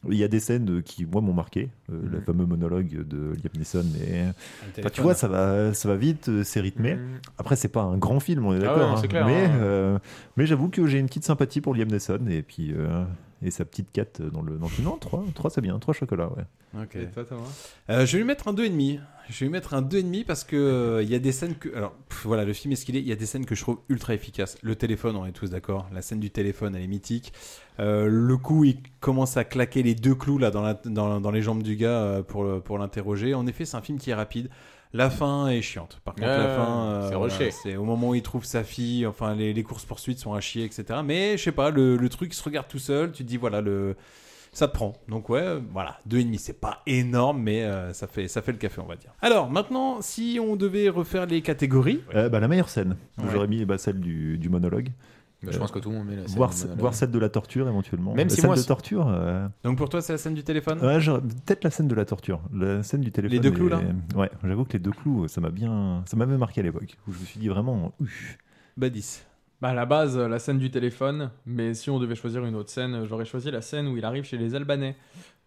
Il y a des scènes euh, qui moi m'ont marqué, Euh, le fameux monologue de Liam Neeson. Et Enfin, tu téléphone. Mm-hmm. vois, ça va ça va vite, euh, c'est rythmé. Après, c'est pas un grand film, on est Ah d'accord. ouais, non, hein. c'est clair, mais hein. euh, mais j'avoue que j'ai une petite sympathie pour Liam Neeson et puis euh, et sa petite Cat dans le dans le film. Non, trois trois c'est bien, trois chocolats, ouais. Ok. Et toi, Thomas Euh, je vais lui mettre un 2,5. Je vais lui mettre un 2,5 parce que euh, il y a des scènes que. Alors, pff, voilà, le film est ce qu'il est. Il y a des scènes que je trouve ultra efficaces. Le téléphone, on est tous d'accord. La scène du téléphone, elle est mythique. Euh, le coup, il commence à claquer les deux clous là, dans, la- dans, dans les jambes du gars euh, pour, le- pour l'interroger. En effet, c'est un film qui est rapide. La fin est chiante. Par contre, Ouais, la ouais, fin, euh, ouais. C'est voilà, rushé. c'est au moment où il trouve sa fille. Enfin, les, les courses poursuites sont à chier, etc. Mais je sais pas, le, le truc se regarde tout seul. Tu te dis voilà le, ça te prend. Donc ouais, euh, voilà, deux et demi, c'est pas énorme, mais euh, ça fait ça fait le café, on va dire. Alors maintenant, si on devait refaire les catégories, Euh, bah, la meilleure scène, Ouais. j'aurais mis bah, celle du, du monologue. Bah, je pense que tout le monde met la scène Voir, du monologue. voir celle de la torture éventuellement. Même La si scène moi, de c'est- torture. euh, donc pour toi, c'est la scène du téléphone. ouais, j'aurais- Peut-être la scène de la torture. La scène du téléphone. Les deux est- clous, là Ouais, j'avoue que les deux clous, ça m'a bien. Ça m'avait marqué à l'époque. Où je me suis dit vraiment. Ouf. Bah 10. Bah à la base, euh, la scène du téléphone, mais si on devait choisir une autre scène, euh, j'aurais choisi la scène où il arrive chez les Albanais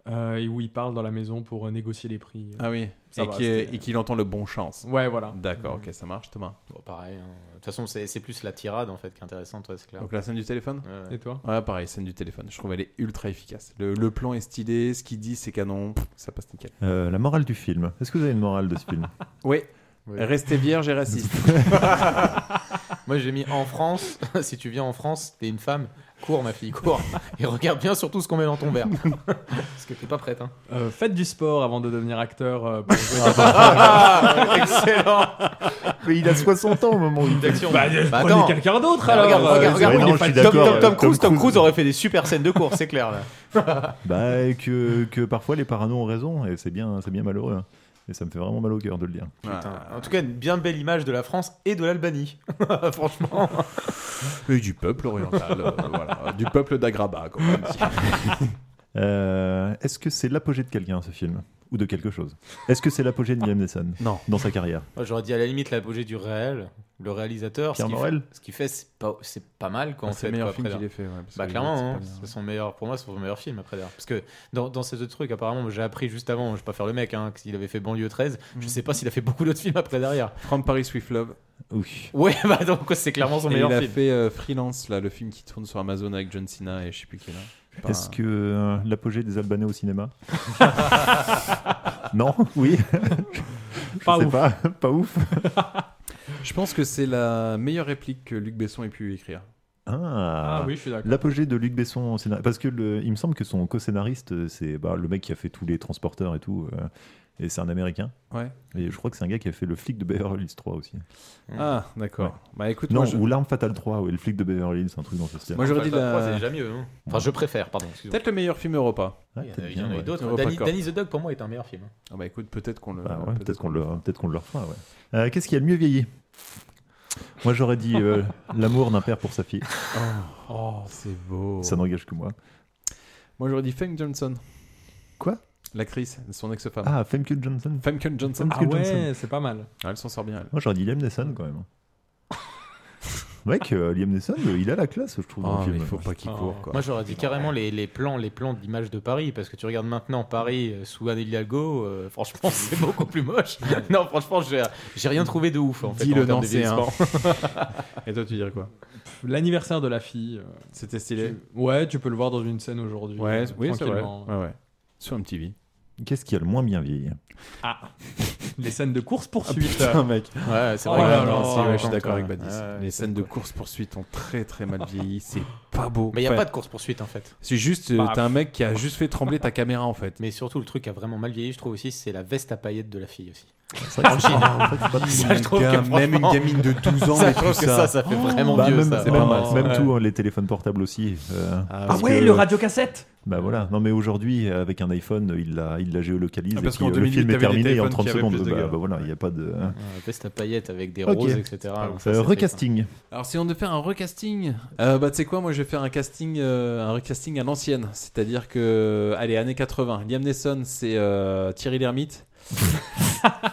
euh, et où il parle dans la maison pour euh, négocier les prix. Ah oui. Ça et va, qui- c'était- et qu'il entend le bon chance. Ouais, voilà. D'accord, ok, ça marche, Thomas. Bon, pareil. hein. De toute façon, c'est c'est plus la tirade en fait qui est intéressante, ouais, c'est clair. Donc la scène du téléphone Ouais, ouais. Et toi Ouais, pareil, scène du téléphone. Je trouve elle est ultra efficace. Le, le plan est stylé, ce qu'il dit, c'est canon, Pff, ça passe nickel. Euh, la morale du film. Est-ce que vous avez une morale de ce film Oui. Oui. Restez vierge et raciste. Moi j'ai mis en France, si tu viens en France, t'es une femme, cours ma fille, cours. Et regarde bien surtout ce qu'on met dans ton verre. Parce que t'es pas prête. Hein. Euh, faites du sport avant de devenir acteur. euh, pour jouer dans- Ah, excellent. Mais il a 60 ans au moment où il fait D'action. Bah, Bah, prenez attends. quelqu'un d'autre, Bah, alors, Regarde, euh, regarde, c'est regarde, vrai, il non, est je pas- suis Tom, d'accord, Tom, Tom ouais. Cruise, Tom Tom Cruise aurait fait des super scènes de cours, c'est clair là. Bah, et que, que parfois les parano ont raison. Et c'est bien, c'est bien malheureux. hein. Et ça me fait vraiment mal au cœur de le dire. Putain. En tout cas, une bien belle image de la France et de l'Albanie. Franchement. Et du peuple oriental, euh, voilà. Du peuple d'Agraba, comme on dit. Euh, Est-ce que c'est l'apogée de quelqu'un ce film ou de quelque chose Est-ce que c'est l'apogée de Liam Neeson Non. dans sa carrière Moi, J'aurais dit à la limite l'apogée du réel, le réalisateur. Pierre ce qu'il Morel fait- Ce qu'il fait, c'est pas, c'est pas mal quand Ah, on c'est fait. le meilleur quoi, film après, qu'il là. ait fait, ouais, parce bah que clairement, les autres, hein, c'est pas bien. c'est son meilleur. Pour moi, c'est son meilleur film après d'ailleurs. Parce que dans, dans ces autres trucs, apparemment, moi, j'ai appris juste avant. Je vais pas faire le mec. Hein, qu'il avait fait Banlieue 13. Mhm. Je sais pas s'il a fait beaucoup d'autres films après derrière. From Paris with Love. Oui. Ouais, bah donc c'est clairement son Et meilleur il a film. fait euh, Freelance, là, le film qui tourne sur Amazon avec John Cena et je sais plus qui là. Je sais pas. Est-ce que euh, l'apogée des Albanais au cinéma Non Oui Je Pas sais ouf. pas, pas ouf. Je pense que c'est la meilleure réplique que Luc Besson ait pu écrire. Ah, Ah oui, je suis d'accord. L'apogée de Luc Besson au scénario. Parce que le- il me semble que son co-scénariste, euh, c'est bah, le mec qui a fait tous les transporteurs et tout. euh, et c'est un américain. Ouais. Et je crois que c'est un gars qui a fait le flic de Beverly Hills 3 aussi. Ah, d'accord. Bah écoute, non, moi, je- ou l'arme fatale 3, ouais, le flic de Beverly Hills, un truc dans ce style. Moi, j'aurais dit la- C'est déjà mieux. hein. Enfin, je préfère, pardon. excuse-moi. peut-être le meilleur film Europa. Il y en a- Ouais, Ah, peut-être il y en bien, a eu ouais. d'autres. Europa Danny, Corp. Danny the Dog, pour moi, est un meilleur film. hein. Ah bah écoute, peut-être qu'on le. Bah ouais, peut-être qu'on le, peut-être qu'on le refera. ouais. Euh, Qu'est-ce qui a le mieux vieilli Moi, j'aurais dit euh, l'amour d'un père pour sa fille. Oh, c'est beau. Ça n'engage que moi. Moi j'aurais dit Femme Johnson. Quoi L'actrice, son ex-femme. Ah, Femke Johnson. Famke Johnson. Famke Ah ouais, Johnson. c'est pas mal. Ah, elle s'en sort bien. elle. Moi, j'aurais dit Liam Neeson quand même. Mec, euh, Liam Neeson, euh, il a la classe, je trouve. Ah, dans le Ah, film. Moi j'aurais dit carrément les, les plans, les plans d'image de Paris, parce que tu regardes maintenant Paris euh, sous un Hidalgo, euh, franchement c'est beaucoup plus moche. non, franchement j'ai, j'ai rien trouvé de ouf en fait. en Dis-le, non, termes de c'est hein. un. vieillissement. Et toi, tu dirais quoi L'anniversaire de la fille. C'était stylé. Ouais, tu peux le voir dans une scène aujourd'hui. Ouais, euh, oui, c'est vrai. tranquillement. Ouais, ouais. Sur MTV. Qu'est-ce qui a le moins bien vieilli Ah Les scènes de course-poursuite. Ah, putain, mec. Ouais, c'est Oh vrai. là là, que- non, si, ouais, je suis d'accord ouais. avec Badis. Ouais, Les scènes de course-poursuite ont très très mal vieilli. C'est pas beau. Mais il n'y a Ouais. pas de course-poursuite en fait. C'est juste, euh, Bah, t'as un mec qui a juste fait trembler ta caméra en fait. Mais surtout, le truc qui a vraiment mal vieilli, je trouve aussi, c'est la veste à paillettes de la fille aussi. C'est vrai que En c'est- Chine. en fait, c'est pas Ça, je trouve Gars, que même franchement- une gamine de 12 ans, Ça, mais je trouve tout que ça. ça, ça fait vraiment Bah, vieux. même, ça. même- Oh, ouais. même tout, hein, les téléphones portables aussi. euh, Ah, parce Ah ouais, que- le Ah radiocassette Bah voilà, non mais aujourd'hui, avec un iPhone, il la, il la géolocalise. Ah, parce et puis, qu'en euh, deux le minutes, film est t'avais des terminé et en téléphones 30 qui avaient secondes. plus de bah, gaz. bah voilà, il n'y a pas de. Ouais, Veste à paillettes avec des Ok. roses, etc. Ah, Donc ça, c'est Euh, triste, recasting. Alors si on devait faire un recasting, euh, bah tu sais quoi, moi je vais faire un casting, euh, un recasting à l'ancienne, c'est-à-dire que, allez, années 80, Liam Neeson c'est euh, Thierry Lhermitte,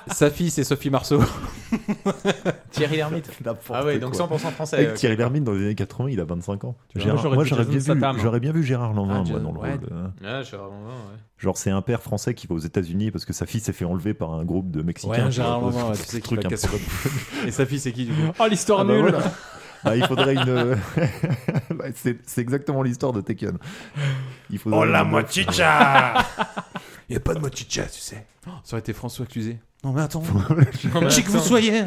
sa fille c'est Sophie Marceau. Thierry Lhermitte. Ah ouais, donc Quoi. 100% français. Avec ok. Thierry Lhermitte dans les années 80, il a 25 ans. Tu vois, Gérard- moi, j'aurais moi dit j'aurais bien, Jason vu- Statham. j'aurais bien vu Gérard Lanvin Ah, moi, Jason- dans le ouais. rôle. euh. Ouais, Gérard Lanvin, ouais. Genre c'est un père français qui va aux États-Unis parce que sa fille s'est fait enlever par un groupe de Mexicains. Ouais, un tu Gérard vois, Lanvin, ouais, ce tu sais qui truc va un casser peu- la- Et sa fille c'est qui du coup Oh, l'histoire Ah bah nulle. voilà. Ah, il faudrait une. Bah, c'est c'est exactement l'histoire de Tekken. Il faudrait Oh, la une- mochicha Il n'y a pas de mochicha, tu sais. Oh, Ça aurait été François Cluzet. Non mais attends, mais qui que vous attends. soyez, hein.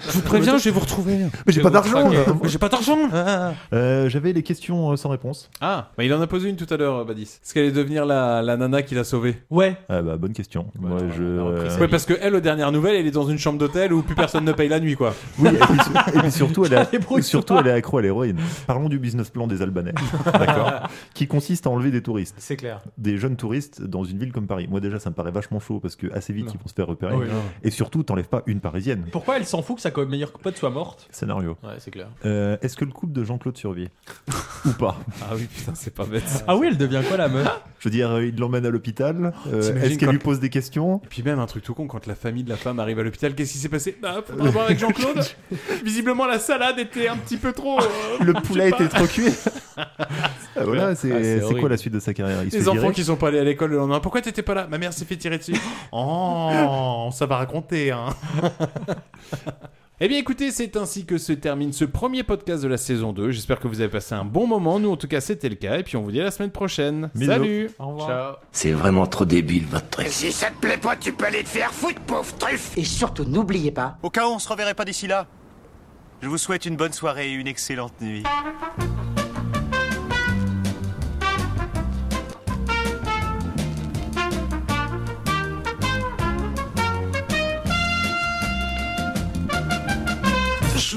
je vous préviens, je vais vous retrouver. Ah, Mais j'ai pas d'argent là. Mais j'ai pas d'argent là. Euh, J'avais les questions euh, sans réponse. Ah, bah il en a posé une tout à l'heure, Badis. Est-ce qu'elle allait devenir la, la nana qui l'a sauvée Ouais. Ah bah bonne question. Moi je. euh, Ouais, parce que elle, aux dernières nouvelles, elle est dans une chambre d'hôtel où plus personne ne paye la nuit, quoi. Oui, et puis, sur- et puis surtout, elle est, surtout, elle est accro à l'héroïne. Parlons du business plan des Albanais, d'accord, qui consiste à enlever des touristes. C'est clair. Des jeunes touristes dans une ville comme Paris. Moi déjà, ça me paraît vachement chaud parce que assez vite, ils vont se faire repérer. Ah oui, non. et surtout, t'enlèves pas une parisienne. Pourquoi elle s'en fout que sa co- meilleure pote soit morte Scénario. bah, Ouais, c'est clair. Euh, Est-ce que le couple de Jean-Claude survit ou pas Ah oui, putain, c'est pas bête. Ah oui, elle devient quoi la meuf Je veux dire, euh, il l'emmène à l'hôpital. euh, T'imagines Est-ce qu'elle quand- lui pose des questions Et puis même un truc tout con, quand la famille de la femme arrive à l'hôpital, qu'est-ce qui s'est passé Bah, faut pas voir avec Jean-Claude. Visiblement, la salade était un petit peu trop. euh, Le poulet était trop cuit. Ah, voilà, c'est Ah, c'est c'est horrible. quoi la suite de sa carrière Il se Les fait enfants virer qui sont pas allés à l'école le lendemain. Pourquoi t'étais pas là Ma mère s'est fait tirer dessus. Oh, ça va raconter, hein. Eh bien écoutez, c'est ainsi que se termine ce premier podcast de la saison 2. J'espère que vous avez passé un bon moment. Nous en tout cas c'était le cas. Et puis on vous dit à la semaine prochaine. Bisous. Salut Au revoir. C'est vraiment trop débile votre truc. Si ça te plaît pas, tu peux aller te faire foutre, pauvre truffe Et surtout, n'oubliez pas. Au cas où on se reverrait pas d'ici là, je vous souhaite une bonne soirée et une excellente nuit. Je